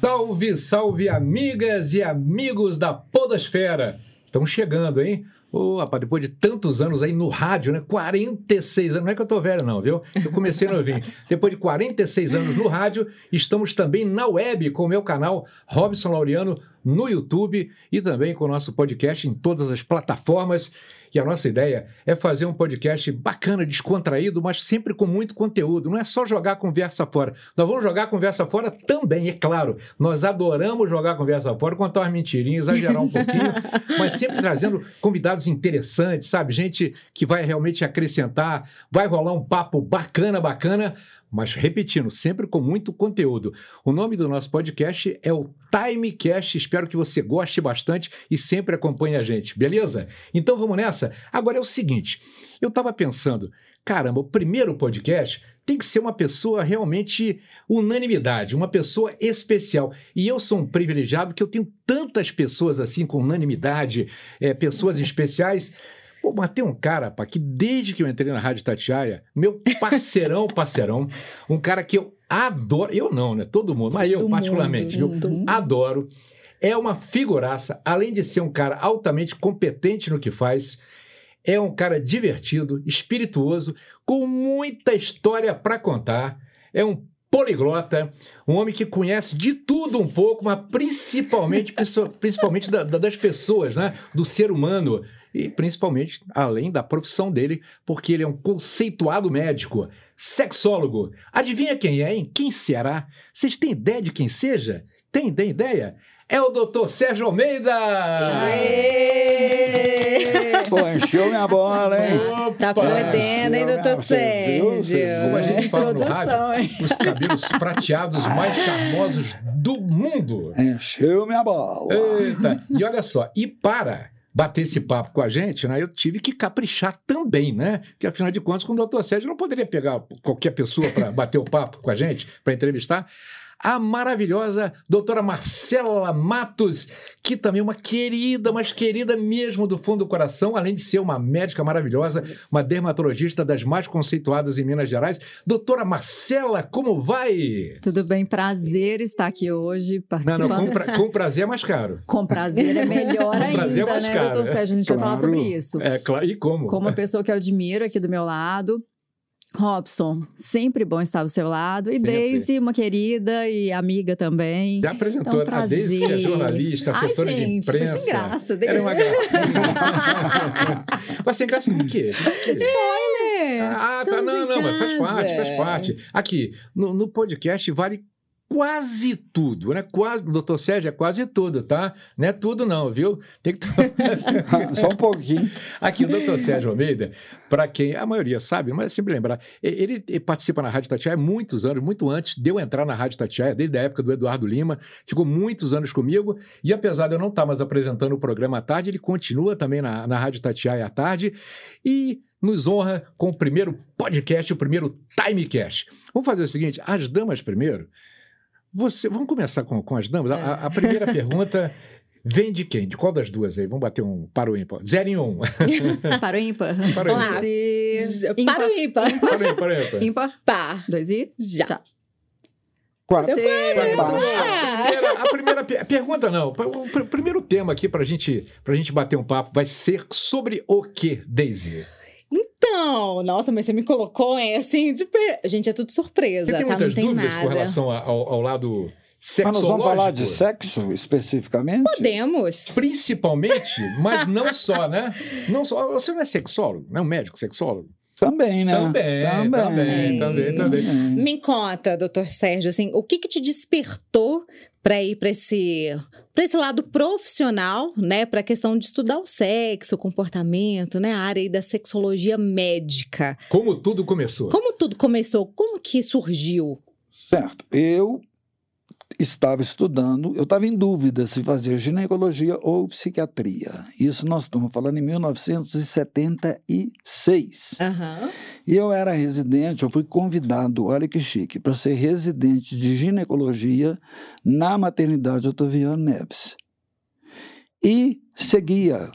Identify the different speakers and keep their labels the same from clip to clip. Speaker 1: Salve, salve, amigas e amigos da Podosfera! Estão chegando, hein? Ô, rapaz, depois de tantos anos aí no rádio, né? 46 anos. Não é que eu tô velho, não, viu? Eu comecei novinho. depois de 46 anos no rádio, estamos também na web com o meu canal Robson Laureano no YouTube e também com o nosso podcast em todas as plataformas. E a nossa ideia é fazer um podcast bacana, descontraído, mas sempre com muito conteúdo. Não é só jogar conversa fora. Nós vamos jogar conversa fora também, é claro. Nós adoramos jogar conversa fora, contar umas mentirinhas, exagerar um pouquinho, mas sempre trazendo convidados interessantes, sabe? Gente que vai realmente acrescentar, vai rolar um papo bacana, bacana, mas repetindo, sempre com muito conteúdo. O nome do nosso podcast é o Timecast. Espero que você goste bastante e sempre acompanhe a gente, beleza? Então vamos nessa? Agora é o seguinte: eu estava pensando, caramba, o primeiro podcast tem que ser uma pessoa realmente unanimidade, uma pessoa especial. E eu sou um privilegiado que eu tenho tantas pessoas assim com unanimidade, é, pessoas especiais. Pô, mas tem um cara, pá, que desde que eu entrei na Rádio Tatiaia, meu parceirão, parceirão, um cara que eu adoro, eu não, né? Todo mundo, mas eu
Speaker 2: Todo
Speaker 1: particularmente, viu?
Speaker 2: mundo.
Speaker 3: Uhum.
Speaker 1: Adoro. É uma figuraça, além de ser um cara altamente competente no que faz, é um cara divertido, espirituoso, com muita história para contar. É um poliglota, um homem que conhece de tudo um pouco, mas principalmente, princi- principalmente da- da- das pessoas, né? do ser humano. E principalmente, além da profissão dele, porque ele é um conceituado médico, sexólogo. Adivinha quem é, hein? Quem será? Vocês têm ideia de quem seja? Tem, tem ideia? É o doutor Sérgio Almeida!
Speaker 4: Pô, encheu minha bola, hein?
Speaker 2: Tá
Speaker 1: Opa!
Speaker 2: podendo, hein,
Speaker 4: Você
Speaker 2: doutor
Speaker 4: viu, você viu,
Speaker 2: Sérgio?
Speaker 4: você viu?
Speaker 1: Como a gente fala no
Speaker 2: Produção, hein?
Speaker 1: Os cabelos prateados mais charmosos do mundo.
Speaker 4: Encheu minha bola.
Speaker 1: Eita! E olha só, e para bater esse papo com a gente, né, eu tive que caprichar também, né? Porque afinal de contas, com o doutor Sérgio, eu não poderia pegar qualquer pessoa para bater o papo com a gente, para entrevistar. A maravilhosa doutora Marcela Matos, que também é uma querida, mas querida mesmo do fundo do coração, além de ser uma médica maravilhosa, uma dermatologista das mais conceituadas em Minas Gerais. Doutora Marcela, como vai?
Speaker 3: Tudo bem, prazer estar aqui hoje
Speaker 1: Não,
Speaker 3: participando.
Speaker 1: não, com, pra- com prazer é mais caro.
Speaker 3: Com prazer é melhor
Speaker 1: Com
Speaker 3: ainda,
Speaker 1: prazer é mais
Speaker 3: né,
Speaker 1: caro.
Speaker 3: doutor Sérgio? A gente vai falar
Speaker 4: Claro.
Speaker 3: sobre isso.
Speaker 1: É, claro. E como?
Speaker 3: Com uma pessoa que eu admiro aqui do meu lado. Robson, sempre bom estar ao seu lado. E
Speaker 1: Sempre.
Speaker 3: Daisy, uma querida e amiga também.
Speaker 1: Já apresentou
Speaker 3: Então,
Speaker 1: a Deise, que é
Speaker 3: prazer.
Speaker 1: jornalista, assessora
Speaker 3: Ai, gente,
Speaker 1: de
Speaker 3: Foi sem
Speaker 1: imprensa.
Speaker 3: graça, Daisy.
Speaker 1: Era uma Ah, tá. gracinha. mas sem graça por quê? Por quê? Ah, tá,
Speaker 2: estamos
Speaker 1: não,
Speaker 2: em
Speaker 1: não, mas faz parte, faz
Speaker 2: casa.
Speaker 1: parte. Aqui, no, no podcast vale quase tudo, né? Quase, doutor Sérgio, é quase tudo, tá? Não é tudo não, viu? Tem que
Speaker 4: Só um pouquinho.
Speaker 1: Aqui, o doutor Sérgio Almeida, para quem a maioria sabe, mas é sempre lembrar, e- ele, ele participa na Rádio Tatiaia há muitos anos, muito antes de eu entrar na Rádio Tatiaia, desde a época do Eduardo Lima, ficou muitos anos comigo, e apesar de eu não estar mais apresentando o programa à tarde, ele continua também na, na Rádio Tatiaia à tarde e nos honra com o primeiro podcast, o primeiro Timecast. Vamos fazer o seguinte, as damas primeiro. Você, vamos começar com, com as damas. A- A, a primeira pergunta vem de quem? De qual das duas aí? Vamos bater um para o ímpar. Zero em um.
Speaker 3: Para o ímpar.
Speaker 1: Para o ímpar.
Speaker 2: Vamos lá.
Speaker 3: Dois e-
Speaker 2: Para o ímpar.
Speaker 1: Para o ímpar, para o ímpar.
Speaker 3: Ímpar.
Speaker 2: Pá.
Speaker 3: Dois e...
Speaker 2: Já.
Speaker 3: Já.
Speaker 4: Quatro.
Speaker 1: Vai,
Speaker 4: Ímpar.
Speaker 1: vai.
Speaker 2: Ah,
Speaker 1: A Tá, primeira- A primeira pe- pergunta, não. O pr- primeiro tema aqui para gente, a gente bater um papo vai ser sobre o que, Daisy?
Speaker 2: Então, nossa, mas você me colocou, hein? Assim, de pe- Gente, é tudo surpresa,
Speaker 1: Você tem
Speaker 2: tá?
Speaker 1: muitas
Speaker 2: não tem
Speaker 1: dúvidas
Speaker 2: nada.
Speaker 1: com relação a- ao, ao lado
Speaker 4: Mas Ah, nós
Speaker 1: sexológico?
Speaker 4: vamos falar de sexo especificamente?
Speaker 2: Podemos.
Speaker 1: Principalmente, mas não só, né? Não só. Você não é sexólogo, não é um médico sexólogo?
Speaker 4: Também, né? Hum,
Speaker 1: Também, também, também, também.
Speaker 2: Me conta, doutor Sérgio, assim, o que que te despertou para ir para esse, pra esse lado profissional, né? Para a questão de estudar o sexo, o comportamento, né? A área aí da sexologia médica.
Speaker 1: Como tudo começou.
Speaker 2: Como tudo começou? Como que surgiu?
Speaker 4: Certo. Eu estava estudando, eu estava em dúvida se fazia ginecologia ou psiquiatria. Isso nós estamos falando em 1976.
Speaker 2: Aham.
Speaker 4: E eu era residente, eu fui convidado, olha que chique, para ser residente de ginecologia na maternidade Otaviano Neves. E seguia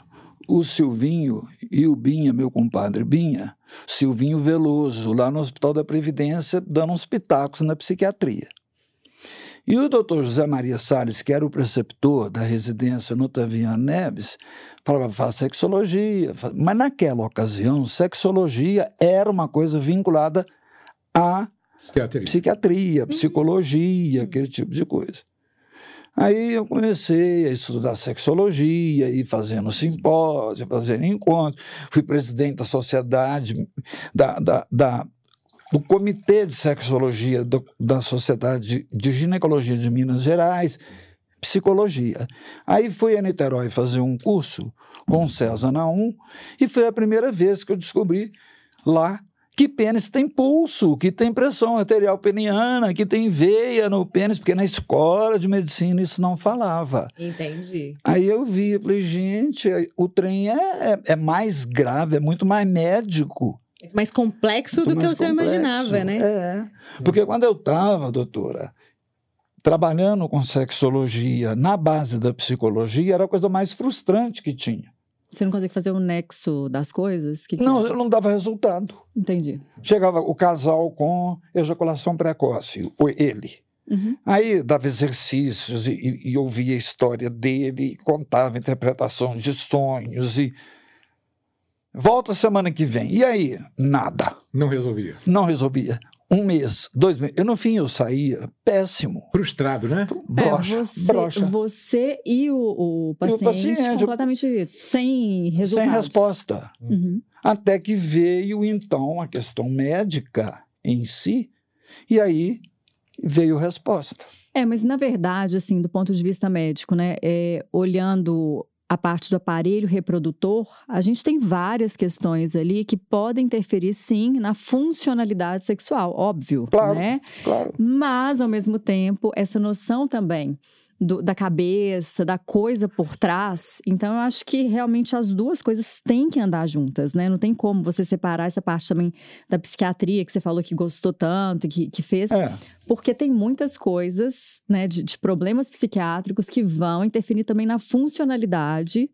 Speaker 4: o Silvinho e o Binha, meu compadre Binha, Silvinho Veloso, lá no Hospital da Previdência, dando uns pitacos na psiquiatria. E o doutor José Maria Salles, que era o preceptor da residência no Taviano Neves, falava, faz sexologia. faz- Mas naquela ocasião, sexologia era uma coisa vinculada à
Speaker 1: Psiquiatria.
Speaker 4: psiquiatria, psicologia, aquele tipo de coisa. Aí eu comecei a estudar sexologia, e fazendo simpósio, fazendo encontros. Fui presidente da sociedade, da, da- da- do comitê de sexologia do- da Sociedade de Ginecologia de Minas Gerais, psicologia. Aí fui a Niterói fazer um curso com o César Naum, e foi a primeira vez que eu descobri lá que pênis tem pulso, que tem pressão arterial peniana, que tem veia no pênis, porque na escola de medicina isso não falava.
Speaker 2: Entendi.
Speaker 4: Aí eu vi, eu falei, gente, o trem é, é- é mais grave, é muito mais médico.
Speaker 2: Mais complexo do
Speaker 4: muito
Speaker 2: que
Speaker 4: mais
Speaker 2: você
Speaker 4: complexo.
Speaker 2: imaginava, né?
Speaker 4: É. Porque quando eu estava, doutora, trabalhando com sexologia na base da psicologia, era a coisa mais frustrante que tinha.
Speaker 3: Você não consegue fazer o nexo das coisas? Que que
Speaker 4: Não,
Speaker 3: é?
Speaker 4: eu não dava resultado.
Speaker 3: Entendi.
Speaker 4: Chegava o casal com ejaculação precoce, o- ele.
Speaker 3: Uhum.
Speaker 4: Aí dava exercícios e, e- e ouvia a história dele, e contava a interpretação de sonhos e. Volta semana que vem. E aí? Nada.
Speaker 1: Não resolvia.
Speaker 4: Não resolvia. Um mês, dois meses. Eu, no fim, eu saía péssimo.
Speaker 1: Frustrado, né?
Speaker 3: É,
Speaker 4: Brocha,
Speaker 3: você,
Speaker 4: brocha.
Speaker 3: você e o, o paciente,
Speaker 4: paciente,
Speaker 3: completamente sem resultado.
Speaker 4: Sem resposta.
Speaker 3: Uhum.
Speaker 4: Até que veio, então, a questão médica em si. E aí veio a resposta.
Speaker 3: É, mas na verdade, assim, do ponto de vista médico, né, é, olhando a parte do aparelho reprodutor, a gente tem várias questões ali que podem interferir, sim, na funcionalidade sexual, óbvio,
Speaker 4: Claro.
Speaker 3: né?
Speaker 4: Claro.
Speaker 3: Mas, ao mesmo tempo, essa noção também do- da cabeça, da coisa por trás. Então, eu acho que realmente as duas coisas têm que andar juntas, né? Não tem como você separar essa parte também da psiquiatria, que você falou que gostou tanto, que, que fez,
Speaker 4: É.
Speaker 3: porque tem muitas coisas, né, de, de problemas psiquiátricos que vão interferir também na funcionalidade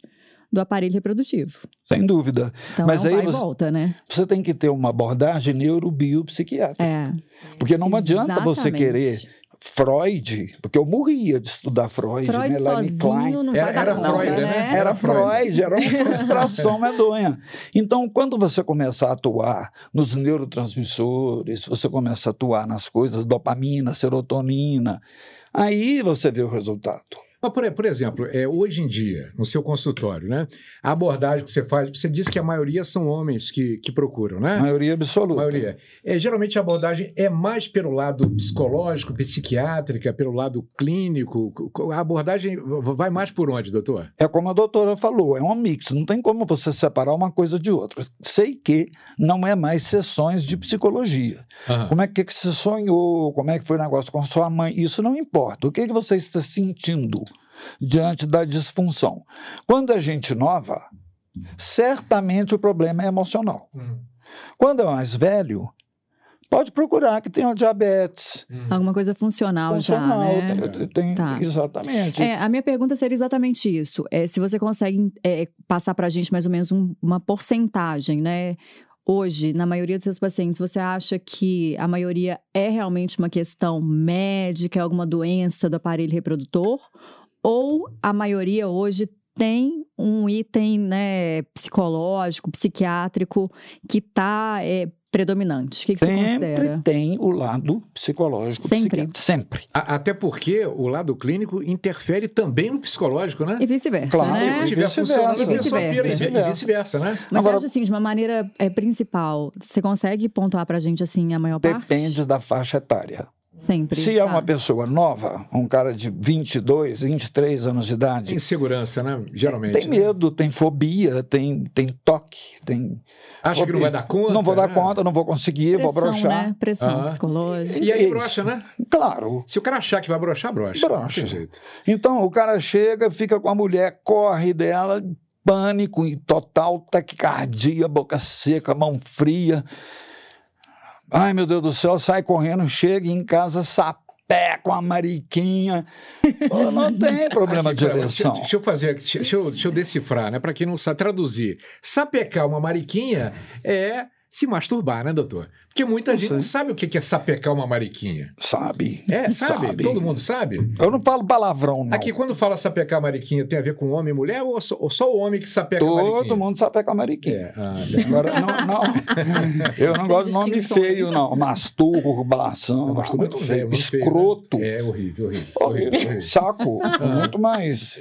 Speaker 3: do aparelho reprodutivo.
Speaker 4: Sem dúvida.
Speaker 3: Então,
Speaker 4: Mas
Speaker 3: é um
Speaker 4: aí
Speaker 3: vai
Speaker 4: você-
Speaker 3: e volta, né?
Speaker 4: Você tem que ter uma abordagem neurobiopsiquiátrica.
Speaker 3: É.
Speaker 4: Porque não adianta você
Speaker 3: Exatamente.
Speaker 4: querer Freud, porque eu morria de estudar Freud,
Speaker 3: Freud
Speaker 4: Melanie Klein.
Speaker 3: sozinho não
Speaker 1: Era-
Speaker 3: vai dar
Speaker 1: era
Speaker 3: conta,
Speaker 1: Freud, né?
Speaker 3: né?
Speaker 4: Era Freud, era uma frustração medonha. Então, quando você começa a atuar nos neurotransmissores, você começa a atuar nas coisas, dopamina, serotonina, aí você vê o resultado.
Speaker 1: Mas, por, por exemplo, é, hoje em dia, no seu consultório, né? A abordagem que você faz, você disse que a maioria são homens que, que procuram, né?
Speaker 4: Maioria absoluta.
Speaker 1: maioria. É, geralmente a abordagem é mais pelo lado psicológico, psiquiátrica, pelo lado clínico. Co- A abordagem v- vai mais por onde, doutor?
Speaker 4: É como a doutora falou, é um mix, não tem como você separar uma coisa de outra. Sei que não é mais sessões de psicologia. Como é que, que você sonhou? Como é que foi o negócio com sua mãe? Isso não importa. O que, que você está sentindo diante da disfunção? Quando é gente nova, certamente o problema é emocional.
Speaker 1: Hum,
Speaker 4: Quando é mais velho, pode procurar que tenha diabetes.
Speaker 1: hum.
Speaker 3: Alguma coisa funcional,
Speaker 4: funcional,
Speaker 3: já, né?
Speaker 4: tem- tem- tem-
Speaker 3: Tá.
Speaker 4: Exatamente.
Speaker 3: É, a minha pergunta seria exatamente isso. É, se você consegue é, passar pra gente mais ou menos um- uma porcentagem, né? Hoje, na maioria dos seus pacientes, você acha que a maioria é realmente uma questão médica, é alguma doença do aparelho reprodutor? Ou a maioria hoje tem um item né, psicológico, psiquiátrico, que está predominante? O que, que você
Speaker 4: Sempre
Speaker 3: considera?
Speaker 4: tem o lado psicológico.
Speaker 3: Sempre.
Speaker 4: psiquiátrico. Sempre.
Speaker 1: A- até porque o lado clínico interfere também no psicológico, né?
Speaker 3: E vice-versa,
Speaker 4: Claro.
Speaker 1: Se
Speaker 3: né?
Speaker 1: não tiver
Speaker 4: E vice-versa.
Speaker 1: funcionando, a pessoa
Speaker 3: E
Speaker 1: pira,
Speaker 4: vice-versa.
Speaker 1: e e vice-versa, né?
Speaker 3: Mas
Speaker 4: Agora-
Speaker 3: acho assim, de uma maneira é, principal, você consegue pontuar pra gente assim a maior parte?
Speaker 4: Depende da faixa etária.
Speaker 3: Sempre.
Speaker 4: Se é
Speaker 3: tá.
Speaker 4: uma pessoa nova, um cara de 22, 23 anos de idade,
Speaker 1: Insegurança, né? Geralmente.
Speaker 4: Tem
Speaker 1: né?
Speaker 4: medo, tem fobia, tem, tem toque, tem.
Speaker 1: Acha que não vai dar conta.
Speaker 4: não vou dar
Speaker 1: né?
Speaker 4: conta, não vou conseguir, vou
Speaker 3: pressão,
Speaker 4: brochar.
Speaker 3: né? Pressão
Speaker 1: Ah.
Speaker 3: psicológica.
Speaker 1: E aí
Speaker 4: É Isso.
Speaker 1: brocha, né?
Speaker 4: Claro.
Speaker 1: Se o cara achar que vai brochar, brocha.
Speaker 4: Brocha.
Speaker 1: Não tem jeito.
Speaker 4: Então o cara chega, fica com a mulher, corre dela, pânico e total taquicardia, boca seca, mão fria. Ai, meu Deus do céu, sai correndo, chega em casa, sapé com a mariquinha. Pô, não tem problema
Speaker 1: Aqui,
Speaker 4: de
Speaker 1: pera,
Speaker 4: ereção.
Speaker 1: Deixa, deixa eu fazer, aqui, deixa, deixa eu, deixa eu decifrar, né? Para quem não sabe traduzir. Sapecar uma mariquinha é se masturbar, né, doutor? Porque muita
Speaker 4: Não
Speaker 1: gente
Speaker 4: sei.
Speaker 1: não sabe o que é sapecar uma mariquinha.
Speaker 4: Sabe?
Speaker 1: É, sabe?
Speaker 4: Sabe.
Speaker 1: Todo mundo sabe?
Speaker 4: Eu não falo palavrão, não.
Speaker 1: Aqui, quando fala sapecar mariquinha, tem a ver com homem e mulher ou só, ou só o homem que sapeca mariquinha?
Speaker 4: Todo mundo sabe pegar mariquinha.
Speaker 1: É, ah, tá.
Speaker 4: Né? Agora, não, não. Eu não
Speaker 2: Sem
Speaker 4: gosto de nome
Speaker 2: distinções.
Speaker 4: feio, não. Masturbação,
Speaker 1: Não, masturba é
Speaker 4: Ah, muito
Speaker 1: muito
Speaker 4: feio.
Speaker 1: feio, muito feio, né?
Speaker 4: escroto.
Speaker 1: É horrível, horrível.
Speaker 4: Olha,
Speaker 1: horrível, horrível.
Speaker 4: Saco. Muito mais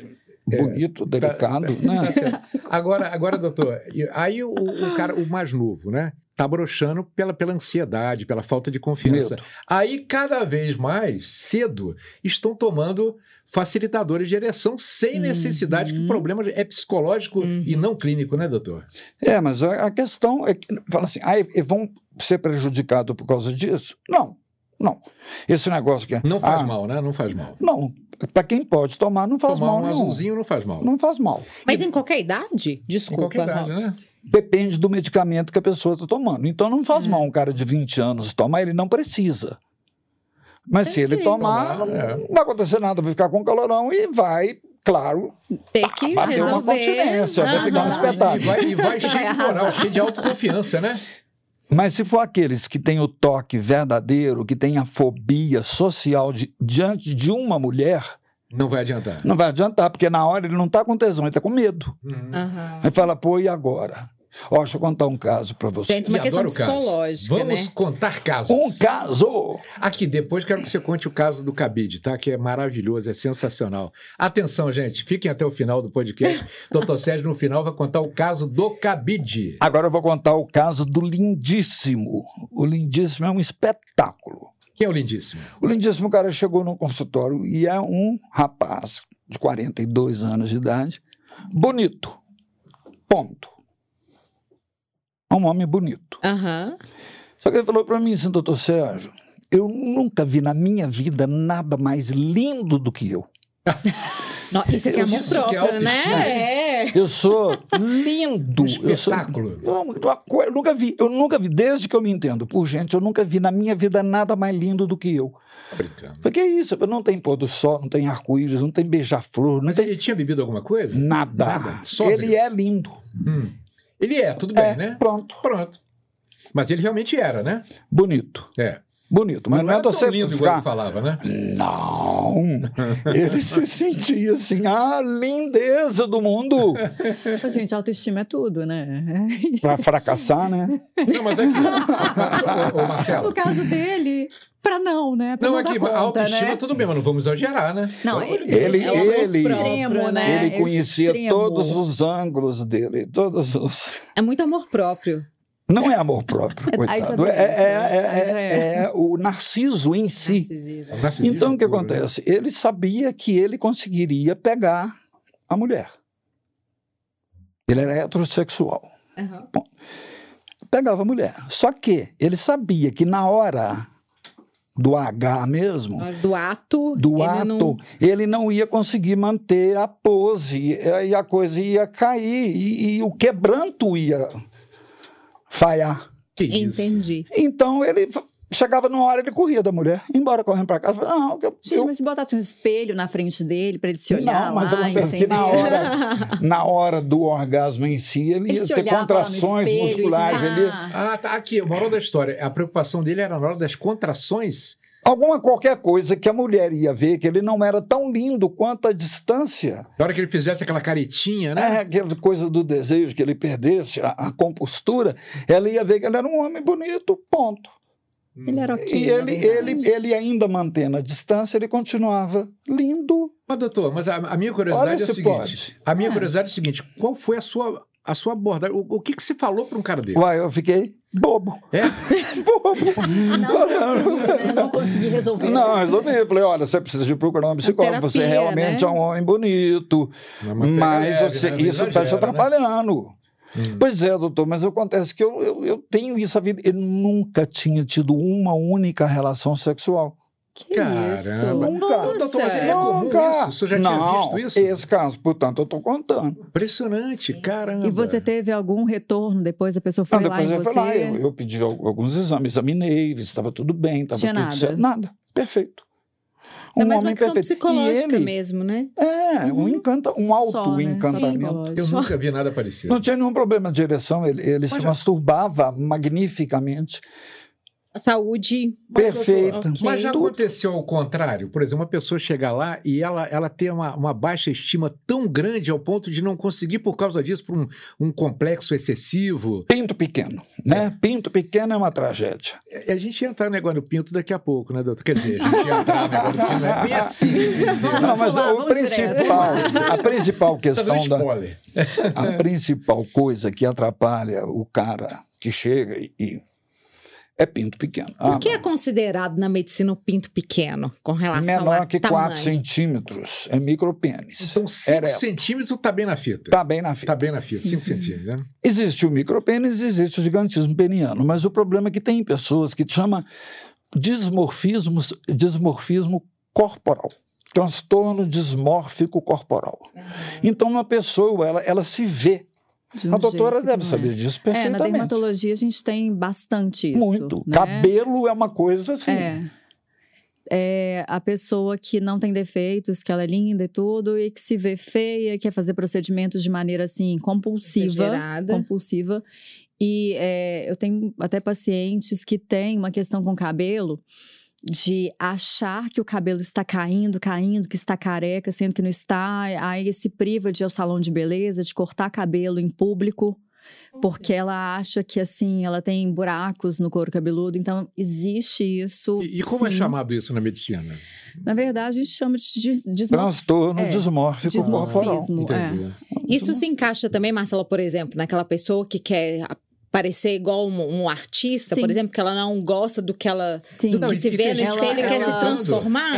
Speaker 1: É,
Speaker 4: bonito, delicado.
Speaker 1: Tá
Speaker 4: né?
Speaker 1: certo. Agora, agora, doutor, e aí o, o cara, o mais novo, né? Tá broxando pela, pela ansiedade, pela falta de confiança.
Speaker 4: Medo.
Speaker 1: Aí, cada vez mais cedo, estão tomando facilitadores de ereção sem
Speaker 2: Uhum.
Speaker 1: necessidade, que o problema é psicológico
Speaker 2: Uhum.
Speaker 1: e não clínico, né, doutor?
Speaker 4: É, mas a a questão é que, fala assim, ah, e- e vão ser prejudicados por causa disso? Não, não. Esse negócio que é...
Speaker 1: Não faz
Speaker 4: ah,
Speaker 1: mal, né? Não faz mal.
Speaker 4: Não, para quem pode tomar, não faz
Speaker 1: Tomar
Speaker 4: mal
Speaker 1: um
Speaker 4: nenhum.
Speaker 1: azulzinho não faz mal.
Speaker 4: Não faz mal.
Speaker 2: Mas em qualquer idade?
Speaker 1: Em
Speaker 2: Desculpa.
Speaker 1: qualquer idade,
Speaker 2: Raul.
Speaker 1: né?
Speaker 4: Depende do medicamento que a pessoa está tomando. Então não faz
Speaker 2: Hum.
Speaker 4: mal um cara de 20 anos tomar, ele não precisa. Mas se ele
Speaker 2: Entendi.
Speaker 4: tomar,
Speaker 1: Tomar,
Speaker 4: não,
Speaker 1: é.
Speaker 4: não vai acontecer nada, vai ficar com calorão e vai, claro,
Speaker 2: Tem que
Speaker 4: Bateu uma
Speaker 2: resolver.
Speaker 4: continência, vai ficar um
Speaker 2: Aham.
Speaker 1: E,
Speaker 4: espetáculo.
Speaker 1: e vai, e vai cheio de moral,
Speaker 3: arrasar.
Speaker 1: cheio de autoconfiança, né?
Speaker 4: Mas se for aqueles que têm o toque verdadeiro, que têm a fobia social de- diante de uma mulher,
Speaker 1: Não vai adiantar.
Speaker 4: não vai adiantar, porque na hora ele não está com tesão, ele está com medo.
Speaker 1: Uhum.
Speaker 2: Aham.
Speaker 4: né? Aí fala, pô, e agora? Ó, deixa eu contar um caso para você.
Speaker 2: Gente, uma
Speaker 1: E
Speaker 2: questão
Speaker 1: adoro casos.
Speaker 2: psicológica,
Speaker 1: Vamos
Speaker 2: né?
Speaker 1: contar casos.
Speaker 4: Um caso!
Speaker 1: Aqui, depois quero que você conte o caso do cabide, tá? Que é maravilhoso, é sensacional. Atenção, gente, fiquem até o final do podcast. Doutor Sérgio, no final, vai contar o caso do cabide.
Speaker 4: Agora eu vou contar o caso do Lindíssimo. O Lindíssimo é um espetáculo.
Speaker 1: Quem é o lindíssimo?
Speaker 4: O Lindíssimo cara chegou no consultório e é um rapaz de 42 anos de idade, bonito. Ponto. É um homem bonito.
Speaker 2: Aham.
Speaker 4: Só que ele falou para mim assim, doutor Sérgio, eu nunca vi na minha vida nada mais lindo do que eu.
Speaker 2: Não, Isso aqui é amor
Speaker 1: Isso que é
Speaker 2: próprio,
Speaker 1: autoestima.
Speaker 2: né? É.
Speaker 4: Eu sou lindo.
Speaker 1: Um
Speaker 4: eu sou
Speaker 1: espetáculo.
Speaker 4: Não, uma co- eu nunca vi, eu nunca vi, desde que eu me entendo por gente, eu nunca vi na minha vida nada mais lindo do que eu.
Speaker 1: Tá brincando.
Speaker 4: Porque é isso, não tem pôr do sol, não tem arco-íris, não tem beija-flor, não
Speaker 1: Mas
Speaker 4: tem
Speaker 1: ele tinha bebido alguma coisa?
Speaker 4: nada.
Speaker 1: Nada, sóbrio.
Speaker 4: Ele é lindo.
Speaker 1: Hum. Ele é, tudo bem,
Speaker 4: É,
Speaker 1: né?
Speaker 4: Pronto,
Speaker 1: Pronto. Mas ele realmente era, né?
Speaker 4: bonito,
Speaker 1: É.
Speaker 4: bonito. Mas, não é
Speaker 1: era
Speaker 4: você
Speaker 1: tão lindo igual
Speaker 4: ficar...
Speaker 1: ele falava, né?
Speaker 4: Não, ele se sentia assim, a lindeza do mundo.
Speaker 3: Tipo, gente, autoestima é tudo, né?
Speaker 4: Pra fracassar, né?
Speaker 1: Não, mas aqui. ô, ô,
Speaker 4: É.
Speaker 1: Marcelo.
Speaker 3: No caso dele, pra não, né? Pra
Speaker 1: Não,
Speaker 3: não,
Speaker 1: aqui,
Speaker 3: dar
Speaker 1: a
Speaker 3: conta,
Speaker 1: autoestima
Speaker 3: né?
Speaker 1: tudo bem, mas não vamos exagerar, né?
Speaker 3: Não,
Speaker 1: Pelo amor de
Speaker 4: Ele,
Speaker 1: Deus.
Speaker 2: É um
Speaker 4: ele,
Speaker 2: amor próprio, né?
Speaker 4: ele
Speaker 3: É,
Speaker 4: conhecia
Speaker 3: extremo.
Speaker 4: todos os ângulos dele, todos os...
Speaker 2: É muito amor próprio.
Speaker 4: Não é amor próprio,
Speaker 3: Aí já doeu,
Speaker 4: coitado. É,
Speaker 3: né?
Speaker 4: é-
Speaker 3: Aí já
Speaker 4: é- é- é o narciso em si.
Speaker 2: Narcisismo.
Speaker 1: Narcisismo
Speaker 4: Então, o que
Speaker 1: puro, né?
Speaker 4: acontece? Ele sabia que ele conseguiria pegar a mulher. Ele era heterossexual.
Speaker 2: Aham.
Speaker 4: Pegava a mulher. Só que ele sabia que na hora do H mesmo,
Speaker 2: Na hora Do ato.
Speaker 4: do
Speaker 2: ele
Speaker 4: ato,
Speaker 2: Não...
Speaker 4: ele não ia conseguir manter a pose, e e a coisa ia cair, e- e o quebranto ia falhar.
Speaker 1: Que isso?
Speaker 2: Entendi.
Speaker 4: Então ele f- chegava numa hora, ele corria da mulher, embora correndo pra casa. Falava, não, eu,
Speaker 3: Gente,
Speaker 4: eu-
Speaker 3: mas se botasse um espelho na frente dele pra ele se olhar
Speaker 4: Não, mas
Speaker 3: lá,
Speaker 4: acontece que na
Speaker 3: entendeu?
Speaker 4: hora- na hora do orgasmo em si, ele
Speaker 3: Ele
Speaker 4: ia
Speaker 3: se
Speaker 4: ter
Speaker 3: olhar, falar no
Speaker 4: contrações
Speaker 3: espelho, assim,
Speaker 4: musculares.
Speaker 3: ensinar.
Speaker 4: Ele,
Speaker 1: Ah, tá aqui, moral da história. A preocupação dele era na hora das contrações.
Speaker 4: alguma qualquer coisa que a mulher ia ver, que ele não era tão lindo quanto a distância,
Speaker 1: Na hora que ele fizesse aquela caretinha, né?
Speaker 4: né? aquela coisa do desejo que ele perdesse, a, a compostura, ela ia ver que ele era um homem bonito, ponto.
Speaker 1: Hum.
Speaker 3: Ele era ok. né?
Speaker 4: e
Speaker 3: na
Speaker 4: ele,
Speaker 1: é
Speaker 3: verdade.
Speaker 4: ele, ele ainda mantendo a distância, ele continuava lindo.
Speaker 1: Mas, doutor, mas a, a minha
Speaker 4: Olha
Speaker 1: curiosidade é o
Speaker 4: se
Speaker 1: seguinte.
Speaker 4: pode.
Speaker 1: A minha
Speaker 3: Ah.
Speaker 1: curiosidade é o seguinte: qual foi a sua, a sua abordagem? O, o que, que você falou para um cara dele?
Speaker 4: Uai, eu fiquei bobo.
Speaker 1: É?
Speaker 3: Não,
Speaker 4: Bobo.
Speaker 3: consegui, né? Não consegui resolver.
Speaker 4: Não, resolvi. Eu Falei, olha, você precisa de procurar um psicólogo.
Speaker 2: terapia,
Speaker 4: você realmente
Speaker 2: né?
Speaker 4: é um homem bonito,
Speaker 1: Não,
Speaker 4: mas
Speaker 1: pega
Speaker 4: você-
Speaker 1: leve, né? Não
Speaker 4: isso está te
Speaker 1: exagera, né?
Speaker 4: atrapalhando.
Speaker 1: Hum.
Speaker 4: Pois é, doutor, mas acontece que eu, eu, eu tenho isso a vida. Eu nunca tinha tido uma única relação sexual.
Speaker 3: Que
Speaker 1: Caramba.
Speaker 3: isso.
Speaker 4: Nunca.
Speaker 1: Doutor, mas é comum
Speaker 4: Nunca.
Speaker 1: isso? O senhor já tinha
Speaker 4: Não,
Speaker 1: visto isso?
Speaker 4: Esse caso, portanto, eu estou contando.
Speaker 1: Impressionante, caramba.
Speaker 3: E você tá teve algum retorno depois? A pessoa foi
Speaker 4: Não,
Speaker 3: lá
Speaker 4: Uhum. Ah, depois
Speaker 3: em
Speaker 4: eu
Speaker 3: você?
Speaker 4: fui lá, eu, eu pedi al- alguns exames, examinei, vi se estava tudo bem, estava
Speaker 3: Tinha
Speaker 4: tudo
Speaker 3: nada?
Speaker 4: certo. Nada. Perfeito. Um
Speaker 2: é mais uma
Speaker 4: homem
Speaker 2: questão
Speaker 4: perfeito. E
Speaker 2: psicológica
Speaker 4: ele-
Speaker 2: mesmo, né?
Speaker 4: É, É, um, encanta, um auto-encantamento.
Speaker 1: Eu
Speaker 3: né, psicológico.
Speaker 1: nunca vi nada parecido.
Speaker 4: Não tinha nenhum problema de direção, ele, ele se
Speaker 1: Olha.
Speaker 4: masturbava magnificamente.
Speaker 2: A saúde.
Speaker 4: Perfeito.
Speaker 2: ok.
Speaker 1: Mas já
Speaker 4: Tudo.
Speaker 1: aconteceu ao contrário? Por exemplo, uma pessoa chegar lá e ela, ela tem uma, uma baixa estima tão grande ao ponto de não conseguir, por causa disso, por um, um complexo excessivo.
Speaker 4: Pinto pequeno, né? Pinto pequeno é uma tragédia.
Speaker 1: E A gente ia entrar no negócio do pinto daqui a pouco, né, doutor? Quer dizer, a gente ia entrar no negócio do pinto, não é bem assim. quer dizer,
Speaker 2: Ah, Vamos
Speaker 1: né?
Speaker 4: Não, mas
Speaker 2: pular,
Speaker 4: o
Speaker 2: vamos direto.
Speaker 4: principal, a principal
Speaker 1: Você tá dando
Speaker 4: questão da,
Speaker 1: spoiler.
Speaker 3: É.
Speaker 4: a principal coisa que atrapalha o cara que chega e, e- é pinto pequeno.
Speaker 2: o que é considerado na medicina o pinto pequeno com relação
Speaker 4: menor
Speaker 2: a
Speaker 4: que
Speaker 2: tamanho?
Speaker 4: 4 centímetros é micropênis.
Speaker 1: Então, 5
Speaker 4: Era-
Speaker 1: centímetros tá bem na fita.
Speaker 4: Tá bem na fita.
Speaker 1: Tá bem na fita, 5 centímetros, né?
Speaker 4: Existe o micropênis, existe o gigantismo peniano, mas o problema é que tem pessoas que chama desmorfismo, desmorfismo corporal, transtorno dismórfico corporal.
Speaker 3: Hum.
Speaker 4: Então uma pessoa ela, ela se vê.
Speaker 3: De um
Speaker 4: A doutora
Speaker 3: jeito que
Speaker 4: deve
Speaker 3: não é.
Speaker 4: saber disso
Speaker 3: É, na
Speaker 4: perfeitamente.
Speaker 3: dermatologia a gente tem bastante isso.
Speaker 4: Muito.
Speaker 3: né?
Speaker 4: Cabelo é uma coisa assim.
Speaker 3: É. É a pessoa que não tem defeitos, que ela é linda e tudo, e que se vê feia, quer fazer procedimentos de maneira assim
Speaker 2: é
Speaker 3: compulsiva.
Speaker 2: Exagerada.
Speaker 3: Compulsiva. E é, eu tenho até pacientes que têm uma questão com cabelo de achar que o cabelo está caindo, caindo, que está careca, sendo que não está. Aí se priva de ir ao salão de beleza, de cortar cabelo em público porque ela acha que assim ela tem buracos no couro cabeludo, então existe isso.
Speaker 1: E, e como é
Speaker 3: sim. É.
Speaker 1: chamado isso na medicina?
Speaker 3: Na verdade, a gente chama de desmorfismo.
Speaker 4: Transtorno
Speaker 3: É.
Speaker 4: dismórfico corporal.
Speaker 3: Desmorfismo, é.
Speaker 1: Entendi.
Speaker 2: Isso se encaixa também, Marcela, por exemplo, naquela pessoa que quer parecer igual um, um artista,
Speaker 3: Sim.
Speaker 2: por exemplo, que ela não gosta do que ela
Speaker 3: Sim.
Speaker 2: do
Speaker 1: Não,
Speaker 2: que
Speaker 1: e-
Speaker 2: se
Speaker 1: e
Speaker 2: vê no
Speaker 1: tem
Speaker 3: gente
Speaker 2: espelho e
Speaker 3: que
Speaker 2: quer
Speaker 3: ela-
Speaker 2: se transformar,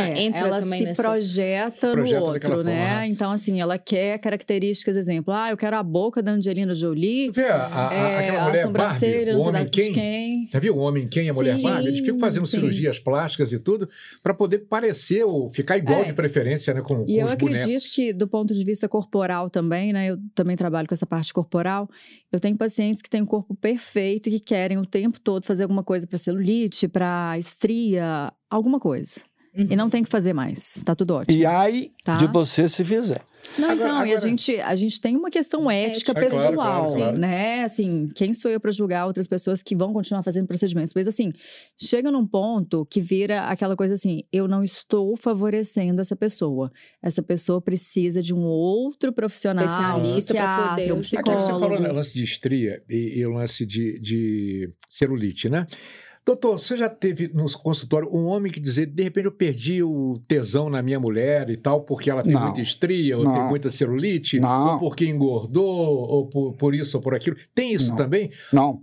Speaker 3: É,
Speaker 2: Ah, entra
Speaker 3: ela
Speaker 2: também
Speaker 3: se
Speaker 2: nessa.
Speaker 3: projeta,
Speaker 1: Projeta
Speaker 3: no
Speaker 1: daquela
Speaker 3: outro, né?
Speaker 1: forma, né?
Speaker 3: Então, assim, ela quer características, exemplo, ah, eu quero a boca da Angelina Jolie,
Speaker 1: Vê a, a, a,
Speaker 3: é,
Speaker 1: aquela
Speaker 3: a
Speaker 1: mulher Barbie,
Speaker 3: sobrancelha,
Speaker 1: o
Speaker 3: não sei lá
Speaker 1: homem
Speaker 3: de
Speaker 1: quem?
Speaker 3: quem.
Speaker 1: Já viu o homem quem e a mulher
Speaker 2: Sim,
Speaker 1: Barbie? Eles ficam fazendo
Speaker 3: sim.
Speaker 1: cirurgias plásticas e tudo para poder parecer ou ficar igual
Speaker 3: É.
Speaker 1: de preferência, né, com,
Speaker 3: E
Speaker 1: com
Speaker 3: eu
Speaker 1: os
Speaker 3: acredito
Speaker 1: bonecos.
Speaker 3: que, do ponto de vista corporal também, né? Eu também trabalho com essa parte corporal. Eu tenho pacientes que têm o corpo perfeito e que querem o tempo todo fazer alguma coisa para celulite, para estria, alguma coisa.
Speaker 2: Uhum.
Speaker 3: E não tem que fazer mais. Tá tudo ótimo.
Speaker 4: E ai
Speaker 3: Tá.
Speaker 4: de você se fizer.
Speaker 3: Não,
Speaker 1: Agora-
Speaker 3: então, e a
Speaker 1: agora-
Speaker 3: gente, a gente tem uma questão ética
Speaker 2: Ética.
Speaker 1: É, claro,
Speaker 3: pessoal,
Speaker 1: claro, claro.
Speaker 3: né? Assim, quem sou eu para julgar outras pessoas que vão continuar fazendo procedimentos? Mas assim, chega num ponto que vira aquela coisa assim, eu não estou favorecendo essa pessoa. Essa pessoa precisa de um outro profissional,
Speaker 2: Especialista pra
Speaker 3: psiquiatra,
Speaker 2: poder
Speaker 3: um
Speaker 2: ajudar.
Speaker 1: Aqui você falou né,
Speaker 3: psicólogo.
Speaker 1: lance de estria e, e lance de, de celulite, né? Doutor, você já teve no consultório um homem que dizer, de repente eu perdi o tesão na minha mulher e tal, porque ela tem
Speaker 4: Não.
Speaker 1: muita estria, ou
Speaker 4: Não.
Speaker 1: tem muita celulite,
Speaker 4: Não.
Speaker 1: ou porque engordou, ou por, por isso ou por aquilo. Tem isso
Speaker 4: Não.
Speaker 1: também?
Speaker 4: Não.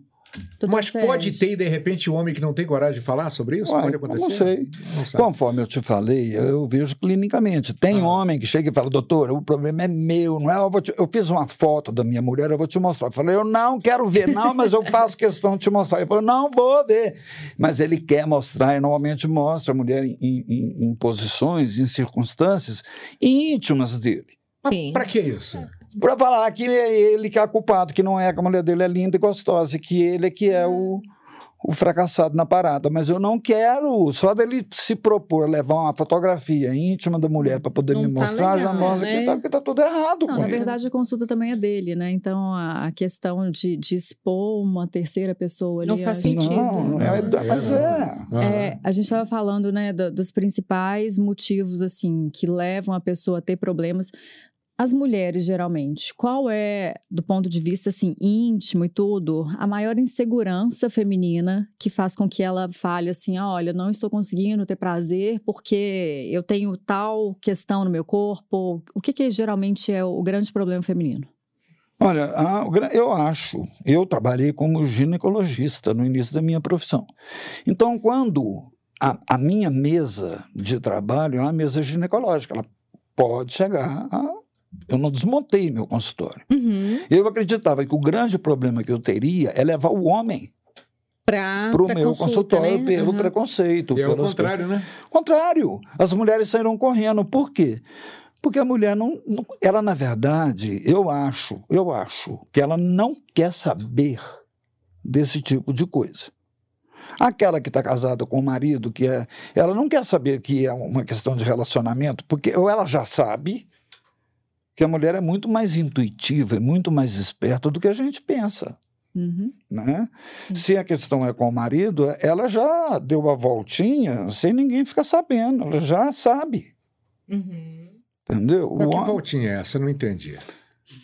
Speaker 3: Doutor
Speaker 1: Mas pode
Speaker 3: Sérgio.
Speaker 1: ter, de repente, um homem que não tem coragem de falar sobre isso?
Speaker 4: Uai,
Speaker 1: pode
Speaker 4: eu não
Speaker 1: acontecer?
Speaker 4: sei.
Speaker 1: Não sabe.
Speaker 4: Conforme eu te falei, eu vejo clinicamente. Tem
Speaker 1: Ah.
Speaker 4: homem que chega e fala, doutor, o problema é meu, não é? Eu, vou te- eu fiz uma foto da minha mulher, eu vou te mostrar. Eu falei, eu não quero ver, não, mas eu faço questão de te mostrar. Eu falei, eu não vou ver. Mas ele quer mostrar e normalmente mostra a mulher em, em- em- em posições, em circunstâncias íntimas dele.
Speaker 1: Mas
Speaker 2: Sim.
Speaker 1: pra que isso?
Speaker 4: É. Para falar que é ele que é culpado, que não é, que a mulher dele é linda e gostosa, e que ele é que é o, o fracassado na parada. Mas eu não quero, só dele se propor levar uma fotografia íntima da mulher para poder
Speaker 2: Não
Speaker 4: me
Speaker 2: tá
Speaker 4: mostrar, já
Speaker 2: legal,
Speaker 4: mostra
Speaker 2: né?
Speaker 4: que, tá, que tá tudo errado
Speaker 3: Não,
Speaker 4: com
Speaker 3: na
Speaker 4: ele.
Speaker 3: verdade a consulta também é dele, né? Então a a questão de, de expor uma terceira pessoa ali.
Speaker 2: Não
Speaker 3: eu
Speaker 2: faz
Speaker 3: acho que-
Speaker 2: sentido.
Speaker 4: Não, não é,
Speaker 1: É,
Speaker 4: mas
Speaker 1: não.
Speaker 4: é.
Speaker 3: É, a gente estava falando, né, do- dos principais motivos, assim, que levam a pessoa a ter problemas. As mulheres, geralmente, qual é, do ponto de vista, assim, íntimo e tudo, a maior insegurança feminina que faz com que ela fale assim, "Ah, olha, não estou conseguindo ter prazer porque eu tenho tal questão no meu corpo. O que que geralmente é o grande problema feminino?
Speaker 4: Olha, a- o gra- eu acho, eu trabalhei como ginecologista no início da minha profissão. Então, quando a, a minha mesa de trabalho é uma mesa ginecológica, ela pode chegar a. Eu não desmontei meu consultório.
Speaker 2: Uhum.
Speaker 4: Eu acreditava que o grande problema que eu teria é levar o homem
Speaker 2: Pra,
Speaker 4: para o
Speaker 2: pra
Speaker 4: meu
Speaker 2: consulta,
Speaker 4: consultório
Speaker 2: né?
Speaker 4: pelo
Speaker 2: Aham.
Speaker 4: preconceito.
Speaker 1: E é o
Speaker 4: pelas coisas.
Speaker 1: contrário, né?
Speaker 4: Contrário, as mulheres saíram correndo. Por quê? Porque a mulher não, não- Ela, na verdade, eu acho, eu acho que ela não quer saber desse tipo de coisa. Aquela que está casada com o marido, que é. Ela não quer saber que é uma questão de relacionamento, porque ou ela já sabe, que a mulher é muito mais intuitiva, é muito mais esperta do que a gente pensa.
Speaker 3: Uhum.
Speaker 4: Né?
Speaker 1: Hum.
Speaker 3: Sim.
Speaker 4: Se a questão é com o marido, ela já deu a voltinha sem ninguém ficar sabendo, ela já sabe,
Speaker 2: Uhum.
Speaker 4: entendeu? O
Speaker 1: Mas que
Speaker 4: homem-
Speaker 1: voltinha é essa? Eu Não entendi.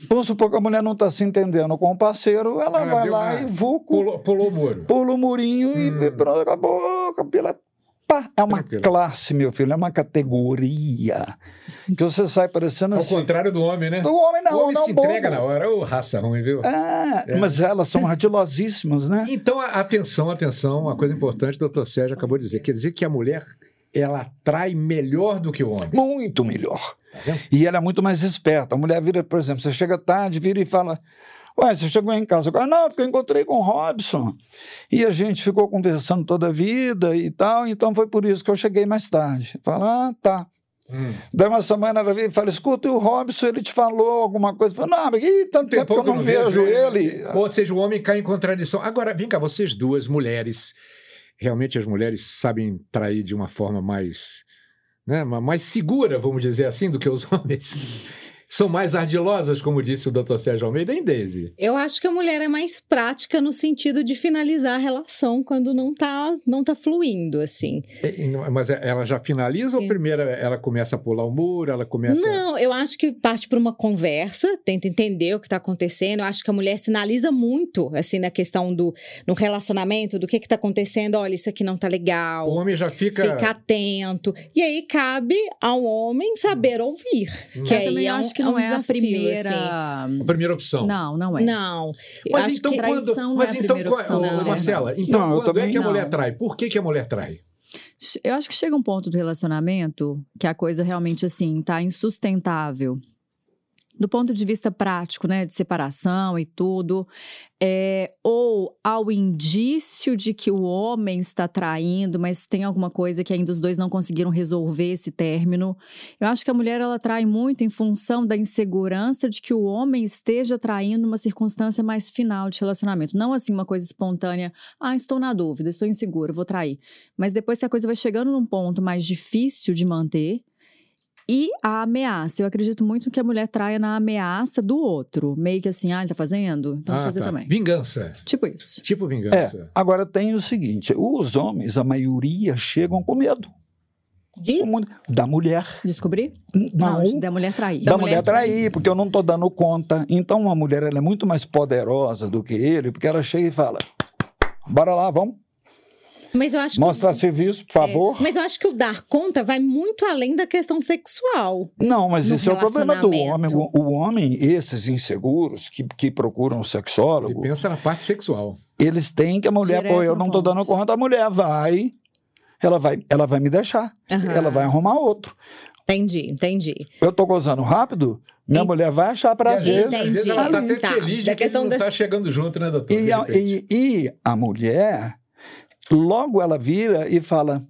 Speaker 4: Vamos supor que a mulher não está se entendendo com o parceiro, ela
Speaker 1: Ela
Speaker 4: vai
Speaker 1: deu
Speaker 4: lá
Speaker 1: uma-
Speaker 4: e vulco,
Speaker 1: Pulou, pulou o muro.
Speaker 4: pula o murinho e
Speaker 1: Hum.
Speaker 4: pronto, acabou, pela pá. É uma
Speaker 1: Tranquilo.
Speaker 4: classe, meu filho, é uma categoria que você sai parecendo
Speaker 1: Ao
Speaker 4: assim.
Speaker 1: contrário do homem, né?
Speaker 4: O homem não,
Speaker 1: o homem
Speaker 4: não
Speaker 1: se entrega
Speaker 4: bobo.
Speaker 1: na hora. Ô, raça ruim, viu?
Speaker 4: Ah,
Speaker 1: É.
Speaker 4: Mas elas são radilosíssimas, né?
Speaker 1: Então, a- atenção, atenção. Uma coisa importante, o doutor Sérgio acabou de dizer. Quer dizer que a mulher, ela atrai melhor do que o homem.
Speaker 4: Muito melhor.
Speaker 1: Tá vendo?
Speaker 4: E ela é muito mais esperta. A mulher vira, por exemplo, você chega tarde, vira e fala: Ué, você chegou em casa agora? Não, porque eu encontrei com o Robson. E a gente ficou conversando toda a vida e tal, então foi por isso que eu cheguei mais tarde. Fala: Ah, tá.
Speaker 1: Hum.
Speaker 4: Daí uma semana ela vem e fala: Escuta, e o Robson, ele te falou alguma coisa? Fala, não, mas ih, tanto tempo, que eu não vejo ele.
Speaker 1: Ou seja, o homem cai em contradição. Agora, vem cá, vocês duas, mulheres, realmente as mulheres sabem trair de uma forma mais, né, ma- mais segura, vamos dizer assim, do que os homens. São mais ardilosas, como disse o doutor Sérgio Almeida, em Daisy.
Speaker 2: Eu acho que a mulher é mais prática no sentido de finalizar a relação quando não tá, não tá fluindo, assim.
Speaker 1: É, e não- Mas é- ela já finaliza ou
Speaker 2: Sim.
Speaker 1: primeiro ela começa a pular o muro, ela começa...
Speaker 2: Não, eu acho que parte para uma conversa, tenta entender o que está acontecendo. Eu acho que a mulher sinaliza muito, assim, na questão do no relacionamento, do que está acontecendo. Olha, isso aqui não tá
Speaker 1: O
Speaker 2: legal.
Speaker 1: homem já fica...
Speaker 2: Fica atento. E aí cabe ao homem saber ouvir.
Speaker 1: Hum.
Speaker 2: que
Speaker 3: Eu
Speaker 2: aí
Speaker 3: também
Speaker 2: é um-
Speaker 3: acho que
Speaker 2: é um
Speaker 3: não é, a
Speaker 2: desafio, assim.
Speaker 3: primeira.
Speaker 1: A primeira opção.
Speaker 3: Não, não é.
Speaker 2: Não. eu
Speaker 1: Mas
Speaker 2: acho
Speaker 1: então
Speaker 2: que
Speaker 1: quando...
Speaker 3: traição não
Speaker 1: Mas
Speaker 3: é a
Speaker 1: então,
Speaker 3: primeira
Speaker 1: qual-
Speaker 3: opção,
Speaker 1: Ô,
Speaker 2: não.
Speaker 1: Marcela, então
Speaker 4: Não, eu
Speaker 1: quando é
Speaker 4: também
Speaker 1: que a
Speaker 3: não.
Speaker 1: mulher trai? Por que, que a mulher trai?
Speaker 3: Eu acho que chega um ponto do relacionamento que a coisa realmente assim tá insustentável. Do ponto de vista prático, né, de separação e tudo, é, ou ao indício de que o homem está traindo, mas tem alguma coisa que ainda os dois não conseguiram resolver esse término. Eu acho que a mulher ela trai muito em função da insegurança de que o homem esteja traindo uma circunstância mais final de relacionamento, não assim uma coisa espontânea. Ah, estou na dúvida, estou inseguro, vou trair. Mas depois que a coisa vai chegando num ponto mais difícil de manter. E a ameaça. Eu acredito muito que a mulher traia na ameaça do outro. Meio que assim, ah, ele tá fazendo? Então vou
Speaker 1: Ah,
Speaker 3: fazer
Speaker 1: tá.
Speaker 3: também.
Speaker 1: Vingança.
Speaker 3: Tipo isso.
Speaker 1: Tipo
Speaker 4: É,
Speaker 1: vingança.
Speaker 4: agora tem o seguinte: os homens, a maioria, chegam com medo.
Speaker 2: De-
Speaker 4: Com muito- Da mulher.
Speaker 3: Descobri?
Speaker 4: Não,
Speaker 3: da mulher trair.
Speaker 4: da
Speaker 2: Da
Speaker 4: mulher
Speaker 2: mulher.
Speaker 4: trair, porque eu não estou dando conta. Então, uma mulher ela é muito mais poderosa do que ele, porque ela chega e fala: Bora lá, vamos,
Speaker 2: Mas eu acho que-
Speaker 4: mostra serviço,
Speaker 2: É,
Speaker 4: por favor.
Speaker 2: Mas eu acho que o dar conta vai muito além da questão sexual.
Speaker 4: Não, mas
Speaker 2: No
Speaker 4: esse é o problema do homem.
Speaker 2: relacionamento.
Speaker 4: O, o homem, esses inseguros que, que procuram um
Speaker 1: Ele
Speaker 4: sexólogo,
Speaker 1: pensa na parte sexual.
Speaker 4: eles têm que a mulher,
Speaker 3: Direto
Speaker 4: pô, eu
Speaker 3: no
Speaker 4: não estou
Speaker 3: ponto.
Speaker 4: dando conta, a mulher vai, ela vai, ela vai me deixar, ela vai arrumar outro.
Speaker 2: Entendi, entendi.
Speaker 4: Eu estou gozando rápido, minha
Speaker 2: E-
Speaker 4: mulher vai achar prazer.
Speaker 1: Às vezes, às vezes
Speaker 2: Entendi.
Speaker 1: ela tá até
Speaker 2: Tá.
Speaker 1: feliz de
Speaker 2: Da
Speaker 1: que ele
Speaker 2: questão
Speaker 1: não
Speaker 2: da-
Speaker 1: tá chegando junto, né, doutor?
Speaker 4: E a, e- e a mulher, logo ela vira e fala: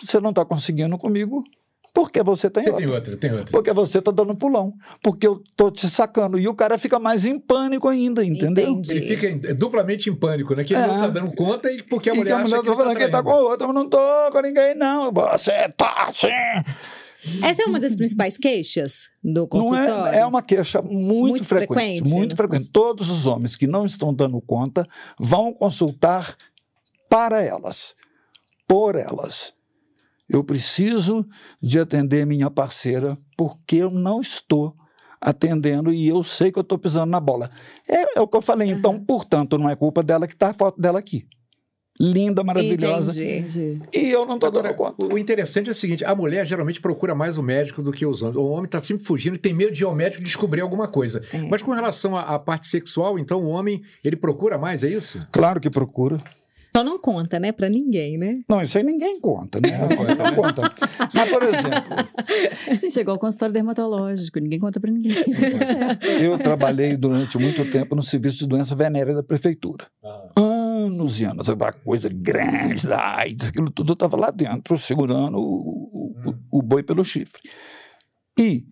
Speaker 4: Você não está conseguindo comigo, porque você tem
Speaker 1: Você
Speaker 4: outro.
Speaker 1: tem outra, tem outra.
Speaker 4: Porque você está dando pulão, porque eu tô te sacando. E o cara fica mais em pânico ainda, entendeu?
Speaker 2: Entendi.
Speaker 1: Ele fica em- é duplamente em pânico, né? Que ele
Speaker 4: É.
Speaker 1: não tá dando conta e porque a
Speaker 4: E que
Speaker 1: mulher
Speaker 4: a mulher
Speaker 1: acha que
Speaker 4: tá
Speaker 1: ele tá
Speaker 4: falando que tá com
Speaker 1: traindo.
Speaker 4: outro, eu não tô com ninguém, não. Você tá assim.
Speaker 2: Essa é uma das principais queixas do
Speaker 4: Não
Speaker 2: consultório.
Speaker 4: é, é uma queixa muito,
Speaker 2: Muito
Speaker 4: frequente.
Speaker 2: frequente
Speaker 4: Muito
Speaker 2: nas
Speaker 4: frequente. Todos os homens que não estão dando conta vão consultar para elas, por elas. Eu preciso de atender minha parceira porque eu não estou atendendo e eu sei que eu estou pisando na bola. É, é o que eu falei. Então, portanto, não é culpa dela que está a foto dela aqui. Linda, maravilhosa.
Speaker 2: Entendi.
Speaker 3: Entendi.
Speaker 4: E eu não estou
Speaker 1: Agora,
Speaker 4: dando conta.
Speaker 1: o interessante é o seguinte: a mulher geralmente procura mais o médico do que os homens. O homem tá sempre fugindo e tem medo de ir ao médico descobrir alguma coisa.
Speaker 2: É.
Speaker 1: Mas com relação à, à parte sexual, então o homem ele procura mais, é isso?
Speaker 4: Claro que procura.
Speaker 2: Só não conta, né? Pra ninguém, né?
Speaker 4: Não, isso aí ninguém conta, né? Não conta. Mas, por exemplo,
Speaker 3: Gente, chegou ao consultório dermatológico. Ninguém conta pra ninguém.
Speaker 4: eu trabalhei durante muito tempo no serviço de doença venérea da prefeitura. Anos e anos, aquela coisa grande da AIDS, aquilo tudo eu estava lá dentro, segurando o, o- o- o boi pelo chifre. E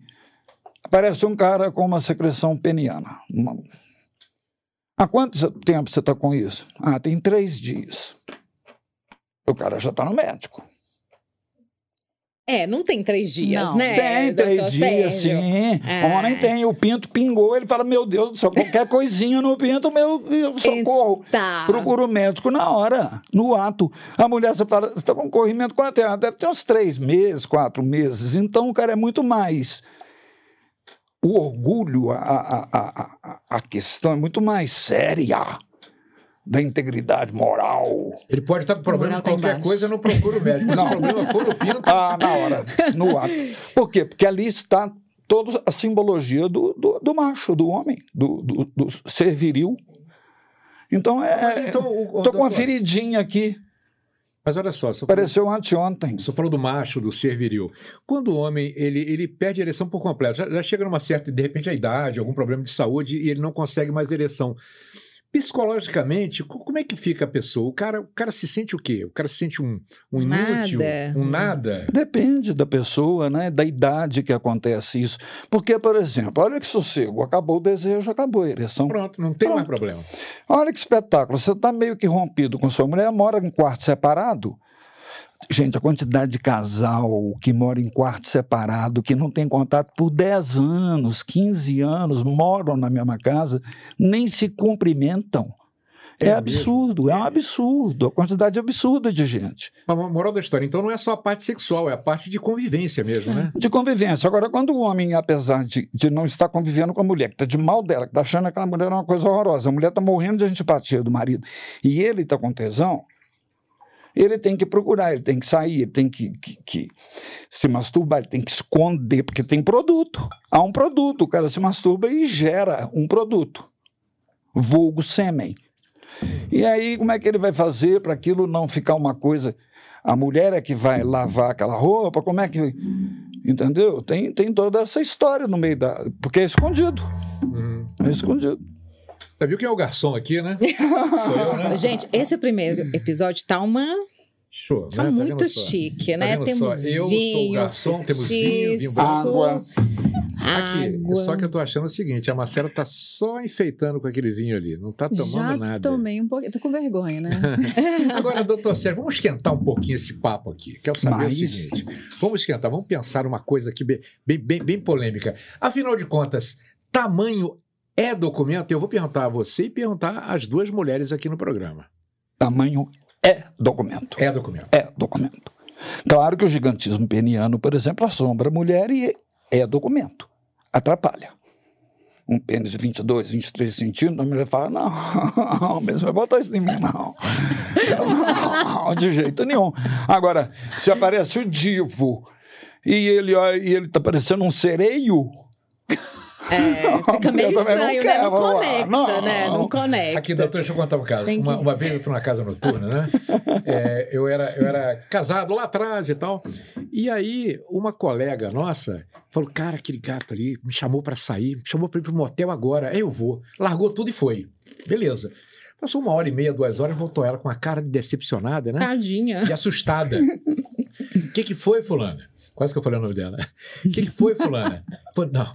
Speaker 4: aparece um cara com uma secreção peniana. Uma- Há quanto tempo você está com isso? Ah, tem tá três dias. O cara já está no médico.
Speaker 2: É, não tem três dias,
Speaker 3: Não.
Speaker 2: né?
Speaker 4: Tem
Speaker 2: doutor
Speaker 4: três dias,
Speaker 2: Sérgio?
Speaker 4: sim.
Speaker 2: É.
Speaker 4: Homem tem, o pinto pingou, ele fala, meu Deus do céu, qualquer coisinha no pinto, meu Deus, socorro.
Speaker 2: Tá.
Speaker 4: Procura o médico na hora, no ato. A mulher, você fala, você está com corrimento quanto é? Ah, Deve ter uns três meses, quatro meses. Então, o cara é muito mais. O orgulho, a, a, a, a- a, a questão é muito mais séria da integridade moral.
Speaker 1: Ele pode estar com problema
Speaker 3: moral
Speaker 1: de
Speaker 3: tá
Speaker 1: qualquer
Speaker 3: embaixo.
Speaker 1: coisa, eu não procuro o médico. Mas
Speaker 4: Não.
Speaker 1: o problema for o pinto.
Speaker 4: Ah, na hora, no ato. Por quê? Porque ali está toda a simbologia do, do, do macho, do homem, do, do, do ser viril. Então, é.
Speaker 1: Então, o, o
Speaker 4: Estou com uma
Speaker 1: doutor,
Speaker 4: feridinha aqui.
Speaker 1: Mas olha só, só
Speaker 4: Apareceu anteontem.
Speaker 1: Você falou do macho, do ser viril. Quando o homem ele, ele perde a ereção por completo, já, já chega numa certa, de repente, a idade, algum problema de saúde e ele não consegue mais ereção. Psicologicamente, co- como é que fica a pessoa? O cara, o cara se sente o quê? O cara se sente um, um inútil,
Speaker 2: Nada.
Speaker 1: um nada?
Speaker 4: Depende da pessoa, né? da idade que acontece isso. Porque, por exemplo, olha que sossego, acabou o desejo, acabou a ereção.
Speaker 1: Pronto, não tem
Speaker 4: Pronto.
Speaker 1: mais problema.
Speaker 4: Olha que espetáculo, você está meio que rompido com sua mulher, mora em quarto separado. Gente, a quantidade de casal que mora em quarto separado, que não tem contato por 10 anos, 15 anos, moram na mesma casa, nem se cumprimentam. É,
Speaker 1: É mesmo?
Speaker 4: absurdo, é um absurdo, a quantidade absurda de gente.
Speaker 1: Mas a moral da história, então não é só a parte sexual, é a parte de convivência mesmo, né?
Speaker 4: de convivência. Agora, quando o homem, apesar de, de não estar convivendo com a mulher, que está de mal dela, que está achando aquela mulher uma coisa horrorosa, a mulher está morrendo de antipatia do marido, e ele está com tesão, ele tem que procurar, ele tem que sair, ele tem que, que- que se masturbar, ele tem que esconder, porque tem produto. Há um produto, o cara se masturba e gera um produto. Vulgo sêmen. E aí, como é que ele vai fazer para aquilo não ficar uma coisa? A mulher é que vai lavar aquela roupa, como é que. Entendeu? Tem, tem toda essa história no meio da. Porque é escondido.
Speaker 1: Uhum.
Speaker 4: É escondido.
Speaker 1: Já viu quem é o garçom aqui, né? Sou eu, né?
Speaker 2: Gente, esse primeiro episódio tá uma
Speaker 1: Show, né?
Speaker 2: tá
Speaker 1: Tá
Speaker 2: muito
Speaker 1: vendo só?
Speaker 2: chique,
Speaker 1: Tá
Speaker 2: né?
Speaker 1: vendo só?
Speaker 2: temos
Speaker 1: Eu sou o
Speaker 2: vinho,
Speaker 1: garçom, temos vinho, vinho
Speaker 2: petisco,
Speaker 1: branco.
Speaker 4: Água.
Speaker 1: Aqui, é
Speaker 2: água.
Speaker 1: só que eu tô achando o seguinte, a Marcela tá só enfeitando com aquele vinho ali, não tá tomando
Speaker 3: Já
Speaker 1: nada.
Speaker 3: tomei um pouquinho. Tô com vergonha, né?
Speaker 1: Agora, doutor Sérgio, vamos esquentar um pouquinho esse papo aqui. Quero saber
Speaker 4: Mas-
Speaker 1: o seguinte. Vamos esquentar, vamos pensar uma coisa aqui bem, bem, bem- bem polêmica. Afinal de contas, tamanho é documento? Eu vou perguntar a você e perguntar às duas mulheres aqui no programa.
Speaker 4: Tamanho é documento.
Speaker 1: É documento.
Speaker 4: É documento. Claro que o gigantismo peniano, por exemplo, assombra a mulher e é documento. Atrapalha. Um pênis de 22, 23 centímetros, a mulher fala: não, mas não vai botar isso em mim, não. Não, de jeito nenhum. Agora, se aparece o divo e ele ó, e ele tá parecendo um sereio,
Speaker 2: É, fica
Speaker 4: Eu também
Speaker 2: meio
Speaker 4: não
Speaker 2: estranho, né?
Speaker 4: quero,
Speaker 2: Não
Speaker 4: vamos lá.
Speaker 2: conecta,
Speaker 4: Não.
Speaker 2: né? Não conecta.
Speaker 1: Aqui, doutor, deixa eu contar um caso.
Speaker 2: Tem que-
Speaker 1: Uma, uma vez eu estou numa casa noturna, né? É, eu, era, eu era casado lá atrás e tal. E aí, uma colega nossa falou: Cara, aquele gato ali me chamou para sair, me chamou para ir para o motel agora. Aí eu vou. Largou tudo e foi. Beleza. Passou uma hora e meia, duas horas, voltou ela com a cara de decepcionada, né?
Speaker 2: Tadinha.
Speaker 1: E assustada. O que, que foi, fulana? Quase que eu falei o nome dela. O que, que foi, fulana? Falei, não.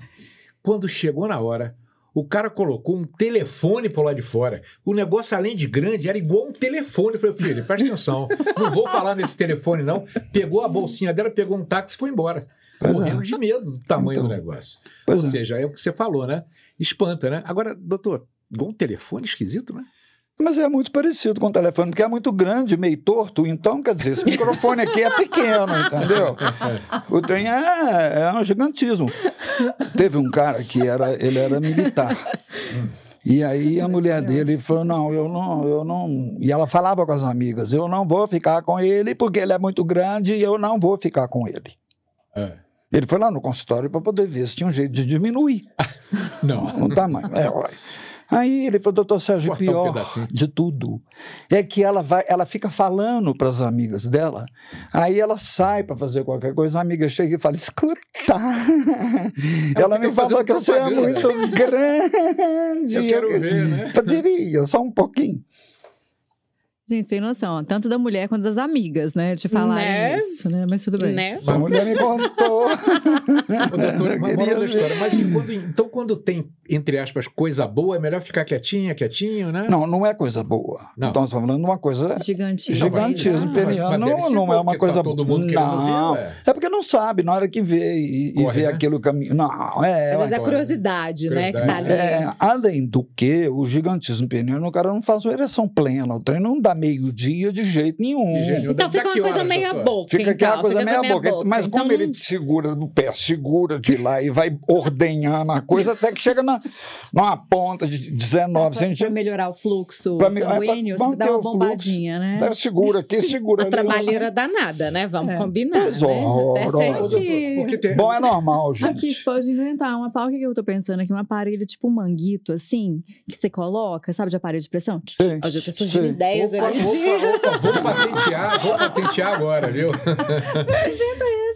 Speaker 1: Quando chegou na hora, o cara colocou um telefone por lá de fora. O negócio, além de grande, era igual um telefone. Eu falei, filho, presta atenção. Não vou falar nesse telefone, não. Pegou a bolsinha dela, pegou um táxi e foi embora.
Speaker 4: Pois é.
Speaker 1: Morrendo de medo do tamanho
Speaker 4: Então.
Speaker 1: do negócio. Ou
Speaker 4: pois é.
Speaker 1: seja, é o que você falou, né? Espanta, né? Agora, doutor, igual um telefone esquisito, né?
Speaker 4: Mas é muito parecido com o telefone, porque é muito grande, meio torto, então, quer dizer, esse microfone aqui é pequeno, entendeu? O trem é, é um gigantismo. Teve um cara que era, ele era militar. E aí a mulher dele falou: não, eu não, eu não. E ela falava com as amigas, eu não vou ficar com ele, porque ele é muito grande e eu não vou ficar com ele.
Speaker 1: É.
Speaker 4: Ele foi lá no consultório para poder ver se tinha um jeito de diminuir
Speaker 1: Não.
Speaker 4: o tamanho. É, ué. Aí ele falou, doutor Sérgio, o
Speaker 1: Cortar um
Speaker 4: pior
Speaker 1: pedacinho.
Speaker 4: de tudo é que ela vai, ela fica falando para as amigas dela, aí ela sai para fazer qualquer coisa, a amiga chega e fala, escuta, ela, me
Speaker 1: fica
Speaker 4: falou
Speaker 1: fazendo
Speaker 4: que você é
Speaker 1: propaganda.
Speaker 4: muito grande.
Speaker 1: Eu quero ver, né?
Speaker 4: Poderia, só um pouquinho.
Speaker 3: Gente, sem noção, ó, tanto da mulher quanto das amigas, né? De falarem
Speaker 2: Né?
Speaker 3: isso, né? Mas tudo bem.
Speaker 2: Né?
Speaker 1: um
Speaker 4: A mulher me contou.
Speaker 1: Ô, doutor,
Speaker 4: Eu
Speaker 1: mas moral da
Speaker 4: queria
Speaker 1: história. Mas e quando- então, quando tem, entre aspas, coisa boa, é melhor ficar quietinha, quietinho, né?
Speaker 4: Não, não é coisa boa. Então,
Speaker 1: Não.
Speaker 4: Estamos falando de uma coisa
Speaker 3: Gigantismo.
Speaker 4: gigantismo
Speaker 1: Ah,
Speaker 4: peniano.
Speaker 1: mas deve
Speaker 4: Não,
Speaker 1: ser
Speaker 4: não
Speaker 1: bom,
Speaker 4: é uma
Speaker 1: porque
Speaker 4: coisa
Speaker 1: tá todo mundo querendo
Speaker 4: Não.
Speaker 1: ver, ué.
Speaker 4: É porque não sabe, na hora que vê e, e
Speaker 1: Corre,
Speaker 4: vê
Speaker 1: né?
Speaker 4: aquilo caminho. Não, é.
Speaker 2: Às vezes é a
Speaker 1: agora, né?
Speaker 2: curiosidade, né? Que tá ali.
Speaker 4: é, além do que, o gigantismo peniano, o cara não faz uma ereção plena. O trem não dá meio-dia de jeito nenhum.
Speaker 1: De jeito nenhum.
Speaker 2: Então
Speaker 1: Dá-
Speaker 2: fica
Speaker 1: dá
Speaker 2: uma
Speaker 1: que
Speaker 2: coisa
Speaker 1: horas,
Speaker 2: meia
Speaker 1: doutor?
Speaker 2: boca.
Speaker 4: Fica aquela
Speaker 2: então,
Speaker 4: coisa
Speaker 2: fica
Speaker 4: meia boca. Mas
Speaker 2: Então,
Speaker 4: como ele te segura do pé, segura de lá e vai ordenhando a coisa até que chega na, numa ponta de 19
Speaker 3: Pra- Pra
Speaker 4: centímetros.
Speaker 3: melhorar o fluxo
Speaker 4: Pra me- é, pra
Speaker 3: sanguíneo, você
Speaker 4: manter
Speaker 3: dá uma
Speaker 4: o fluxo.
Speaker 3: bombadinha, né?
Speaker 4: Daí Segura aqui, segura
Speaker 2: essa
Speaker 4: ali.
Speaker 2: trabalheira danada, né? Vamos
Speaker 3: É.
Speaker 2: combinar.
Speaker 4: Pois
Speaker 2: né?
Speaker 4: ora,
Speaker 2: Até
Speaker 1: Ô,
Speaker 2: certo.
Speaker 1: doutor,
Speaker 3: Aqui.
Speaker 1: o que tem-
Speaker 4: Bom, é normal, gente.
Speaker 3: Aqui você pode inventar uma pau, o que que eu tô pensando aqui? Um aparelho tipo um manguito, assim, que você coloca, sabe, de aparelho de pressão?
Speaker 4: Sim.
Speaker 2: Ó, já tá surgindo
Speaker 4: Sim.
Speaker 2: ideias
Speaker 1: Opa,
Speaker 2: ali.
Speaker 1: vou,
Speaker 2: de-
Speaker 1: opa, vou patentear, vou patentear agora, viu?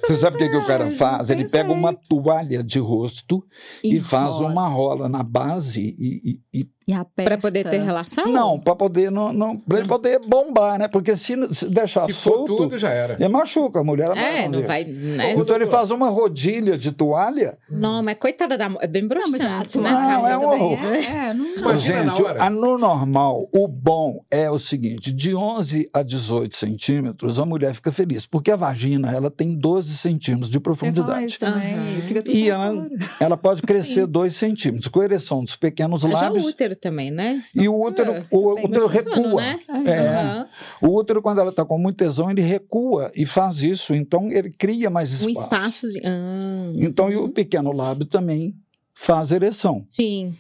Speaker 4: Você sabe o que, que o cara
Speaker 3: verdade,
Speaker 4: faz? Ele
Speaker 3: pensei.
Speaker 4: pega uma toalha de rosto e, faz
Speaker 3: rola.
Speaker 4: uma rola na base e. e- e-
Speaker 3: E aperta.
Speaker 2: Pra poder ter relação?
Speaker 4: Não, para poder não, não pra ele poder bombar, né? Porque se, se deixar
Speaker 1: Se for
Speaker 4: Tá solto,
Speaker 1: tudo, já era.
Speaker 4: ele machuca a mulher. ela
Speaker 2: É, não
Speaker 4: ver.
Speaker 2: vai. Né?
Speaker 4: Então ele
Speaker 1: doutor.
Speaker 4: faz uma rodilha de toalha.
Speaker 2: Não, mas coitada da. mu- É bem
Speaker 3: Não, mas
Speaker 2: broxante, né?
Speaker 4: Não,
Speaker 2: cara?
Speaker 4: é um
Speaker 2: Isso aí
Speaker 4: horror.
Speaker 3: É, é, não...
Speaker 1: Imagina na
Speaker 4: Gente,
Speaker 1: hora.
Speaker 4: a- no normal, o bom é o seguinte: de 11 a 18 centímetros, a mulher fica feliz, porque a vagina ela tem 12 centímetros de
Speaker 3: Você fala
Speaker 4: profundidade.
Speaker 3: isso também,
Speaker 2: Aham.
Speaker 3: fica tudo
Speaker 4: E
Speaker 3: pra
Speaker 4: ela-
Speaker 3: fora.
Speaker 4: Ela pode crescer 2 centímetros, com a ereção dos pequenos
Speaker 2: Mas Já o
Speaker 4: lábios.
Speaker 2: útero também, né?
Speaker 4: E o útero,
Speaker 2: É,
Speaker 4: o,
Speaker 3: bem,
Speaker 4: útero
Speaker 2: Mas ficando,
Speaker 4: recua.
Speaker 2: né?
Speaker 4: É.
Speaker 2: Aham.
Speaker 4: O útero, quando ela está com muito tesão, ele recua e faz isso. Então, ele cria mais espaço.
Speaker 2: Um espaçozinho. Ah,
Speaker 4: Então, e o pequeno lábio também faz ereção.
Speaker 2: sim.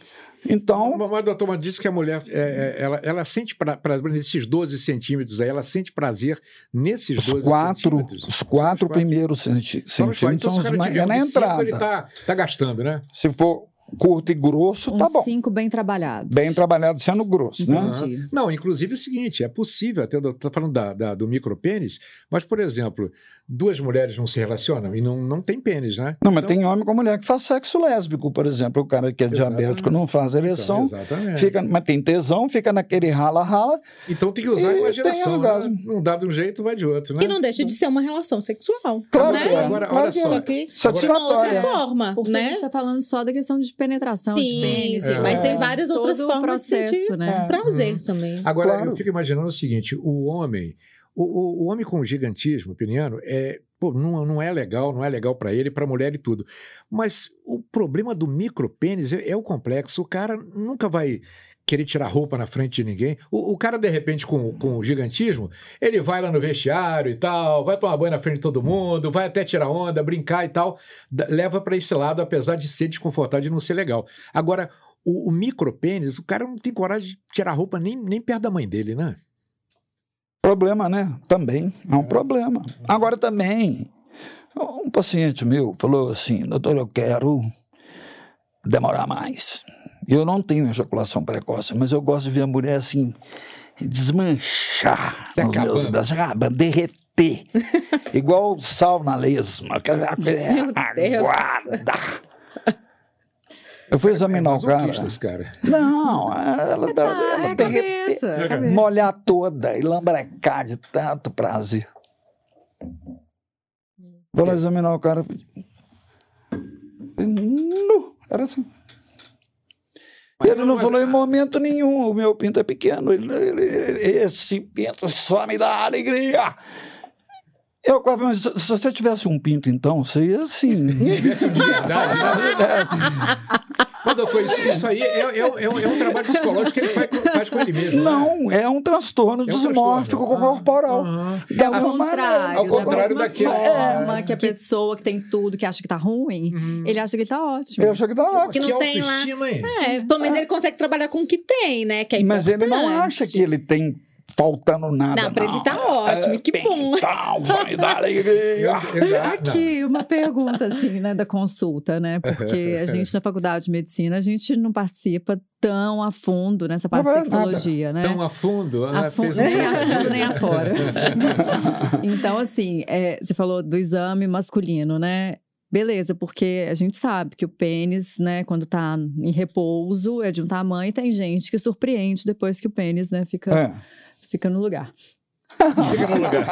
Speaker 4: Então,
Speaker 1: Mas, mas, doutor, mas disse que a mulher, é, é, ela, ela sente pra- prazer nesses 12 centímetros aí, ela sente prazer nesses
Speaker 4: os
Speaker 1: 12
Speaker 4: quatro,
Speaker 1: centímetros.
Speaker 4: os quatro
Speaker 1: Os
Speaker 4: primeiros centi-
Speaker 1: Só nos
Speaker 4: centímetros
Speaker 1: quatro. Então, se
Speaker 4: são
Speaker 1: o
Speaker 4: os
Speaker 1: cara
Speaker 4: mais...
Speaker 1: tiver
Speaker 4: É
Speaker 1: um
Speaker 4: na
Speaker 1: de cinco, ele
Speaker 4: entrada.
Speaker 1: tá, tá gastando, né?
Speaker 4: Se for curto e grosso,
Speaker 3: Uns
Speaker 4: tá bom.
Speaker 3: cinco bem trabalhados.
Speaker 4: Bem trabalhado sendo grosso,
Speaker 1: Uhum.
Speaker 4: né?
Speaker 3: Entendi.
Speaker 1: Não, inclusive é o seguinte, é possível, até está falando da, da- do micropênis, mas, por exemplo, duas mulheres não se relacionam e não, não tem pênis, né?
Speaker 4: Não, mas
Speaker 1: Então-
Speaker 4: tem homem com mulher que faz sexo lésbico, por exemplo. O cara que é
Speaker 1: Exatamente.
Speaker 4: diabético não faz
Speaker 1: Então,
Speaker 4: ereção,
Speaker 1: exatamente.
Speaker 4: fica, mas tem tesão, fica naquele rala-rala.
Speaker 1: Então tem que usar
Speaker 4: E
Speaker 1: a
Speaker 4: tem
Speaker 1: imaginação. Né?
Speaker 4: orgasmo.
Speaker 1: Não dá de um jeito, vai de outro, né?
Speaker 2: Que não deixa de ser uma relação sexual.
Speaker 4: Claro
Speaker 2: né?
Speaker 4: que é.
Speaker 1: Agora,
Speaker 4: claro
Speaker 1: olha
Speaker 4: que é.
Speaker 1: só.
Speaker 2: Só que de uma outra
Speaker 4: Satisfatória.
Speaker 2: forma,
Speaker 3: Porque a
Speaker 2: né?
Speaker 3: gente tá falando só da questão de penetração, de
Speaker 2: Sim,
Speaker 3: pênis.
Speaker 2: sim,
Speaker 3: e
Speaker 4: mas
Speaker 3: tal.
Speaker 4: tem
Speaker 2: várias outras
Speaker 3: Todo o
Speaker 2: formas de
Speaker 3: processo,
Speaker 2: sentir.
Speaker 4: É.
Speaker 3: né?
Speaker 2: Prazer também.
Speaker 1: Agora,
Speaker 4: Claro.
Speaker 1: eu fico imaginando o seguinte: o homem, o, o- o homem com gigantismo peniano, é, pô, não, não é legal, não é legal para ele, para mulher e tudo. Mas o problema do micropênis é, é o complexo. O cara nunca vai querer tirar roupa na frente de ninguém. O, o cara, de repente, com, com o gigantismo, ele vai lá no vestiário e tal, vai tomar banho na frente de todo mundo, vai até tirar onda, brincar e tal, da- leva para esse lado, apesar de ser desconfortável e não ser legal. Agora, o, o micropênis, o cara não tem coragem de tirar a roupa nem, nem perto da mãe dele, né?
Speaker 4: Problema, né? Também é um problema. Agora também, um paciente meu falou assim, doutor, eu quero demorar mais. Eu não tenho ejaculação precoce, mas eu gosto de ver a mulher assim desmanchar
Speaker 1: Se
Speaker 4: nos meus
Speaker 1: acabando.
Speaker 4: braços, acabando, derreter, igual sal na lesma, aquela
Speaker 2: Meu
Speaker 4: coisa
Speaker 2: Deus.
Speaker 4: aguada. Eu fui examinar
Speaker 1: é
Speaker 4: o cara.
Speaker 1: masoquista esse cara.
Speaker 4: Não, ela,
Speaker 3: Tá,
Speaker 4: ela, um
Speaker 3: é a
Speaker 4: derreteu
Speaker 3: cabeça. é a
Speaker 1: Cara,
Speaker 3: cabeça.
Speaker 4: molhar toda e lambrecar de tanto prazer. Vou lá examinar o cara. Nu! Era assim. Ele não,
Speaker 1: mas- é
Speaker 4: falou em momento nenhum, o meu pinto é pequeno, ele- ele- ele- esse pinto só me dá alegria. Eu quase, mas se se você tivesse um pinto então, você ia assim.
Speaker 1: Se tivesse um de verdade. né? Mas, doutor, isso, isso aí é, é- é um- é um- é um trabalho psicológico que ele faz, com- faz com ele mesmo. né?
Speaker 4: Não, é um transtorno
Speaker 1: É um
Speaker 4: dismórfico
Speaker 1: transtorno.
Speaker 4: corporal.
Speaker 1: Aham.
Speaker 4: Da
Speaker 3: Ao
Speaker 4: mesma maneira.
Speaker 3: contrário, né?
Speaker 1: ao contrário
Speaker 3: da mesma
Speaker 1: daquele-
Speaker 3: forma
Speaker 1: É.
Speaker 3: que a pessoa que tem tudo, que acha que tá ruim,
Speaker 4: Uhum.
Speaker 3: ele acha que ele tá ótimo.
Speaker 4: Eu acho que dá ótimo.
Speaker 2: Que não tem lá.
Speaker 1: uhum. autoestima, hein?
Speaker 2: É, pelo menos ele consegue trabalhar com o que tem, né? Que é
Speaker 4: Mas ele não
Speaker 2: importante.
Speaker 4: acha que ele tem faltando nada.
Speaker 2: Não, pra ele tá
Speaker 4: Ah,
Speaker 2: ótimo, que bom.
Speaker 4: Então, vai dar
Speaker 1: Eu,
Speaker 4: alegria.
Speaker 1: eu, eu- ah, não.
Speaker 3: Tá Aqui, uma pergunta, assim, né, da consulta, né? Porque a gente, na faculdade de medicina, a gente não participa tão a fundo nessa parte
Speaker 4: Não
Speaker 3: de
Speaker 4: vai nada.
Speaker 3: sexologia, né?
Speaker 1: Tão a fundo.
Speaker 3: A
Speaker 1: ela
Speaker 3: fundo,
Speaker 1: fez um-
Speaker 3: nem afundo, nem afora. então, assim, é, você falou do exame masculino, né? Beleza, porque a gente sabe que o pênis, né, quando tá em repouso, é de um tamanho, e tem gente que surpreende depois que o pênis, né, fica,
Speaker 4: É.
Speaker 3: fica no lugar.
Speaker 1: Fica no lugar.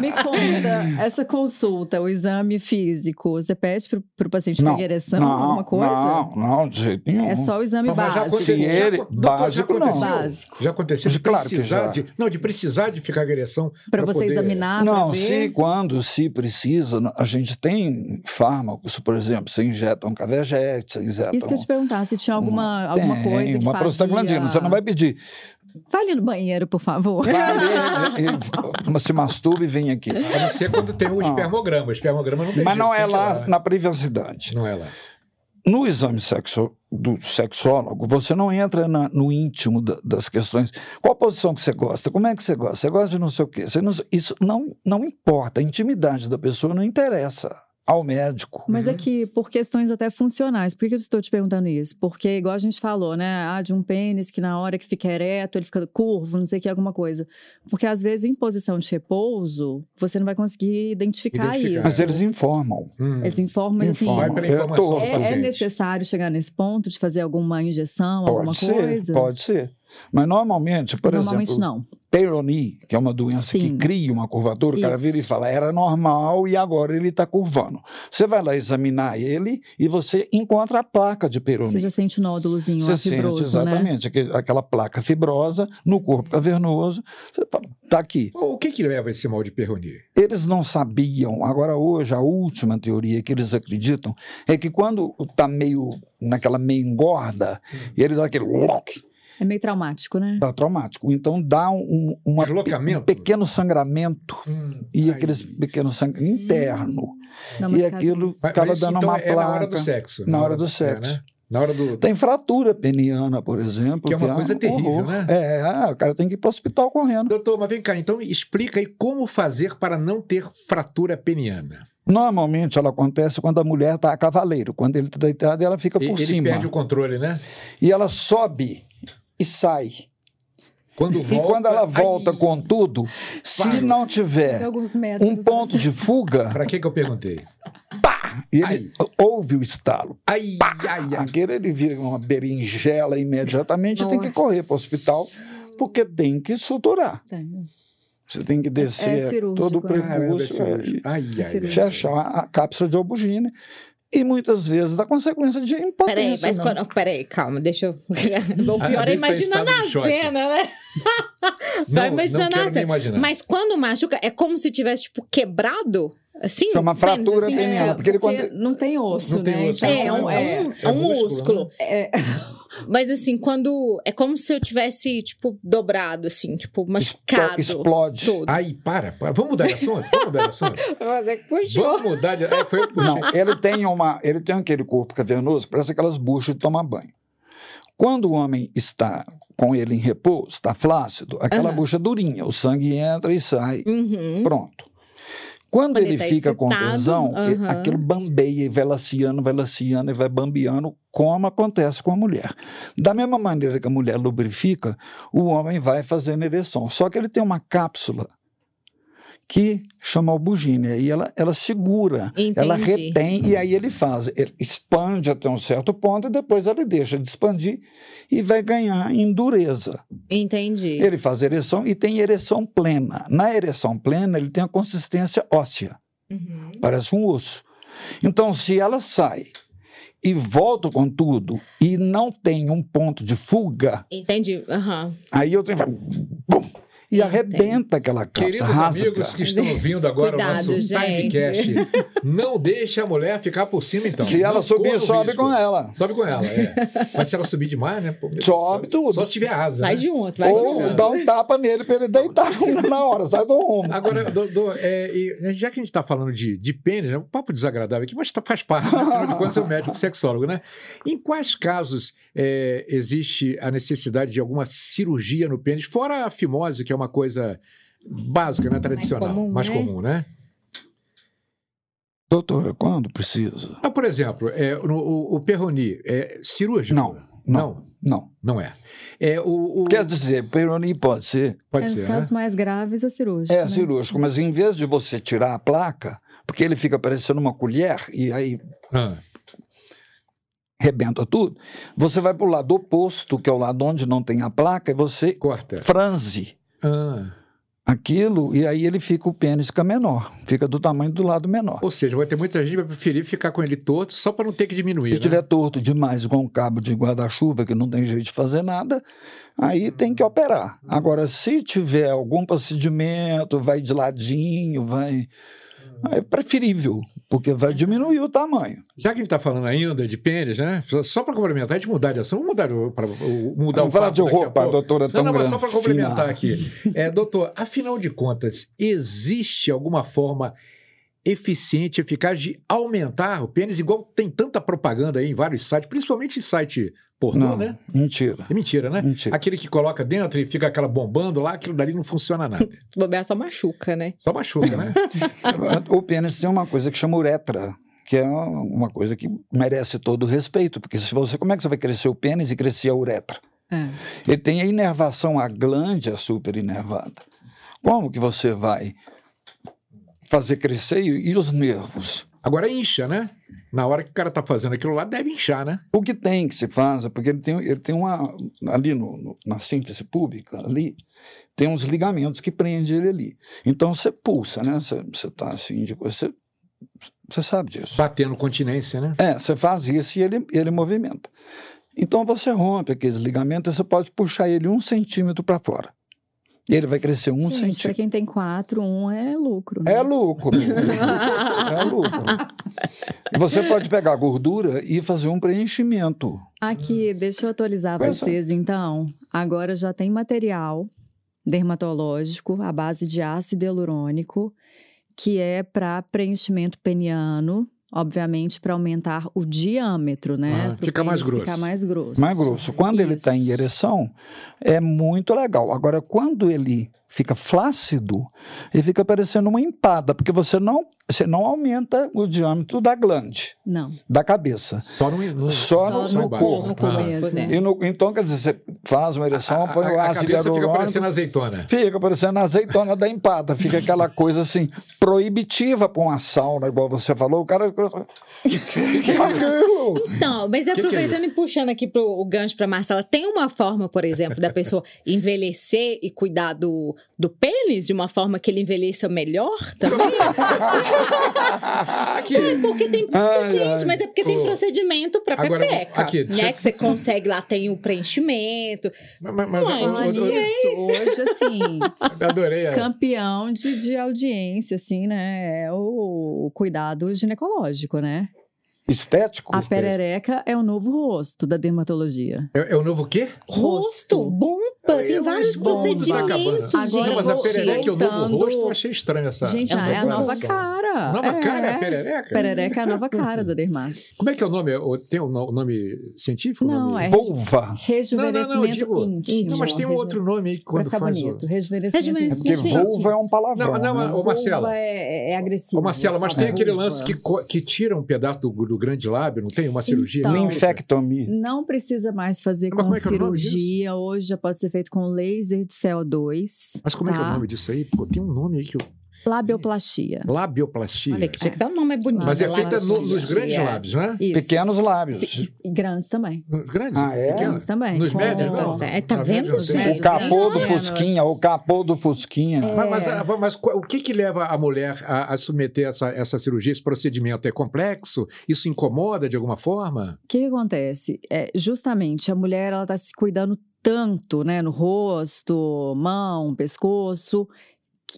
Speaker 3: Me conta, essa consulta, o exame físico, você pede para o paciente
Speaker 4: Não,
Speaker 3: pegar ereção,
Speaker 4: não,
Speaker 3: alguma coisa?
Speaker 4: não, não, de jeito nenhum.
Speaker 3: É só o exame
Speaker 1: Mas já
Speaker 3: básico.
Speaker 1: aconteceu, já,
Speaker 4: Ele-
Speaker 1: doutor, já
Speaker 4: básico não.
Speaker 1: aconteceu,
Speaker 3: Básico.
Speaker 1: já aconteceu de
Speaker 4: Claro que
Speaker 1: precisar
Speaker 4: já.
Speaker 1: de, não, de precisar de ficar com ereção
Speaker 3: Para
Speaker 1: pra
Speaker 3: você
Speaker 1: poder-
Speaker 3: examinar,
Speaker 4: Não,
Speaker 3: pra ver?
Speaker 4: se quando se precisa, a gente tem fármacos, por exemplo, você injeta um cavejete, você injeta
Speaker 3: Isso que eu te perguntar, se tinha alguma,
Speaker 4: um...
Speaker 3: alguma
Speaker 4: tá Tem,
Speaker 3: coisa que
Speaker 4: uma
Speaker 3: fazia...
Speaker 4: prostaglandina, você não vai pedir.
Speaker 3: Vai ali no banheiro, por favor.
Speaker 4: Vai ali, e- e- se masturba e vem aqui.
Speaker 1: A não ser é quando tem o
Speaker 4: Ah.
Speaker 1: espermograma. O espermograma não tem
Speaker 4: Mas
Speaker 1: jeito,
Speaker 4: não é
Speaker 1: tem que ir
Speaker 4: lá na privacidade.
Speaker 1: Não é lá.
Speaker 4: No exame sexo, do sexólogo, você não entra na- no íntimo da- das questões. Qual posição que você gosta? Como é que você gosta? Você gosta de não sei o quê? Você não- isso não, não importa. A intimidade da pessoa não interessa ao médico.
Speaker 3: Mas
Speaker 1: Uhum.
Speaker 3: é que por questões até funcionais, por que eu estou te perguntando isso? Porque, igual a gente falou, né? Ah, de um pênis que na hora que fica ereto, ele fica curvo, não sei o que, alguma coisa. Porque às vezes em posição de repouso, você não vai conseguir identificar,
Speaker 1: Identificar.
Speaker 3: isso.
Speaker 4: Mas eles informam.
Speaker 1: Hum.
Speaker 3: Eles informam, mas assim,
Speaker 1: Vai
Speaker 4: informam.
Speaker 1: pela
Speaker 4: Eu tô-
Speaker 1: informação do
Speaker 4: é- é
Speaker 3: é, é
Speaker 1: paciente.
Speaker 3: necessário chegar nesse ponto de fazer alguma injeção, alguma
Speaker 4: Pode ser,
Speaker 3: coisa?
Speaker 4: pode ser. Mas normalmente, por
Speaker 3: Normalmente
Speaker 4: exemplo,
Speaker 3: não.
Speaker 4: Peyronie, que é uma doença que
Speaker 3: Sim.
Speaker 4: cria uma curvatura, o cara
Speaker 3: Isso.
Speaker 4: vira e fala, era normal e agora ele está curvando. Você vai lá examinar ele e você encontra a placa de Peyronie.
Speaker 3: Você já sente o nódulozinho,
Speaker 4: Você
Speaker 3: lá, fibroso,
Speaker 4: sente
Speaker 3: né?
Speaker 4: exatamente aque- aquela placa fibrosa no corpo cavernoso. Você fala, tá aqui.
Speaker 1: Então, O que que leva esse mal de Perroni?
Speaker 4: Eles não sabiam. Agora, hoje, a última teoria que eles acreditam é que quando tá meio naquela meia engorda,
Speaker 1: Hum,
Speaker 4: ele dá aquele lock,
Speaker 3: É meio traumático, né?
Speaker 4: dá traumático. Então dá um, uma pe-
Speaker 1: Deslocamento?
Speaker 4: um pequeno sangramento
Speaker 1: hum.
Speaker 4: e aqueles pequenos sangue interno.
Speaker 3: Dá uma
Speaker 4: e
Speaker 3: cicatriz.
Speaker 4: aquilo
Speaker 1: Mas-
Speaker 4: acaba
Speaker 1: mas isso,
Speaker 4: dando
Speaker 1: então,
Speaker 4: uma
Speaker 1: é na hora do
Speaker 4: placa.
Speaker 1: sexo.
Speaker 4: Na hora do sexo. Então
Speaker 1: é, né? Na hora do...
Speaker 4: Tem fratura peniana, por exemplo.
Speaker 1: Que é uma coisa
Speaker 4: um
Speaker 1: terrível,
Speaker 4: horror.
Speaker 1: né?
Speaker 4: É, o cara tem que ir para o hospital correndo.
Speaker 1: Doutor, mas vem cá, então me explica aí como fazer para não ter fratura peniana.
Speaker 4: Normalmente ela acontece quando a mulher está a cavaleiro, quando ele está deitado ela fica
Speaker 1: E-
Speaker 4: por
Speaker 1: ele
Speaker 4: cima.
Speaker 1: perde o controle, né?
Speaker 4: E ela sobe e sai.
Speaker 1: Quando volta...
Speaker 4: e quando ela volta
Speaker 1: Ai,
Speaker 4: com tudo, se
Speaker 1: Claro.
Speaker 4: não
Speaker 3: Tem
Speaker 4: tiver
Speaker 3: alguns métodos.
Speaker 4: é. um ponto de fuga,
Speaker 1: Pra que que eu perguntei?
Speaker 4: ele ouve o estalo.
Speaker 1: Ai, ai,
Speaker 4: E
Speaker 1: ai.
Speaker 4: aquele ele vira uma berinjela imediatamente e tem que correr para o hospital, porque tem que suturar.
Speaker 3: assim.
Speaker 4: Você tem que
Speaker 3: é
Speaker 4: descer
Speaker 3: cirúrgico,
Speaker 4: todo o
Speaker 3: né?
Speaker 1: Caramba, esse
Speaker 4: prepúcio.
Speaker 1: hoje.
Speaker 4: é,
Speaker 1: Ai, ai, ai.
Speaker 4: e Fechar a cápsula de albugina. E muitas vezes dá consequência de impotência.
Speaker 2: Peraí, mas
Speaker 4: né?
Speaker 2: quando. é Peraí, calma, deixa eu. O
Speaker 1: A
Speaker 2: pior
Speaker 1: cabeça
Speaker 2: é
Speaker 1: tá em
Speaker 2: imaginar
Speaker 1: estado de
Speaker 2: na
Speaker 1: choque.
Speaker 2: cena, né? Vai
Speaker 1: Não,
Speaker 2: imaginar
Speaker 1: não quero
Speaker 2: nada.
Speaker 1: nem imaginar.
Speaker 2: Mas quando machuca, é como se tivesse, tipo, quebrado? Assim?
Speaker 4: Isso é uma
Speaker 2: pênis,
Speaker 4: fratura
Speaker 2: assim,
Speaker 4: peniana,
Speaker 2: tipo,
Speaker 3: É,
Speaker 4: porque ele quando-
Speaker 3: não tem osso,
Speaker 1: Não tem
Speaker 3: né?
Speaker 1: osso,
Speaker 2: É, é
Speaker 3: Então,
Speaker 2: um, é
Speaker 3: é,
Speaker 2: um, é um
Speaker 1: músculo,
Speaker 2: músculo.
Speaker 3: é,
Speaker 2: Mas assim, quando. É como se eu tivesse, tipo, dobrado, assim, tipo, machucado.
Speaker 4: Explode.
Speaker 2: Todo.
Speaker 1: Ai, para, para. Vamos mudar de assunto? Vamos mudar de assunto?
Speaker 2: Mas é que puxou.
Speaker 1: Vamos mudar de... Ai, foi eu que puxei.
Speaker 4: Não, ele tem uma, ele tem aquele corpo cavernoso, que parece aquelas buchas de tomar banho. Quando o homem está com ele em repouso, está flácido, aquela
Speaker 2: Aham.
Speaker 4: bucha é durinha, o sangue entra e sai,
Speaker 2: Uhum.
Speaker 4: pronto. Quando,
Speaker 2: Quando
Speaker 4: ele
Speaker 2: ele tá
Speaker 4: fica com
Speaker 2: excitado,
Speaker 4: tesão, e-
Speaker 2: aham.
Speaker 4: aquilo bambeia e vai laciando, vai laciando e vai bambeando, como acontece com a mulher. Da mesma maneira que a mulher lubrifica, o homem vai fazendo ereção. Só que ele tem uma cápsula que chama albugina, e ela, ela segura.
Speaker 2: Entendi.
Speaker 4: Ela retém e aí ele faz, ele expande até um certo ponto e depois ele deixa de expandir e vai ganhar em dureza.
Speaker 2: Entendi.
Speaker 4: Ele faz ereção e tem ereção plena. Na ereção plena, ele tem a consistência óssea,
Speaker 2: Uhum.
Speaker 4: parece um osso. Então, se ela sai e volta com tudo e não tem um ponto de fuga,
Speaker 2: Entendi. Aham.
Speaker 4: aí eu tenho. Bum, e arrebenta aquela
Speaker 1: Queridos
Speaker 4: calça, rasga.
Speaker 1: amigos que estão ouvindo agora
Speaker 2: Cuidado,
Speaker 1: o nosso
Speaker 2: gente.
Speaker 1: timecast, não deixe a mulher ficar por cima, então.
Speaker 4: se ela
Speaker 1: Não corra
Speaker 4: subir,
Speaker 1: o
Speaker 4: sobe
Speaker 1: risco.
Speaker 4: com ela.
Speaker 1: Sobe com ela, é. Mas se ela subir demais, né? pô, meu Deus
Speaker 4: Sobe
Speaker 1: do céu.
Speaker 4: tudo.
Speaker 1: Só se tiver asa.
Speaker 2: Vai
Speaker 1: né?
Speaker 2: junto, vai
Speaker 4: Ou
Speaker 1: olhando.
Speaker 2: junto.
Speaker 4: dá um tapa nele pra ele deitar na hora, sai do rumo.
Speaker 1: Agora, Dodô, é, e já que a gente está falando de, de pênis, é um papo desagradável aqui, mas tá- faz parte, né? afinal de contas, é um médico sexólogo, né? Em quais casos é, existe a necessidade de alguma cirurgia no pênis, fora a fimose, que é uma coisa básica, né? tradicional, mais comum,
Speaker 2: comum, né?
Speaker 1: né?
Speaker 4: Doutora, quando precisa?
Speaker 1: Ah, por exemplo, é, no- o, o Perroni é cirúrgico?
Speaker 4: Não, não.
Speaker 1: Não,
Speaker 4: Não.
Speaker 1: não é. é o, o-
Speaker 4: Quer dizer, peroni pode ser.
Speaker 1: Pode
Speaker 3: nos
Speaker 1: ser, né?
Speaker 3: casos mais graves é cirúrgico.
Speaker 4: É
Speaker 3: né?
Speaker 4: cirúrgico, mas em vez de você tirar a placa, porque ele fica parecendo uma colher e aí
Speaker 1: Ah,
Speaker 4: rebenta tudo, você vai pro lado oposto, que é o lado onde não tem a placa, e você
Speaker 1: corta.
Speaker 4: franze
Speaker 1: Ah,
Speaker 4: aquilo, e aí ele fica, o pênis fica menor, fica do tamanho do lado menor.
Speaker 1: ou seja, vai ter muita gente que vai preferir ficar com ele torto só para não ter que diminuir.
Speaker 4: Se
Speaker 1: né?
Speaker 4: tiver torto demais com um cabo de guarda-chuva, que não tem jeito de fazer nada, aí tem que operar. Agora, se tiver algum procedimento, vai de ladinho, vai. É preferível, porque vai diminuir o tamanho.
Speaker 1: Já que a gente está falando ainda de pênis, né? Só- Só para complementar, a gente mudar de ação, vamos mudar, o- pra, o- mudar o
Speaker 4: Vamos falar
Speaker 1: papo
Speaker 4: de
Speaker 1: daqui a
Speaker 4: roupa, a
Speaker 1: pouco.
Speaker 4: doutora
Speaker 1: Não,
Speaker 4: tão
Speaker 1: não, mas só
Speaker 4: grande,
Speaker 1: para
Speaker 4: fina.
Speaker 1: complementar aqui. É, doutor, afinal de contas, existe alguma forma eficiente, eficaz de aumentar o pênis, igual tem tanta propaganda aí em vários sites, principalmente em site pornô,
Speaker 4: Não,
Speaker 1: né?
Speaker 4: mentira.
Speaker 1: É mentira, né?
Speaker 4: Mentira.
Speaker 1: Aquele que coloca dentro e fica aquela bombando lá, aquilo dali não funciona nada.
Speaker 2: Se bobear só machuca, né?
Speaker 1: Só machuca, né?
Speaker 4: O pênis tem uma coisa que chama uretra, que é uma coisa que merece todo o respeito, porque se você, como é que você vai crescer o pênis e crescer a uretra?
Speaker 3: É.
Speaker 4: Ele tem a inervação, a glândula super inervada. Como que você vai fazer crescer e e os nervos?
Speaker 1: Agora incha, né? Na hora que o cara tá fazendo aquilo lá, deve inchar, né?
Speaker 4: O que tem que se faz é porque ele tem, ele tem uma. Ali no- no- na sínfise pública, ali, tem uns ligamentos que prendem ele ali. Então você pulsa, né? Você, você tá assim, de coisa, você, você sabe disso.
Speaker 1: Batendo continência, né?
Speaker 4: É, você faz isso e ele, ele movimenta. Então você rompe aqueles ligamentos, você pode puxar ele um centímetro para fora. E ele vai crescer um
Speaker 3: Gente, pra
Speaker 4: centímetro.
Speaker 3: quem tem quatro, um é lucro. né?
Speaker 4: É lucro. é lucro. Você pode pegar a gordura e fazer um preenchimento.
Speaker 1: Hum.
Speaker 3: Aqui, deixa eu atualizar
Speaker 4: Pois é.
Speaker 3: vocês, então. Agora já tem material dermatológico à base de ácido hialurônico, que é para preenchimento peniano, obviamente para aumentar o diâmetro, né?
Speaker 1: Ah,
Speaker 3: Pro
Speaker 1: fica mais
Speaker 3: pênis
Speaker 1: grosso.
Speaker 3: Ficar mais grosso.
Speaker 4: Mais grosso. Quando ele tá está em
Speaker 3: Isso.
Speaker 4: ereção, é muito legal. Agora, quando ele fica flácido, ele fica parecendo uma empada, porque você não, você não aumenta o diâmetro da glande,
Speaker 3: Não.
Speaker 4: da cabeça.
Speaker 1: Só no, no,
Speaker 4: Só no- no
Speaker 1: embaixo.
Speaker 4: corpo.
Speaker 2: No corpo
Speaker 1: Ah.
Speaker 2: mesmo.
Speaker 3: Ah.
Speaker 4: E no- então, quer dizer, você faz uma ereção, põe o
Speaker 1: a, a cabeça
Speaker 4: ácido
Speaker 1: fica
Speaker 4: hialurônico,
Speaker 1: parecendo azeitona.
Speaker 4: Fica parecendo a azeitona da empada. Fica aquela coisa assim, proibitiva para uma sauna, né? igual você falou. O cara. Que aquilo?
Speaker 2: Então, mas
Speaker 1: que é
Speaker 2: aproveitando
Speaker 1: isso?
Speaker 2: e puxando aqui pro, o gancho para Marcela, tem uma forma, por exemplo, da pessoa envelhecer e cuidar do, do pênis de uma forma que ele envelheça melhor também?
Speaker 1: Aqui.
Speaker 2: É porque tem.
Speaker 4: Ai,
Speaker 2: gente,
Speaker 4: ai.
Speaker 2: mas é porque tem
Speaker 1: Ô.
Speaker 2: procedimento pra
Speaker 1: Agora,
Speaker 2: pepeca.
Speaker 1: aqui,
Speaker 2: né?
Speaker 1: deixa-
Speaker 2: Que você consegue lá, tem o preenchimento.
Speaker 1: Mas, mas-
Speaker 4: Ah,
Speaker 1: mas-
Speaker 4: é.
Speaker 2: Uai,
Speaker 1: eu-
Speaker 3: Falando
Speaker 1: eu- eu-
Speaker 3: nisso, hoje, assim,
Speaker 1: eu adorei. a-
Speaker 3: campeão de, de audiência, assim, né? É o cuidado ginecológico, né?
Speaker 4: Estético?
Speaker 3: A perereca é o novo rosto da dermatologia.
Speaker 1: É, é o novo quê?
Speaker 2: Rosto, bomba,
Speaker 1: É
Speaker 2: tem
Speaker 1: um
Speaker 2: vários
Speaker 1: esboço
Speaker 4: tá
Speaker 1: da
Speaker 2: procedimentos,
Speaker 1: cabana.
Speaker 3: Agora
Speaker 1: Não, mas a
Speaker 3: você-
Speaker 1: perereca é o novo
Speaker 3: voltando-
Speaker 1: rosto, eu achei estranho essa.
Speaker 3: Gente,
Speaker 2: é
Speaker 1: essa
Speaker 2: uma
Speaker 3: ah, é a nova
Speaker 1: declaração.
Speaker 3: cara.
Speaker 1: Nova
Speaker 3: é.
Speaker 1: cara, perereca?
Speaker 3: Perereca é a nova cara da dermato.
Speaker 1: Como é que é o nome? O- Tem o no- o nome científico? o
Speaker 3: Não,
Speaker 1: nome?
Speaker 3: é
Speaker 4: Vulva.
Speaker 3: Rejuvenescimento
Speaker 1: Não, não, não, eu digo-
Speaker 3: íntimo.
Speaker 1: Não, mas tem um
Speaker 3: Rejuve-
Speaker 1: outro nome aí que
Speaker 3: Pra
Speaker 1: quando
Speaker 3: ficar
Speaker 1: faz o-
Speaker 3: bonito. Rejuvenescimento
Speaker 4: É
Speaker 2: Rejuvenescimento
Speaker 3: íntimo.
Speaker 4: porque
Speaker 2: Gente.
Speaker 4: vulva é um palavrão.
Speaker 1: Não, não,
Speaker 4: né?
Speaker 1: mas- Ô, Marcela.
Speaker 3: Vulva É, é agressivo.
Speaker 1: Ô, Marcela, mas tem
Speaker 3: Vulva.
Speaker 1: aquele lance que, co- que tira um pedaço do, do grande lábio, não tem uma cirurgia?
Speaker 4: Um
Speaker 3: Então-
Speaker 4: Linfectomia.
Speaker 3: Não precisa mais fazer
Speaker 1: Mas
Speaker 3: com
Speaker 1: como é que é o nome disso?
Speaker 3: cirurgia. Hoje já pode ser feito com laser de CO2.
Speaker 1: Mas como é que é o
Speaker 3: tá?
Speaker 1: nome disso aí? Pô, tem um nome aí que eu...
Speaker 3: Labioplastia.
Speaker 1: Labioplastia.
Speaker 2: Olha, que tinha que dar um nome bonito. é.
Speaker 1: Mas é
Speaker 3: lá
Speaker 1: feita
Speaker 3: na
Speaker 1: no- nos
Speaker 3: cirurgia.
Speaker 1: grandes lábios, né?
Speaker 3: Isso.
Speaker 4: Pequenos lábios.
Speaker 3: E grandes também.
Speaker 1: Nos Grandes?
Speaker 4: Ah, é?
Speaker 1: Pequenos?
Speaker 3: Grandes também.
Speaker 1: Nos
Speaker 3: com-
Speaker 1: médios,
Speaker 2: Tá
Speaker 1: não?
Speaker 2: certo. Tá
Speaker 1: Nos
Speaker 2: vendo,
Speaker 1: médios,
Speaker 2: gente?
Speaker 1: não.
Speaker 4: O capô do
Speaker 3: Pequenos. É,
Speaker 4: Fusquinha, o capô do Fusquinha.
Speaker 1: Mas, mas, a- mas qual- o que, que leva a mulher a, a submeter essa, essa cirurgia, esse procedimento? É complexo? Isso incomoda de alguma forma?
Speaker 3: O que, que acontece? É, justamente, a mulher ela tá se cuidando tanto, né? No rosto, mão, pescoço.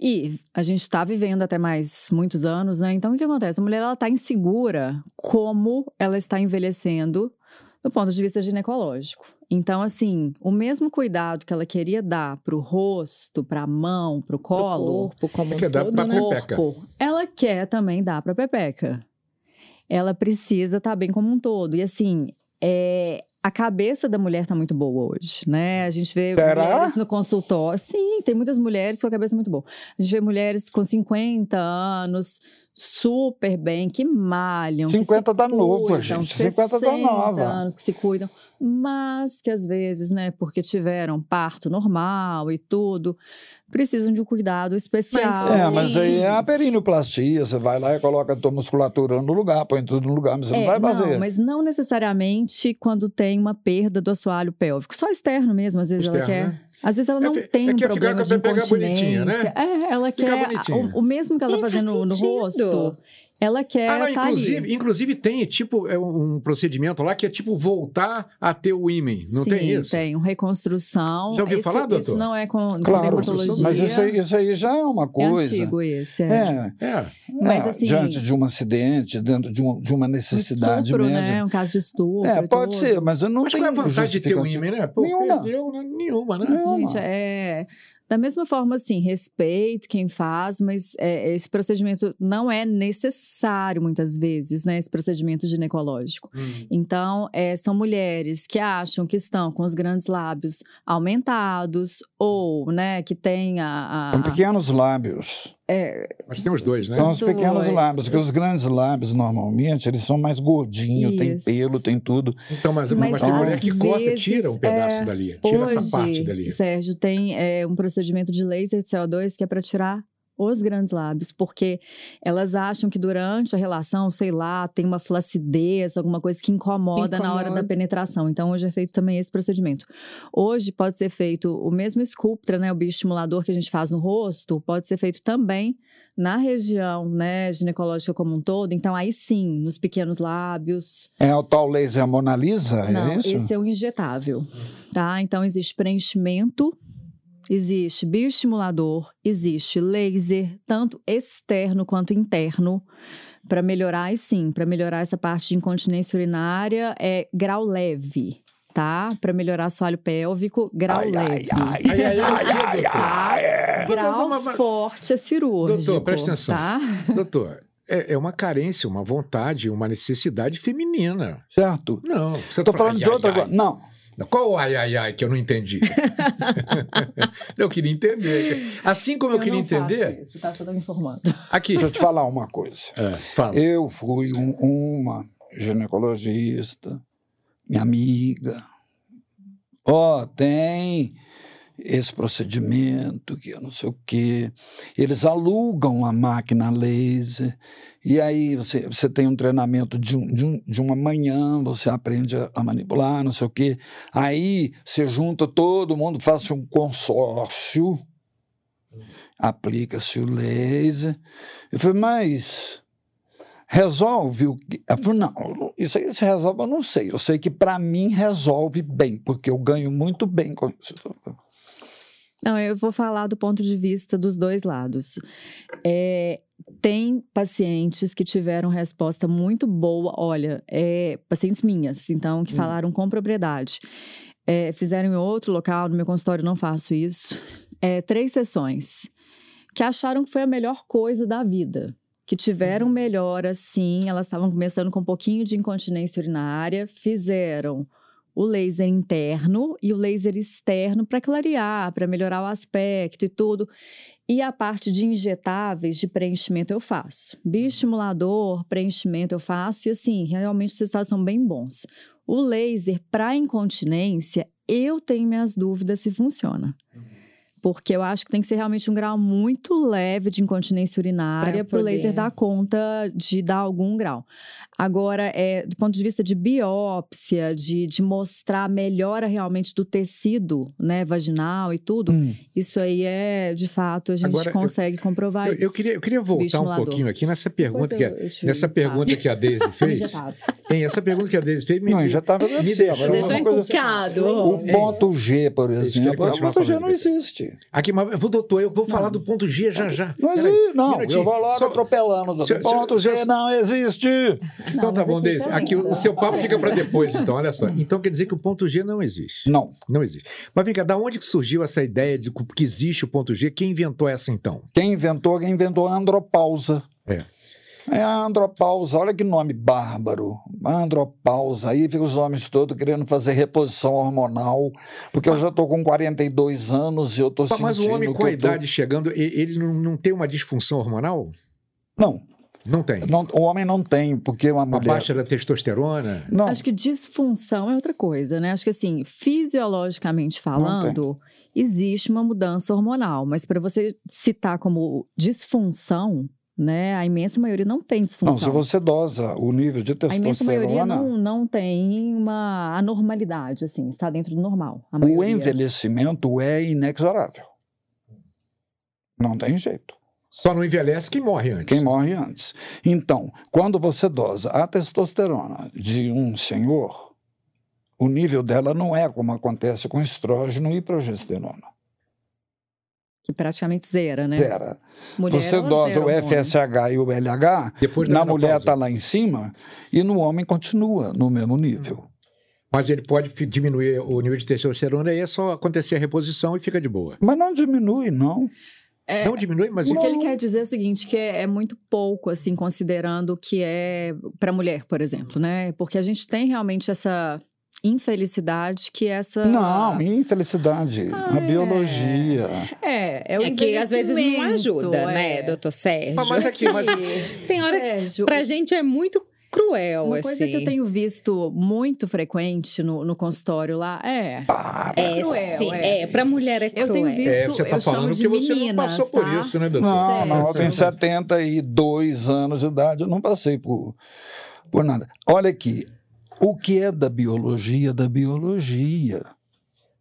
Speaker 3: E a gente está vivendo até mais muitos anos, né? Então, o que, que acontece? A mulher ela tá insegura como ela está envelhecendo do ponto de vista ginecológico. Então, assim, o mesmo cuidado que ela queria dar pro rosto, pra mão, pro
Speaker 2: Pro
Speaker 3: colo,
Speaker 2: corpo como
Speaker 1: É
Speaker 2: um
Speaker 1: que dá
Speaker 2: todo,
Speaker 1: pra
Speaker 2: né?
Speaker 1: comer. Pepeca.
Speaker 3: corpo, ela quer também dar pra Pepeca. Ela precisa estar bem como um todo. E assim, é, a cabeça da mulher tá muito boa hoje, né? A gente vê
Speaker 4: Será?
Speaker 3: mulheres no consultório. Sim, tem muitas mulheres com a cabeça muito boa. A gente vê mulheres com 50 anos, super bem, que malham. que se
Speaker 4: 50 da nova,
Speaker 3: cuidam,
Speaker 4: gente. 50
Speaker 1: tá
Speaker 4: da
Speaker 3: 60
Speaker 4: nova.
Speaker 3: anos que se cuidam, mas que às vezes, né, porque tiveram parto normal e tudo, precisam de um cuidado especial.
Speaker 2: Mas,
Speaker 4: É,
Speaker 2: Sim.
Speaker 4: mas aí é a perinoplastia, você vai lá e coloca a tua musculatura no lugar, põe tudo no lugar, mas você
Speaker 3: É,
Speaker 4: não vai fazer.
Speaker 3: não, mas não necessariamente quando tem uma perda do assoalho pélvico. Só externo mesmo, às vezes
Speaker 1: Externo,
Speaker 3: ela quer.
Speaker 1: né?
Speaker 3: Às vezes ela
Speaker 1: É
Speaker 3: não
Speaker 1: fi-
Speaker 3: tem
Speaker 1: é
Speaker 3: um
Speaker 1: que ia ficar
Speaker 3: problema
Speaker 1: com a
Speaker 3: de
Speaker 1: pele bonitinha,
Speaker 3: incontinência.
Speaker 1: né?
Speaker 3: É, ela
Speaker 1: Fica
Speaker 3: quer
Speaker 1: bonitinha.
Speaker 3: o, o mesmo que ela
Speaker 2: Ih,
Speaker 3: está
Speaker 2: faz
Speaker 3: fazendo no
Speaker 2: sentido.
Speaker 3: rosto. Ela quer
Speaker 1: Ah, não,
Speaker 3: tá ali.
Speaker 1: inclusive, inclusive tem tipo é um um procedimento lá que é tipo voltar a ter o ímen. Não
Speaker 3: Sim,
Speaker 1: tem isso?
Speaker 3: Tem, reconstrução.
Speaker 1: Já ouviu
Speaker 3: Isso-
Speaker 1: falar, doutor?
Speaker 3: Isso não é com, com
Speaker 4: Claro,
Speaker 3: dermatologia.
Speaker 4: mas isso aí, isso aí já é uma
Speaker 3: é
Speaker 4: coisa.
Speaker 3: antigo esse. É.
Speaker 4: É,
Speaker 1: É.
Speaker 3: Mas,
Speaker 4: é,
Speaker 3: assim-
Speaker 4: diante de um acidente, dentro de, um- de uma
Speaker 3: Um
Speaker 4: necessidade
Speaker 3: estupro,
Speaker 4: médica.
Speaker 3: né? Um caso de estupro.
Speaker 4: É,
Speaker 3: e
Speaker 4: pode
Speaker 3: tudo.
Speaker 4: ser, mas eu não
Speaker 1: Mas
Speaker 4: tenho
Speaker 1: qual é a vantagem de ter o
Speaker 4: justificativa.
Speaker 1: ímen, né? Pô,
Speaker 4: Nenhuma.
Speaker 1: perdeu, né? Nenhuma, né?
Speaker 4: Não.
Speaker 3: Gente, é. Da mesma forma, assim, respeito quem faz, mas é, esse procedimento não é necessário muitas vezes, né? Esse procedimento ginecológico.
Speaker 1: Hum.
Speaker 3: Então, é, são mulheres que acham que estão com os grandes lábios aumentados ou, né, que tem a. a-
Speaker 4: São pequenos lábios.
Speaker 3: é,
Speaker 1: Mas tem os dois, né?
Speaker 4: São os
Speaker 3: Dois.
Speaker 4: pequenos lábios, porque os grandes lábios, normalmente, eles são mais gordinhos, tem
Speaker 3: Isso.
Speaker 4: pelo, tem tudo.
Speaker 1: Então, mas,
Speaker 3: Mas
Speaker 1: mas, tem
Speaker 4: às
Speaker 1: mulher que corta,
Speaker 3: vezes,
Speaker 1: tira um pedaço
Speaker 3: é,
Speaker 1: dali, tira
Speaker 3: hoje,
Speaker 1: essa parte dali.
Speaker 3: Sérgio, tem é, um procedimento de laser de CO2 que é para tirar os grandes lábios, porque elas acham que durante a relação, sei lá, tem uma flacidez, alguma coisa que incomoda, na hora da
Speaker 2: Incomoda.
Speaker 3: penetração. Então, hoje é feito também esse procedimento. Hoje pode ser feito o mesmo Sculptra, né, o bioestimulador que a gente faz no rosto, pode ser feito também na região, né, ginecológica como um todo. Então, aí sim, nos pequenos lábios,
Speaker 4: É o tal laser Mona Lisa?
Speaker 3: não,
Speaker 4: é isso?
Speaker 3: esse é um injetável, tá? Então existe preenchimento, existe bioestimulador, existe laser, tanto externo quanto interno, para melhorar, e sim, para melhorar essa parte de incontinência urinária é grau leve, tá? Para melhorar assoalho pélvico, grau
Speaker 4: Ai, ai,
Speaker 3: leve.
Speaker 4: ai,
Speaker 1: Aí, aí, eu digo, doutor,
Speaker 3: Tá? é Grau
Speaker 1: Mas, mas,
Speaker 3: forte é cirúrgico.
Speaker 1: Doutor, presta atenção.
Speaker 3: Tá?
Speaker 1: doutor, é, é uma carência, uma vontade, uma necessidade feminina.
Speaker 4: Certo?
Speaker 1: Não, você tá
Speaker 4: Eu tô falando de outra coisa. Não,
Speaker 1: Qual o ai, ai, ai que eu não entendi? eu queria entender. Assim como eu, queria
Speaker 3: não faço
Speaker 1: entender,
Speaker 3: Isso, tá? Só tô me informando.
Speaker 1: aqui.
Speaker 4: deixa eu te falar uma coisa.
Speaker 1: É, fala.
Speaker 4: Eu fui um- uma ginecologista, minha amiga. Ó, tem esse procedimento que eu não sei o quê. Eles alugam a máquina laser. E aí você, você tem um treinamento de, um- de, um- de uma manhã, você aprende a, a manipular, não sei o quê. Aí você junta todo mundo, faz um consórcio, aplica-se o laser. Eu falei, mas resolve o que. Ela falou, não, isso aí se resolve, eu não sei. Eu sei que para mim resolve bem, porque eu ganho muito bem com isso.
Speaker 3: Não, eu vou falar do ponto de vista dos dois lados. É, tem pacientes que tiveram resposta muito boa, olha, é, pacientes minhas, então, que
Speaker 1: Hum.
Speaker 3: falaram com propriedade. É, fizeram em outro local, no meu consultório eu não faço isso. É, três sessões que acharam que foi a melhor coisa da vida. Que tiveram melhora, sim. Elas estavam começando com um pouquinho de incontinência urinária, fizeram o laser interno e o laser externo para clarear, para melhorar o aspecto e tudo. E a parte de injetáveis, de preenchimento, eu faço.
Speaker 2: Uhum.
Speaker 3: Bioestimulador, preenchimento, eu faço. E assim, realmente os resultados são bem bons. O laser para incontinência, eu tenho minhas dúvidas se funciona.
Speaker 2: Uhum.
Speaker 3: Porque eu acho que tem que ser realmente um grau muito leve de incontinência urinária
Speaker 2: Pra
Speaker 3: para o
Speaker 2: poder-
Speaker 3: laser dar conta de dar algum grau. Agora, é, do ponto de vista de biópsia, de, de mostrar a melhora realmente do tecido né, vaginal e tudo,
Speaker 1: Hum.
Speaker 3: isso aí é, de fato, a gente
Speaker 1: Agora, eu-
Speaker 3: consegue comprovar
Speaker 1: Eu, eu
Speaker 3: isso.
Speaker 1: queria, eu queria voltar um
Speaker 3: Bioestimulador.
Speaker 1: pouquinho aqui nessa
Speaker 3: Depois
Speaker 1: pergunta que a,
Speaker 3: é, eu- eu te Tá
Speaker 1: nessa pergunta
Speaker 3: passo.
Speaker 1: que a Daisy fez.
Speaker 3: Injetável.
Speaker 1: Hein, essa pergunta que a Daisy fez me,
Speaker 4: Não, já tá assim, estava
Speaker 1: me
Speaker 2: Te
Speaker 4: é
Speaker 1: Agora,
Speaker 2: deixou
Speaker 1: uma
Speaker 2: encucado.
Speaker 4: assim, O
Speaker 1: Ei.
Speaker 4: ponto G, por
Speaker 1: Eles querem
Speaker 4: exemplo, é o
Speaker 1: continuar
Speaker 4: ponto G
Speaker 1: falando
Speaker 4: não
Speaker 1: disso.
Speaker 4: existe.
Speaker 1: Aqui, mas, vou, doutor, eu vou falar do ponto G já já.
Speaker 4: Não é-
Speaker 1: Peraí. um
Speaker 4: existe, não.
Speaker 1: minutinho.
Speaker 4: Eu vou logo
Speaker 1: Só-
Speaker 4: atropelando. doutor.
Speaker 1: Seu- seu-
Speaker 4: ponto G
Speaker 1: seu-
Speaker 4: não existe.
Speaker 3: Não,
Speaker 1: Então
Speaker 3: mas
Speaker 1: tá bom,
Speaker 3: aqui
Speaker 1: Deise.
Speaker 3: também,
Speaker 1: Aqui o- o
Speaker 3: tá?
Speaker 1: seu papo fica para depois, então, olha só. Então quer dizer que o ponto G não existe.
Speaker 4: Não.
Speaker 1: Não existe. Mas vem cá, da onde que surgiu essa ideia de que existe o ponto G? Quem inventou essa então?
Speaker 4: Quem inventou? Quem inventou a andropausa.
Speaker 1: É.
Speaker 4: É a andropausa, olha que nome bárbaro. Andropausa. Aí fica os homens todos querendo fazer reposição hormonal, porque eu já estou com 42 anos e eu estou sentindo.
Speaker 1: Mas o homem
Speaker 4: que
Speaker 1: com a
Speaker 4: eu tô-
Speaker 1: idade chegando, e- ele não, não tem uma disfunção hormonal?
Speaker 4: Não.
Speaker 1: Não tem.
Speaker 4: Não- o homem não tem, porque uma
Speaker 1: Uma
Speaker 4: mulher.
Speaker 1: baixa da testosterona.
Speaker 4: Não,
Speaker 3: Acho que disfunção é outra coisa, né? Acho que assim, fisiologicamente falando, existe uma mudança hormonal, mas para você citar como disfunção, né, a imensa maioria não tem disfunção.
Speaker 4: não, se você dosa o nível de
Speaker 3: a imensa maioria
Speaker 4: testosterona,
Speaker 3: não, não tem uma anormalidade, assim, está dentro do normal. A
Speaker 4: o
Speaker 3: maioria.
Speaker 4: envelhecimento é inexorável. Não tem jeito.
Speaker 1: Só não envelhece quem morre antes.
Speaker 4: Quem morre antes. Então, quando você dosa a testosterona de um senhor, o nível dela não é como acontece com estrógeno e progesterona.
Speaker 3: Que praticamente zera, né?
Speaker 4: Zera.
Speaker 3: Mulher,
Speaker 4: você
Speaker 3: ela
Speaker 4: dosa
Speaker 3: zera
Speaker 4: o
Speaker 3: hormônio.
Speaker 4: FSH e o LH,
Speaker 1: Depois da
Speaker 4: na
Speaker 1: menopausa.
Speaker 4: mulher tá- está lá em cima e no homem continua no mesmo
Speaker 3: Hum.
Speaker 4: nível.
Speaker 1: Mas ele pode fi- diminuir o nível de testosterona e é só acontecer a reposição e fica de boa.
Speaker 4: Mas não diminui, não.
Speaker 3: É,
Speaker 1: Não diminui, mas
Speaker 3: O que ele quer dizer é o seguinte, que é, é muito pouco, assim, considerando que é para mulher, por exemplo, né? Porque a gente tem realmente essa infelicidade que essa...
Speaker 4: Não, infelicidade.
Speaker 3: Ah,
Speaker 4: a
Speaker 3: é.
Speaker 4: biologia.
Speaker 3: É, é o
Speaker 2: É que às vezes não ajuda,
Speaker 3: envelhecimento,
Speaker 2: né,
Speaker 3: é.
Speaker 2: doutor Sérgio?
Speaker 1: Ah, mas aqui, mas-
Speaker 2: Tem hora que
Speaker 3: Sérgio,
Speaker 2: pra gente é muito cruel,
Speaker 3: uma
Speaker 2: assim.
Speaker 3: coisa que eu tenho visto muito frequente no, no consultório lá é...
Speaker 4: Para.
Speaker 2: É,
Speaker 3: cruel,
Speaker 2: sim.
Speaker 3: é.
Speaker 2: É, pra mulher é cruel.
Speaker 3: Eu tenho visto,
Speaker 1: É, você está
Speaker 3: eu chamo
Speaker 1: falando
Speaker 3: de
Speaker 1: que você não
Speaker 3: meninas,
Speaker 1: passou por
Speaker 3: tá?
Speaker 1: isso, né, doutor?
Speaker 4: Não,
Speaker 3: Certo.
Speaker 4: não, eu tenho
Speaker 1: Certo.
Speaker 4: 72 anos de idade, eu não passei por, por nada. Olha aqui, o que é da biologia, da biologia.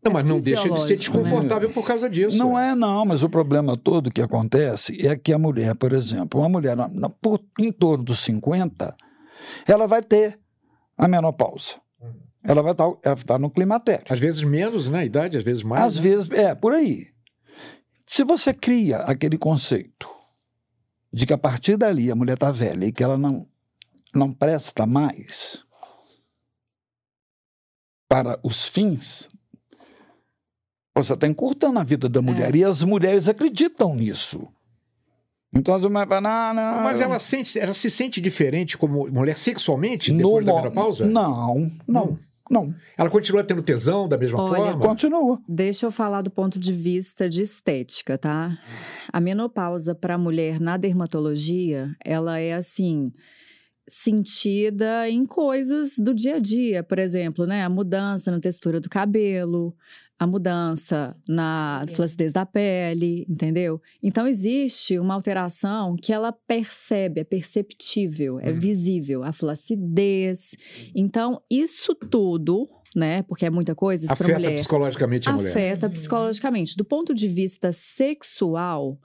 Speaker 1: Não, mas
Speaker 3: É
Speaker 1: não deixa de ser
Speaker 3: fisiológico, né?
Speaker 1: desconfortável por causa disso.
Speaker 4: Não é não, mas o problema todo que acontece é que a mulher, por exemplo, uma mulher na- na- por- em torno dos 50, ela vai ter a menopausa. Ela vai estar no climatério.
Speaker 1: Às vezes menos, né? a Idade, às vezes mais.
Speaker 4: Às
Speaker 1: né?
Speaker 4: vezes, é, por aí. Se você cria aquele conceito de que a partir dali a mulher está velha e que ela não, não presta mais para os fins, você está encurtando a vida
Speaker 1: É.
Speaker 4: da mulher. E as mulheres acreditam nisso. Então as mulheres falam, não, não.
Speaker 1: Mas ela, sente- ela se sente diferente como mulher sexualmente
Speaker 4: No
Speaker 1: depois da
Speaker 4: mo-
Speaker 1: menopausa?
Speaker 4: Não, não, não.
Speaker 1: Ela continua tendo tesão da mesma
Speaker 3: Olha,
Speaker 1: forma?
Speaker 4: Continua.
Speaker 3: Deixa eu falar do ponto de vista de estética, tá? A menopausa para a mulher na dermatologia, ela é assim sentida em coisas do dia a dia, por exemplo, né, a mudança na textura do cabelo, a mudança na
Speaker 2: Entendeu.
Speaker 3: flacidez da pele, entendeu? Então existe uma alteração que ela percebe, é perceptível, é
Speaker 1: Uhum.
Speaker 3: visível, a flacidez. Então isso tudo, né, porque é muita coisa isso para
Speaker 1: Afeta
Speaker 3: mulher
Speaker 1: psicologicamente a mulher.
Speaker 3: afeta psicologicamente. Do ponto de vista sexual,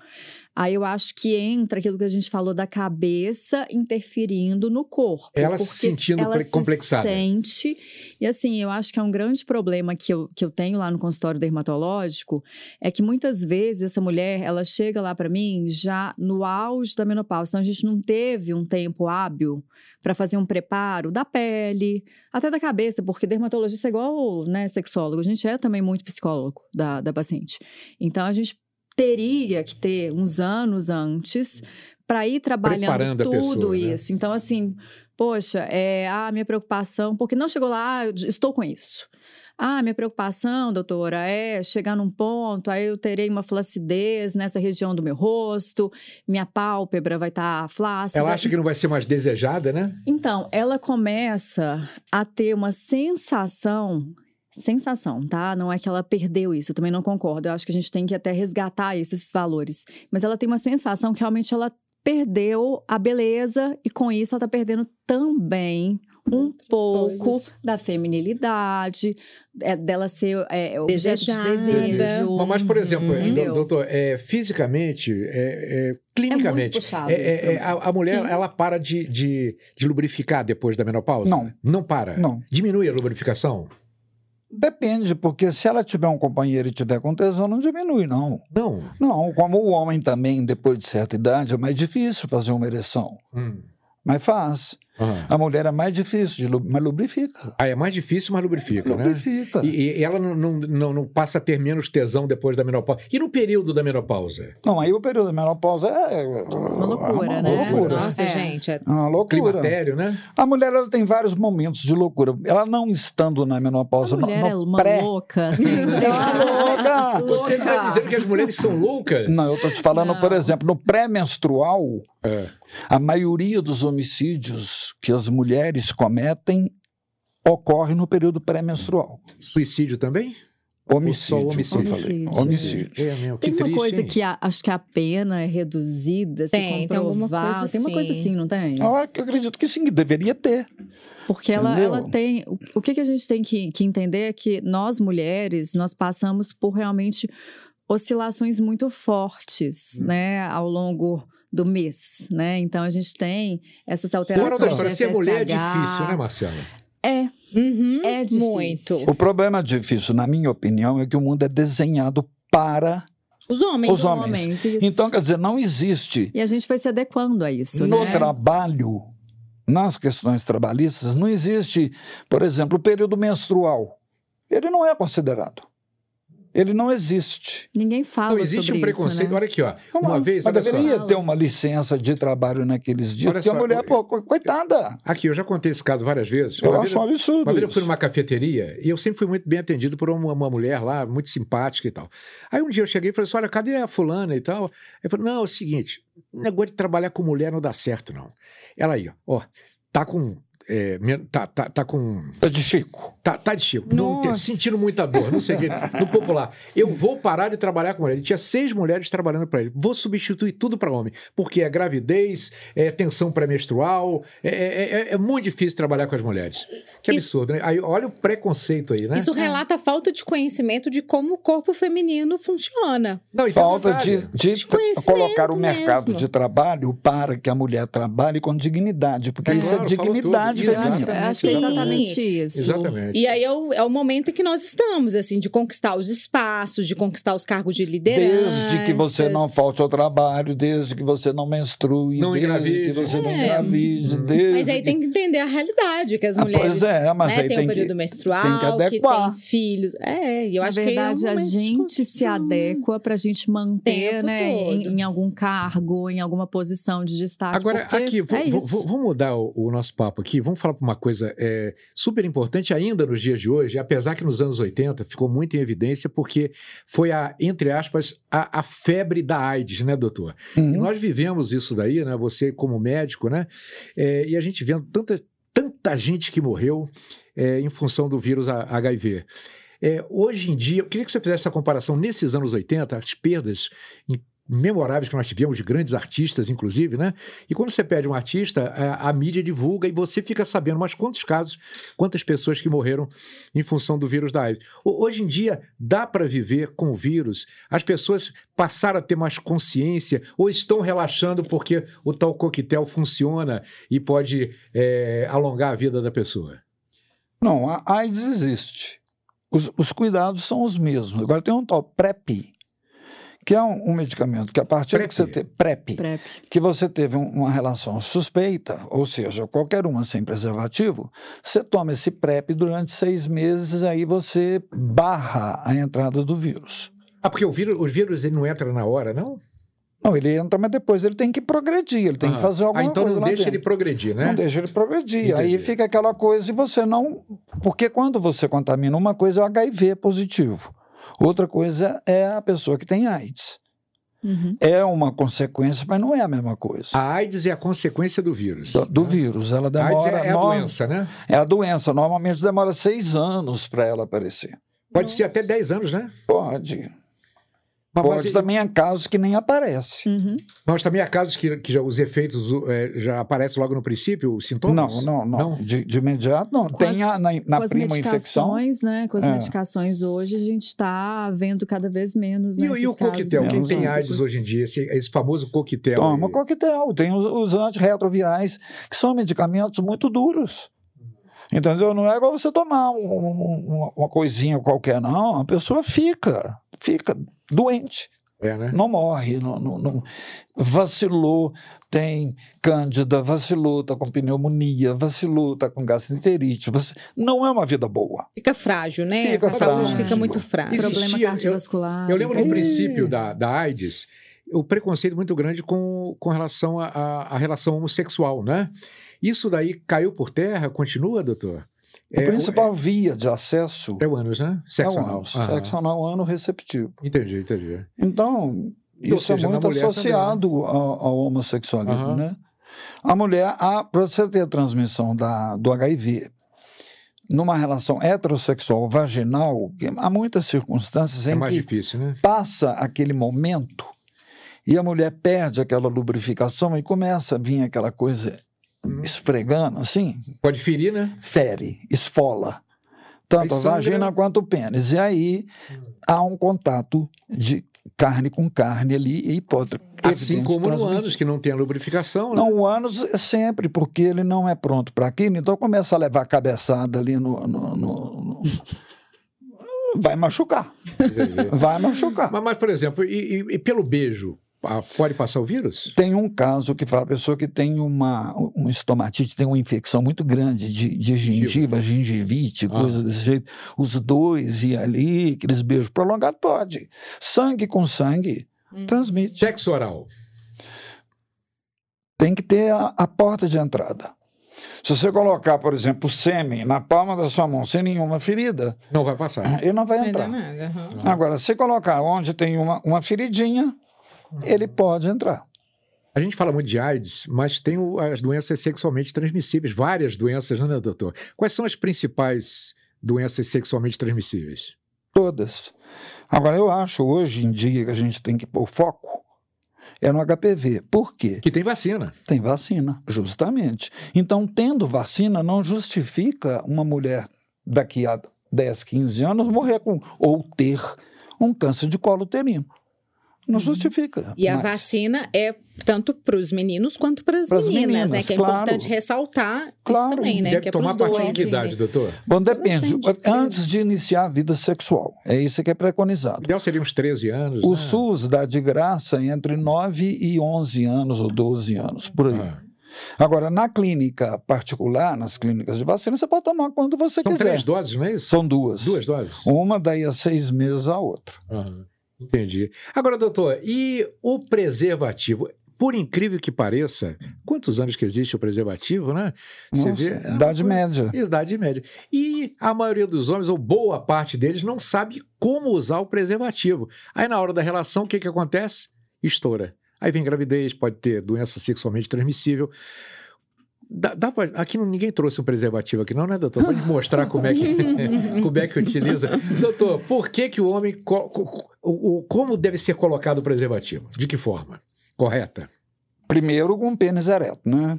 Speaker 3: aí eu acho que entra aquilo que a gente falou da cabeça interferindo no corpo.
Speaker 1: Ela se
Speaker 3: porque
Speaker 1: sentindo
Speaker 3: ela
Speaker 1: pre- complexada.
Speaker 3: Se sente. E assim, eu acho que é um grande problema que eu, que eu tenho lá no consultório dermatológico, é que muitas vezes essa mulher, ela chega lá pra mim já no auge da menopausa. Então a gente não teve um tempo hábil para fazer um preparo da pele, até da cabeça, porque dermatologista é igual né, sexólogo, a gente é também muito psicólogo da, da paciente. Então a gente teria que ter uns anos antes para ir trabalhando
Speaker 1: Preparando a
Speaker 3: tudo
Speaker 1: pessoa, né?
Speaker 3: isso. Então, assim, poxa, é, ah, minha preocupação, porque não chegou lá, ah, eu estou com isso. Ah, minha preocupação, doutora, é chegar num ponto, aí eu terei uma flacidez nessa região do meu rosto, minha pálpebra vai estar flácida.
Speaker 1: Ela acha que não vai ser mais desejada, né?
Speaker 3: Então, ela começa a ter uma sensação. Sensação, tá? Não é que ela perdeu isso, eu também não concordo. Eu acho que a gente tem que até resgatar isso, esses valores. Mas ela tem uma sensação que realmente ela perdeu a beleza e com isso ela tá perdendo também um pouco
Speaker 2: coisas.
Speaker 3: da feminilidade, é, dela ser é, objeto
Speaker 2: Desejada.
Speaker 3: de desejo.
Speaker 1: Mas, por exemplo, é,
Speaker 3: Hum, entendeu?
Speaker 1: doutor, é, fisicamente, é, é,
Speaker 3: é muito
Speaker 1: clinicamente,
Speaker 3: puxado.
Speaker 1: É,
Speaker 3: isso
Speaker 1: é, é,
Speaker 3: também.
Speaker 1: a, a mulher,
Speaker 3: Sim.
Speaker 1: ela para de, de, de lubrificar depois da menopausa?
Speaker 4: Não.
Speaker 1: Não para?
Speaker 4: Não.
Speaker 1: Diminui a lubrificação?
Speaker 4: Depende, porque se ela tiver um companheiro e tiver com tesão, não diminui, não.
Speaker 1: Não.
Speaker 4: Não, como o homem também, depois de certa idade, é mais difícil fazer uma ereção.
Speaker 1: Hum.
Speaker 4: Mas faz.
Speaker 1: Aham.
Speaker 4: A mulher é mais difícil, de lu- mas lubrifica.
Speaker 1: Ah, é mais difícil, mas lubrifica, né?
Speaker 4: Lubrifica.
Speaker 1: E, e ela não, não, não- não passa a ter menos tesão depois da menopausa. E no período da menopausa?
Speaker 4: Não, aí o período da menopausa é.
Speaker 3: Uma loucura,
Speaker 4: é uma
Speaker 3: né?
Speaker 4: Loucura.
Speaker 2: Nossa,
Speaker 3: É.
Speaker 2: gente. é-
Speaker 4: É uma loucura.
Speaker 1: Climatério, né?
Speaker 4: A mulher ela tem vários momentos de loucura. Ela não estando na menopausa,
Speaker 3: A
Speaker 4: no,
Speaker 3: mulher é
Speaker 4: no
Speaker 3: uma
Speaker 4: pré.
Speaker 3: louca, assim.
Speaker 4: Ela é louca!
Speaker 1: Você está dizendo que as mulheres são loucas?
Speaker 4: Não, eu tô te falando,
Speaker 3: Não.
Speaker 4: por exemplo, no pré-menstrual,
Speaker 1: É.
Speaker 4: a maioria dos homicídios que as mulheres cometem ocorre no período pré-menstrual.
Speaker 1: Suicídio também?
Speaker 4: Homicídio.
Speaker 1: Ou só homicídio?
Speaker 4: eu falei.
Speaker 3: Homicídio.
Speaker 4: Homicídio.
Speaker 1: É mesmo, que
Speaker 3: Tem uma
Speaker 1: triste,
Speaker 3: coisa
Speaker 1: hein?
Speaker 3: que a- acho que a pena é reduzida, se
Speaker 2: Tem, tem alguma
Speaker 3: comprovar.
Speaker 2: coisa
Speaker 3: Tem uma coisa
Speaker 2: assim.
Speaker 3: assim, não tem?
Speaker 4: Eu ac- eu acredito que sim, que deveria ter.
Speaker 3: Porque ela,
Speaker 4: Entendeu?
Speaker 3: ela tem. o- O que, que a gente tem que, que entender é que nós mulheres, nós passamos por realmente oscilações muito fortes,
Speaker 1: Hum.
Speaker 3: né, ao longo do mês, né? Então a gente tem essas
Speaker 1: Fora
Speaker 3: alterações.
Speaker 1: da
Speaker 3: de
Speaker 1: história, ser mulher é
Speaker 3: TSH.
Speaker 1: difícil, né, Marcela?
Speaker 3: É,
Speaker 2: Uhum,
Speaker 3: É difícil.
Speaker 2: Muito.
Speaker 4: O problema difícil, na minha opinião, é que o mundo é desenhado para.
Speaker 2: Os homens.
Speaker 4: Os homens.
Speaker 3: isso.
Speaker 4: Então, quer dizer, não existe
Speaker 3: E a gente foi se adequando a isso,
Speaker 4: no
Speaker 3: né?
Speaker 4: trabalho, nas questões trabalhistas, não existe, por exemplo, o período menstrual. Ele não é considerado. Ele não existe.
Speaker 3: Ninguém fala
Speaker 1: Não existe
Speaker 3: sobre
Speaker 1: um preconceito.
Speaker 3: isso, né?
Speaker 1: Olha aqui, ó.
Speaker 4: É
Speaker 1: Uma vez,
Speaker 4: mas
Speaker 1: olha só.
Speaker 4: deveria
Speaker 3: Fala.
Speaker 4: ter uma licença de trabalho naqueles dias,
Speaker 1: Olha
Speaker 4: porque a
Speaker 1: só,
Speaker 4: mulher,
Speaker 1: eu-
Speaker 4: pô, co- coitada.
Speaker 1: Aqui, eu já contei esse caso várias vezes.
Speaker 4: Eu
Speaker 1: Uma vez
Speaker 4: acho um absurdo.
Speaker 1: Uma vez eu fui
Speaker 4: isso.
Speaker 1: numa cafeteria e eu sempre fui muito bem atendido por uma, uma mulher lá, muito simpática e tal. Aí um dia eu cheguei e falei assim: olha, cadê a fulana e tal? Ele falou: não, é o seguinte, o negócio de trabalhar com mulher não dá certo, não. Ela aí, ó, ó tá com. é, men- tá, tá, tá com.
Speaker 4: É de Chico.
Speaker 1: Tá, tá de Chico. Não,
Speaker 2: Nossa.
Speaker 1: tem- sentindo muita dor, não sei o quê. No popular. Eu vou parar de trabalhar com mulher. Ele tinha seis mulheres trabalhando para ele. Vou substituir tudo para homem. Porque é gravidez, é tensão pré-menstrual. É, é- é- é muito difícil trabalhar com as mulheres. Que
Speaker 2: Isso-
Speaker 1: absurdo, né? Aí, olha o preconceito aí, né?
Speaker 3: É.
Speaker 2: Isso relata a falta de conhecimento de como o corpo feminino funciona.
Speaker 1: Não, e tem
Speaker 4: É Falta
Speaker 1: verdade.
Speaker 4: de, de
Speaker 2: Desconhecimento
Speaker 4: colocar o mercado
Speaker 2: mesmo.
Speaker 4: de trabalho para que a mulher trabalhe com dignidade, porque
Speaker 1: É
Speaker 4: isso
Speaker 1: claro,
Speaker 4: é
Speaker 1: falou
Speaker 4: dignidade
Speaker 1: tudo.
Speaker 4: feminina.
Speaker 1: Exatamente.
Speaker 3: Acho que é exatamente isso.
Speaker 1: Exatamente.
Speaker 2: E aí é o, é o momento em que nós estamos, assim, de conquistar os espaços, de conquistar os cargos de liderança.
Speaker 4: Desde que você não falte ao trabalho, desde que você não menstrue,
Speaker 1: Não
Speaker 4: desde
Speaker 1: engravide.
Speaker 4: que você não
Speaker 2: É.
Speaker 4: engravide,
Speaker 1: Hum.
Speaker 4: desde
Speaker 2: Mas aí
Speaker 4: que-
Speaker 2: tem que entender a realidade, que as
Speaker 4: Ah,
Speaker 2: mulheres
Speaker 4: Pois é, mas
Speaker 2: né,
Speaker 4: aí
Speaker 2: tem,
Speaker 4: tem
Speaker 2: o período
Speaker 4: que...
Speaker 2: menstrual,
Speaker 4: tem
Speaker 2: que,
Speaker 4: que adequar.
Speaker 2: tem filhos. É, e eu
Speaker 3: Na
Speaker 2: acho
Speaker 3: verdade,
Speaker 2: que é um
Speaker 3: a
Speaker 2: momento de
Speaker 3: gente se
Speaker 2: construção.
Speaker 3: adequa para a gente manter,
Speaker 2: Tempo
Speaker 3: né, em,
Speaker 2: todo.
Speaker 3: em algum cargo, em alguma posição de destaque.
Speaker 1: Agora,
Speaker 3: porque
Speaker 1: aqui, vou-
Speaker 3: é
Speaker 1: vou-
Speaker 3: isso.
Speaker 1: vou- vamos mudar o, o nosso papo aqui. Vamos falar para uma coisa é, super importante ainda nos dias de hoje, apesar que nos anos 80 ficou muito em evidência, porque foi a, entre aspas, a, a febre da AIDS, né, doutor? E
Speaker 4: Hum.
Speaker 1: nós vivemos isso daí, né? Você como médico, né? É, e a gente vendo tanta, tanta gente que morreu é, em função do vírus A- HIV. É, hoje em dia, eu queria que você fizesse essa comparação nesses anos 80, as perdas em- memoráveis que nós tivemos de grandes artistas, inclusive, né? E quando você perde um artista, a, a mídia divulga e você fica sabendo, mas quantos casos, quantas pessoas que morreram em função do vírus da AIDS. Ho- Hoje em dia, dá para viver com o vírus, as pessoas passaram a ter mais consciência ou estão relaxando porque o tal coquetel funciona e pode é, alongar a vida da pessoa.
Speaker 4: Não, a AIDS existe. Os, os cuidados são os mesmos. Agora tem um tal PrEP, que é um, um medicamento que a partir do que você
Speaker 1: PrEP.
Speaker 4: tem... PrEP.
Speaker 3: PrEP.
Speaker 4: que você teve um- uma relação suspeita, ou seja, qualquer uma sem preservativo, você toma esse PrEP durante seis meses, aí você barra a entrada do vírus.
Speaker 1: Ah, porque o vírus, o vírus ele não entra na hora, não?
Speaker 4: Não, ele entra, mas depois ele tem que progredir, ele tem
Speaker 1: Ah.
Speaker 4: que fazer alguma
Speaker 1: Ah, então
Speaker 4: coisa
Speaker 1: não
Speaker 4: lá
Speaker 1: deixa
Speaker 4: dentro.
Speaker 1: ele progredir, né?
Speaker 4: Não deixa ele progredir. Aí
Speaker 1: Entendi.
Speaker 4: fica aquela coisa e você não. Porque quando você contamina uma coisa é o HIV positivo. Outra coisa é a pessoa que tem AIDS.
Speaker 3: Uhum.
Speaker 4: É uma consequência, mas não é a mesma coisa.
Speaker 1: A AIDS é a consequência do vírus.
Speaker 4: Do, do
Speaker 1: né?
Speaker 4: vírus. Ela
Speaker 1: A AIDS
Speaker 4: demora
Speaker 1: é, é a
Speaker 4: nove-
Speaker 1: doença, né?
Speaker 4: É a doença. Normalmente demora seis anos para ela aparecer.
Speaker 1: Pode
Speaker 2: Nossa.
Speaker 1: ser até 10 anos, né?
Speaker 4: Pode.
Speaker 1: Mas,
Speaker 4: Pode
Speaker 1: mas-
Speaker 4: também há casos que nem aparece.
Speaker 3: Uhum.
Speaker 1: mas também há casos que, que já, os efeitos é, já aparecem logo no princípio, os
Speaker 4: Não,
Speaker 1: sintomas?
Speaker 4: não, não.
Speaker 1: Não?
Speaker 4: De, de imediato, não.
Speaker 3: Com
Speaker 4: Tem
Speaker 3: as-
Speaker 4: a, na,
Speaker 3: com
Speaker 4: na
Speaker 3: as
Speaker 4: prima infecção.
Speaker 3: medicações, né? Com as
Speaker 1: Ah.
Speaker 4: É.
Speaker 3: medicações hoje, a gente está vendo cada vez menos,
Speaker 1: E,
Speaker 3: né?
Speaker 1: o- e
Speaker 3: esses
Speaker 1: o coquetel?
Speaker 3: casos
Speaker 1: Quem
Speaker 4: né?
Speaker 1: tem
Speaker 3: clínicos.
Speaker 1: AIDS hoje em dia? Esse, esse famoso coquetel.
Speaker 4: Toma
Speaker 1: aí.
Speaker 4: coquetel. Tem os, os antirretrovirais, que são medicamentos muito duros. Entendeu? Não é igual você tomar um- um- uma, uma coisinha qualquer, não. A pessoa fica, fica doente.
Speaker 1: É, né?
Speaker 4: Não morre, não, não- não- vacilou, tem cândida, vacilou, está com pneumonia, vacilou, está com gastroenterite. vaci- Não é uma vida boa.
Speaker 2: Fica frágil, né?
Speaker 4: Fica
Speaker 2: a saúde
Speaker 3: frágil.
Speaker 2: fica muito frágil.
Speaker 1: Existe-
Speaker 3: Problema
Speaker 1: eu-
Speaker 3: cardiovascular.
Speaker 1: Eu lembro
Speaker 3: então-
Speaker 1: no
Speaker 4: Ih.
Speaker 1: princípio da, da AIDS, o preconceito muito grande com, com relação à a, a relação homossexual, né? Isso daí caiu por terra, continua, doutor?
Speaker 4: a principal via de acesso
Speaker 1: É o ânus, né? Sexo
Speaker 4: é o
Speaker 1: anal.
Speaker 4: ânus,
Speaker 1: Aham.
Speaker 4: sexo anal ano receptivo.
Speaker 1: Entendi, entendi. É
Speaker 4: Então,
Speaker 1: Ou
Speaker 4: isso
Speaker 1: seja,
Speaker 4: é
Speaker 1: na
Speaker 4: muito
Speaker 1: mulher né?
Speaker 4: associado ao, ao homossexualismo,
Speaker 1: Aham.
Speaker 4: né? A mulher, para você ter a transmissão da, do HIV numa relação heterossexual vaginal, que há muitas circunstâncias
Speaker 1: É
Speaker 4: em
Speaker 1: mais
Speaker 4: que
Speaker 1: difícil, né?
Speaker 4: passa aquele momento e a mulher perde aquela lubrificação e começa a vir aquela coisa
Speaker 1: Hum.
Speaker 4: esfregando, assim,
Speaker 1: Pode ferir, né?
Speaker 4: fere, esfola. Tanto
Speaker 1: Aí
Speaker 4: a vagina
Speaker 1: sangra.
Speaker 4: quanto o pênis. E aí há um contato de carne com carne ali e pode.
Speaker 1: Assim
Speaker 4: evidente,
Speaker 1: como no
Speaker 4: transmitir.
Speaker 1: ânus, que não tem a lubrificação, né?
Speaker 4: Não, o ânus é sempre, porque ele não é pronto para aquilo, então começa a levar cabeçada ali no. no- no- no- Vai machucar.
Speaker 1: Entendi.
Speaker 4: Vai machucar.
Speaker 1: é. mas, mas, por exemplo, e, e- e pelo beijo, ah, pode passar o vírus?
Speaker 4: Tem um caso que fala, a pessoa que tem uma um estomatite, tem uma infecção muito grande de, de gengiva, gengivite,
Speaker 1: Ah.
Speaker 4: coisa desse jeito. Os dois e ali, aqueles beijos prolongados, pode. Sangue com sangue,
Speaker 3: Uhum.
Speaker 2: Hum.
Speaker 4: transmite.
Speaker 1: Sexo oral.
Speaker 4: Tem que ter a, a porta de entrada. Se você colocar, por exemplo, o sêmen na palma da sua mão sem nenhuma ferida,
Speaker 1: Não vai passar.
Speaker 4: ele não vai
Speaker 2: Não dá
Speaker 4: entrar.
Speaker 2: nada, aham.
Speaker 4: Agora, se colocar onde tem uma, uma feridinha, ele pode entrar.
Speaker 1: A gente fala muito de AIDS, mas tem o- as doenças sexualmente transmissíveis, várias doenças, né, doutor? Quais são as principais doenças sexualmente transmissíveis?
Speaker 4: Todas. Agora, eu acho hoje em dia que a gente tem que pôr foco é no HPV. Por quê?
Speaker 1: Que tem vacina.
Speaker 4: Tem vacina, justamente. Então, tendo vacina, não justifica uma mulher daqui a 10, 15 anos morrer com ou ter um câncer de colo uterino. Não
Speaker 3: Uhum.
Speaker 4: justifica.
Speaker 2: E a
Speaker 4: mais.
Speaker 2: vacina é tanto para os meninos quanto para as
Speaker 4: Pras
Speaker 2: meninas, né?
Speaker 4: meninas,
Speaker 2: Que é
Speaker 4: claro.
Speaker 2: importante ressaltar
Speaker 4: Claro,
Speaker 2: isso também, né?
Speaker 1: Deve
Speaker 2: que é para
Speaker 1: tomar
Speaker 2: os
Speaker 1: a partir
Speaker 2: dois.
Speaker 1: de que idade,
Speaker 2: assim.
Speaker 1: doutor?
Speaker 4: Bom, depende.
Speaker 2: Adolescente,
Speaker 4: Antes de iniciar a vida sexual. É isso que é
Speaker 1: O
Speaker 4: preconizado.
Speaker 1: ideal seria uns 13 anos.
Speaker 4: O
Speaker 1: né?
Speaker 4: SUS dá de graça entre 9 e 11 anos ou 12 anos, por aí.
Speaker 1: Ah.
Speaker 4: Agora, na clínica particular, nas clínicas de vacina, você pode tomar quando você
Speaker 1: São
Speaker 4: quiser.
Speaker 1: três doses, não é isso?
Speaker 4: São duas.
Speaker 1: Duas doses?
Speaker 4: Uma daí a seis meses a outra.
Speaker 1: Aham, Entendi. Agora, doutor, e o preservativo? Por incrível que pareça, quantos anos que existe o preservativo, né? Você
Speaker 4: Nossa,
Speaker 1: vê- é uma
Speaker 4: idade
Speaker 1: coisa-
Speaker 4: média.
Speaker 1: Idade média. E a maioria dos homens, ou boa parte deles, não sabe como usar o preservativo. Aí, na hora da relação, o que, que acontece? Estoura. Aí vem gravidez, pode ter doença sexualmente transmissível. Dá, dá pra- Aqui não- ninguém trouxe um preservativo aqui, não, né, doutor? Pode mostrar como é que,
Speaker 2: Uhum.
Speaker 1: como é que utiliza. Doutor, por que, que o homem. co- co- o- o- como deve ser colocado o preservativo? De que forma? Correta?
Speaker 4: Primeiro com pênis ereto, né?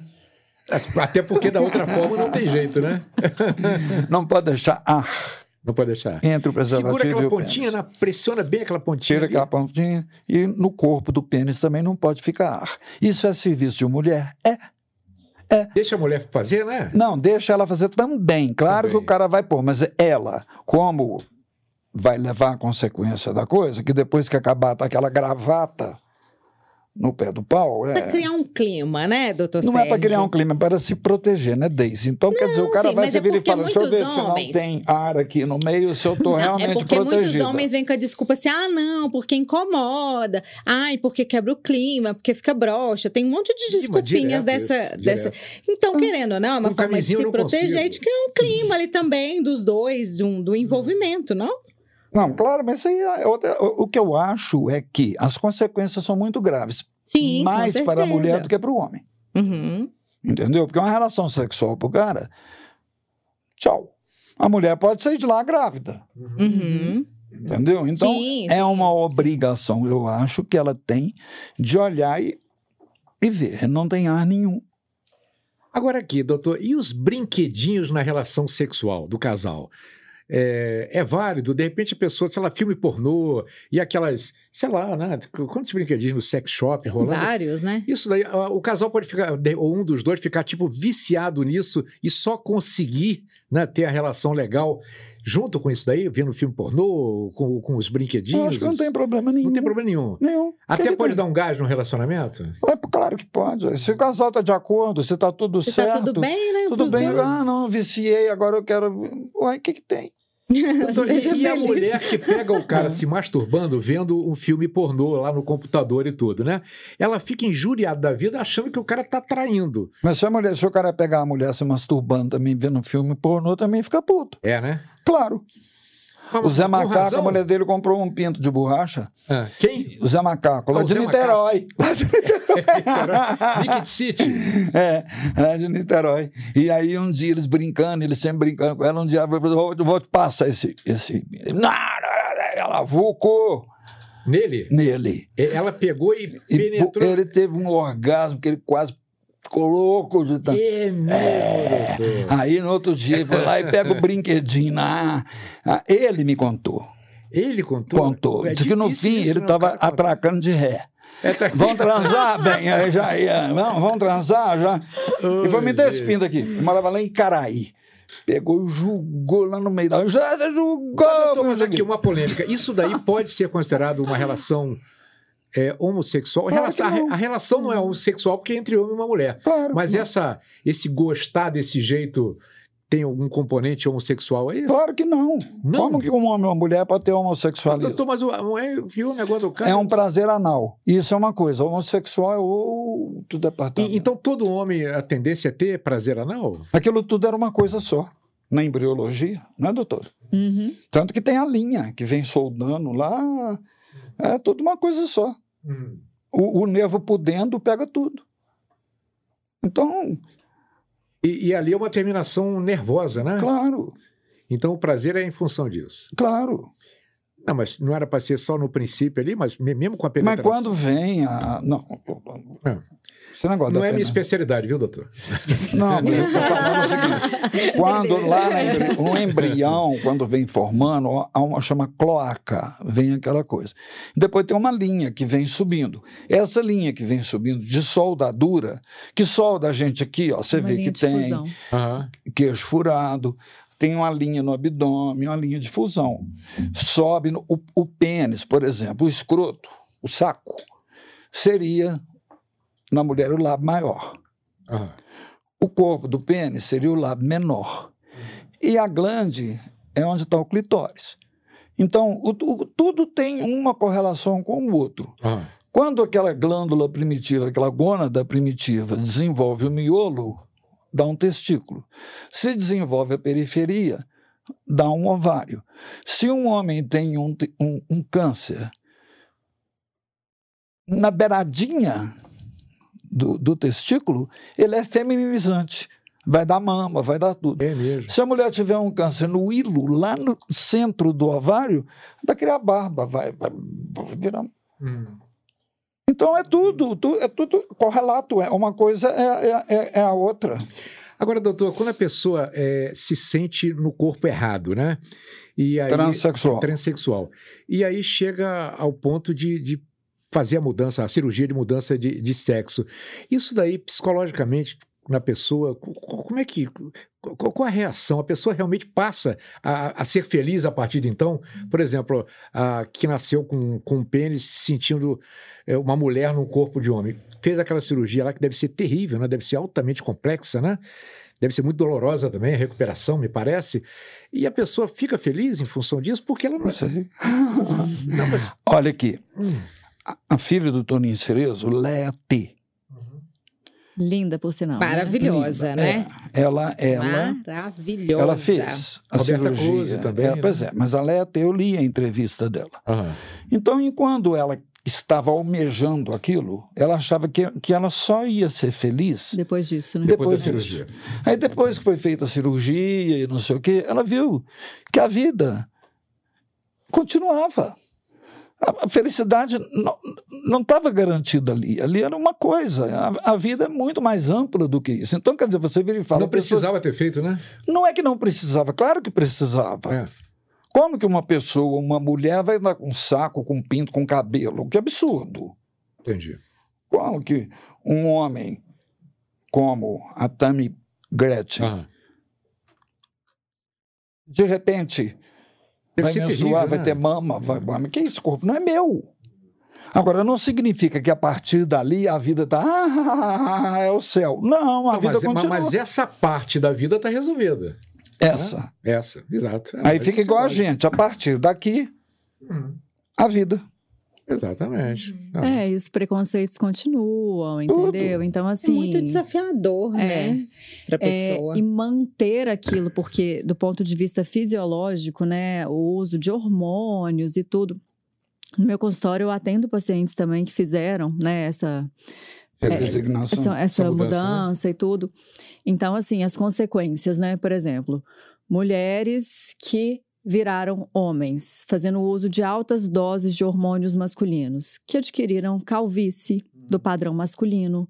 Speaker 1: Até porque da outra forma não tem jeito, né?
Speaker 4: Não pode deixar ar
Speaker 1: Não pode deixar.
Speaker 4: entre o preservativo
Speaker 1: Segura
Speaker 4: e
Speaker 1: aquela
Speaker 4: o
Speaker 1: pontinha,
Speaker 4: pênis.
Speaker 1: né? pressiona bem aquela pontinha.
Speaker 4: Tira
Speaker 1: ali.
Speaker 4: aquela pontinha e no corpo do pênis também não pode ficar ar. Isso é serviço de mulher? É.
Speaker 1: Deixa a mulher fazer, né?
Speaker 4: Não, deixa ela fazer também. Claro que
Speaker 1: Também.
Speaker 4: o cara vai pôr, mas ela, como vai levar a consequência da coisa, que depois que acabar tá aquela gravata no pé do pau, é-
Speaker 2: Para criar um clima, né, doutor
Speaker 4: não é
Speaker 2: Sérgio?
Speaker 4: para criar um clima, é para se proteger, né, Deise? Então, quer dizer, o cara
Speaker 2: sim,
Speaker 4: vai
Speaker 2: mas
Speaker 4: se
Speaker 2: é
Speaker 4: vir e
Speaker 2: porque
Speaker 4: fala, deixa eu ver
Speaker 2: muitos
Speaker 4: se não
Speaker 2: homens-
Speaker 4: tem ar aqui no meio, se eu tô
Speaker 2: Não,
Speaker 4: realmente
Speaker 2: é porque muitos
Speaker 4: protegida.
Speaker 2: homens vêm com a desculpa assim: ah, não, porque incomoda, ai, porque quebra o clima, porque fica broxa. Tem um monte de
Speaker 1: Clima, direto
Speaker 2: desculpinhas dessa.
Speaker 1: isso,
Speaker 2: dessa...
Speaker 1: direto.
Speaker 2: Então, querendo ou não, é uma
Speaker 1: Com
Speaker 4: um
Speaker 2: forma de
Speaker 1: camisinha eu
Speaker 2: se
Speaker 1: não
Speaker 2: proteger
Speaker 1: consigo.
Speaker 2: e de criar um clima ali também dos dois, de um, do envolvimento, não?
Speaker 4: Não, claro, mas isso aí é outra... o o que eu acho é que as consequências são muito graves,
Speaker 2: Sim, com
Speaker 4: mais para a
Speaker 2: certeza.
Speaker 4: mulher do que para o homem.
Speaker 2: Uhum.
Speaker 4: Entendeu? Porque é uma relação sexual pro cara, tchau. A mulher pode sair de lá grávida,
Speaker 2: Uhum.
Speaker 4: entendeu? Então,
Speaker 2: sim,
Speaker 4: é
Speaker 2: sim.
Speaker 4: uma obrigação, eu acho, que ela tem de olhar e, e ver. Não tem ar nenhum.
Speaker 1: Agora aqui, doutor, e os brinquedinhos na relação sexual do casal? É, é válido? De repente a pessoa, sei lá, filme pornô e aquelas sei lá, né? Quantos brinquedinhos no sex shop rolando?
Speaker 2: Vários, né?
Speaker 1: Isso daí, a- o casal pode ficar, de- ou um dos dois ficar, tipo, viciado nisso e só conseguir né, ter a relação legal junto com isso daí, vendo filme pornô, com, com os brinquedinhos.
Speaker 4: Eu acho que não tem problema nenhum.
Speaker 1: Não tem problema nenhum.
Speaker 4: nenhum.
Speaker 1: Até
Speaker 4: Que
Speaker 1: pode
Speaker 4: que
Speaker 1: dar um gás no relacionamento?
Speaker 4: tem? É, claro que pode. Se o casal tá de acordo, se tá tudo
Speaker 2: Se
Speaker 4: certo.
Speaker 2: tá tudo bem, né?
Speaker 4: Tudo
Speaker 2: pros
Speaker 4: bem,
Speaker 2: dois.
Speaker 4: ah, não, viciei, agora eu quero. Uai, o que, que tem?
Speaker 1: Então, e
Speaker 2: Seja
Speaker 1: e a
Speaker 2: feliz.
Speaker 1: mulher que pega o cara se masturbando vendo um filme pornô lá no computador e tudo, né? Ela fica injuriada da vida achando que o cara tá traindo.
Speaker 4: Mas se, a mulher, se o cara pegar a mulher se masturbando também, vendo um filme pornô, também fica puto.
Speaker 1: É, né?
Speaker 4: Claro.
Speaker 1: Mas
Speaker 4: O Zé
Speaker 1: com
Speaker 4: Macaco,
Speaker 1: razão.
Speaker 4: a mulher dele comprou um pinto de borracha.
Speaker 1: Ah, quem?
Speaker 4: O Zé Macaco, lá
Speaker 1: Ah, o
Speaker 4: de
Speaker 1: Zé
Speaker 4: Niterói. Lá de Niterói.
Speaker 1: Nick City.
Speaker 4: É, é, de Niterói. E aí um dia eles brincando, eles sempre brincando com ela, um dia ela falou, vou, vou te passar esse, esse... Não, não, não, Ela vulcou
Speaker 1: Nele.
Speaker 4: nele.
Speaker 1: E- Ela pegou e
Speaker 4: E
Speaker 1: penetrou.
Speaker 4: ele teve um orgasmo que ele quase ficou louco de tanto.
Speaker 1: É, meu
Speaker 4: tá- É.
Speaker 1: doutor.
Speaker 4: Aí no outro dia ele foi lá e pega o brinquedinho. Ah, ah, ele me contou.
Speaker 1: Ele contou?
Speaker 4: Contou.
Speaker 1: É
Speaker 4: Diz que no
Speaker 1: difícil
Speaker 4: fim
Speaker 1: isso,
Speaker 4: ele
Speaker 1: né?
Speaker 4: estava
Speaker 1: O cara conta.
Speaker 4: atracando de ré.
Speaker 1: É, tá-
Speaker 4: Vão transar? Bem, aí já ia. Vão, vão transar já. E foi me
Speaker 1: é.
Speaker 4: dar esse pinto aqui. Eu morava lá em Caraí. Pegou, julgou lá no meio da rua. Já já
Speaker 1: Mas, doutor,
Speaker 4: julgou!
Speaker 1: mas
Speaker 4: isso
Speaker 1: aqui uma polêmica. Isso daí pode ser considerado uma relação é, homossexual? A
Speaker 4: Claro
Speaker 1: relação,
Speaker 4: que não. Hum.
Speaker 1: a relação não é homossexual porque é entre homem e uma mulher.
Speaker 4: Claro.
Speaker 1: Mas
Speaker 4: que-
Speaker 1: essa, esse gostar desse jeito tem algum componente homossexual aí?
Speaker 4: Claro que não.
Speaker 1: Não.
Speaker 4: Como que um homem ou uma mulher pode ter homossexualismo?
Speaker 1: Doutor, mas o, não é, viu o negócio do cara?
Speaker 4: É um prazer anal. Isso é uma coisa. Homossexual é outro departamento.
Speaker 1: E- Então todo homem, a tendência é ter prazer anal?
Speaker 4: Aquilo tudo era uma coisa só. Na embriologia, não é, doutor?
Speaker 3: Uhum.
Speaker 4: Tanto que tem a linha que vem soldando lá. É tudo uma coisa só. Hum. O, o nervo pudendo pega tudo. Então,
Speaker 1: E, e ali é uma terminação nervosa, né?
Speaker 4: claro,
Speaker 1: Então o prazer é em função disso.
Speaker 4: claro.
Speaker 1: Não, mas não era para ser só no princípio ali, mas me- mesmo com a
Speaker 4: Mas
Speaker 1: penetração.
Speaker 4: quando vem a. Não. Esse negócio
Speaker 1: Não
Speaker 4: da
Speaker 1: é minha
Speaker 4: pena-
Speaker 1: especialidade, viu, doutor?
Speaker 4: Não, mas eu estou falando o seguinte: quando lá na embri... um embrião, quando vem formando, há uma chama cloaca, vem aquela coisa. Depois tem uma linha que vem subindo. Essa linha que vem subindo de soldadura, que solda a gente aqui, ó, você
Speaker 3: Uma
Speaker 4: vê
Speaker 3: linha
Speaker 4: que
Speaker 3: de
Speaker 4: tem.
Speaker 3: fusão.
Speaker 1: Aham.
Speaker 4: queixo furado, tem uma linha no abdômen, uma linha de fusão. Sobe no, o, o pênis, por exemplo, o escroto, o saco, seria na mulher o lábio maior.
Speaker 1: aham.
Speaker 4: O corpo do pênis seria o lábio menor. E a glande é onde está o clitóris. Então, o- o- tudo tem uma correlação com o outro.
Speaker 1: aham.
Speaker 4: Quando aquela glândula primitiva, aquela gônada primitiva, desenvolve o miolo, dá um testículo. Se desenvolve a periferia, dá um ovário. Se um homem tem um, te- um- um câncer, na beiradinha do, do testículo, ele é feminilizante. Vai dar mama, vai dar tudo.
Speaker 1: É mesmo.
Speaker 4: Se a mulher tiver um câncer no hilo, lá no centro do ovário, vai criar barba, vai, vai vai virar
Speaker 1: Hum.
Speaker 4: então é tudo, tu- é tudo correlato, é uma coisa é, é- é- é a outra.
Speaker 1: Agora, doutor, quando a pessoa eh, se sente no corpo errado, né? E aí,
Speaker 4: Transsexual.
Speaker 1: Transsexual. E aí chega ao ponto de, de fazer a mudança, a cirurgia de mudança de, de sexo. Isso daí, psicologicamente, na pessoa, co- co- como é que. co- Qual a reação? A pessoa realmente passa a, a ser feliz a partir de então?
Speaker 4: Uhum.
Speaker 1: Por exemplo, a que nasceu com, com um pênis se sentindo eh, uma mulher no corpo de homem. Fez aquela cirurgia lá que deve ser terrível, né? deve ser altamente complexa, né? Deve ser muito dolorosa também a recuperação, me parece. E a pessoa fica feliz em função disso porque ela não.
Speaker 4: Não sei.
Speaker 1: não mas...
Speaker 4: Olha aqui,
Speaker 1: Hum.
Speaker 4: a, a filha do Toninho Cerezo, Léa T.
Speaker 3: Linda, por sinal. né?
Speaker 2: Maravilhosa,
Speaker 4: linda,
Speaker 2: né?
Speaker 4: é, ela, ela,
Speaker 2: Maravilhosa.
Speaker 4: ela fez a
Speaker 1: Roberta
Speaker 4: cirurgia.
Speaker 1: Close também,
Speaker 4: É,
Speaker 1: né?
Speaker 4: Pois é, mas a Léa T, eu li a entrevista dela.
Speaker 1: Aham.
Speaker 4: Então, enquanto ela estava almejando aquilo, ela achava que, que ela só ia ser feliz
Speaker 3: Depois disso, né?
Speaker 1: Depois, da
Speaker 4: Depois disso.
Speaker 1: cirurgia.
Speaker 4: Aí depois que foi feita a cirurgia e não sei o quê, ela viu que a vida continuava. A a felicidade não- não estava garantida ali. Ali era uma coisa. A, a vida é muito mais ampla do que isso. Então, quer dizer, você vira e fala.
Speaker 1: não
Speaker 4: a pessoa-
Speaker 1: precisava ter feito, né?
Speaker 4: Não é que não precisava, claro que precisava.
Speaker 1: É.
Speaker 4: Como que uma pessoa, uma mulher, vai andar com saco, com pinto, com cabelo? Que absurdo.
Speaker 1: Entendi.
Speaker 4: Como que um homem como a Tammy Gretchen,
Speaker 1: Aham.
Speaker 4: de repente,
Speaker 1: Deve
Speaker 4: vai
Speaker 1: ser
Speaker 4: menstruar,
Speaker 1: terrível,
Speaker 4: vai
Speaker 1: né?
Speaker 4: ter mama, vai... Mas que isso? O corpo não é meu. Agora, não significa que a partir dali a vida está... Ah, é o céu. Não, é, a
Speaker 1: Não,
Speaker 4: vida
Speaker 1: mas, mas-
Speaker 4: continua.
Speaker 1: mas essa parte da vida está resolvida.
Speaker 4: Essa.
Speaker 1: Essa, exato. É,
Speaker 4: tá Aí
Speaker 1: né? mas
Speaker 4: fica
Speaker 1: isso
Speaker 4: igual a
Speaker 1: pode.
Speaker 4: gente. A partir daqui,
Speaker 1: Hum,
Speaker 4: a vida.
Speaker 1: Exatamente. Não.
Speaker 3: É, e os preconceitos continuam, entendeu? Então, assim.
Speaker 2: É muito desafiador,
Speaker 3: É.
Speaker 2: né?
Speaker 3: É,
Speaker 2: Pra pessoa.
Speaker 3: e manter aquilo, porque do ponto de vista fisiológico, né, o uso de hormônios e tudo. No meu consultório eu atendo pacientes também que fizeram, né, essa,
Speaker 1: Você
Speaker 4: É,
Speaker 1: diz que-
Speaker 4: designação.
Speaker 3: essa, essa
Speaker 1: mudança,
Speaker 3: mudança, e tudo. Então, assim, as consequências, né, por exemplo, mulheres que viraram homens, fazendo uso de altas doses de hormônios masculinos, que adquiriram calvície do padrão masculino,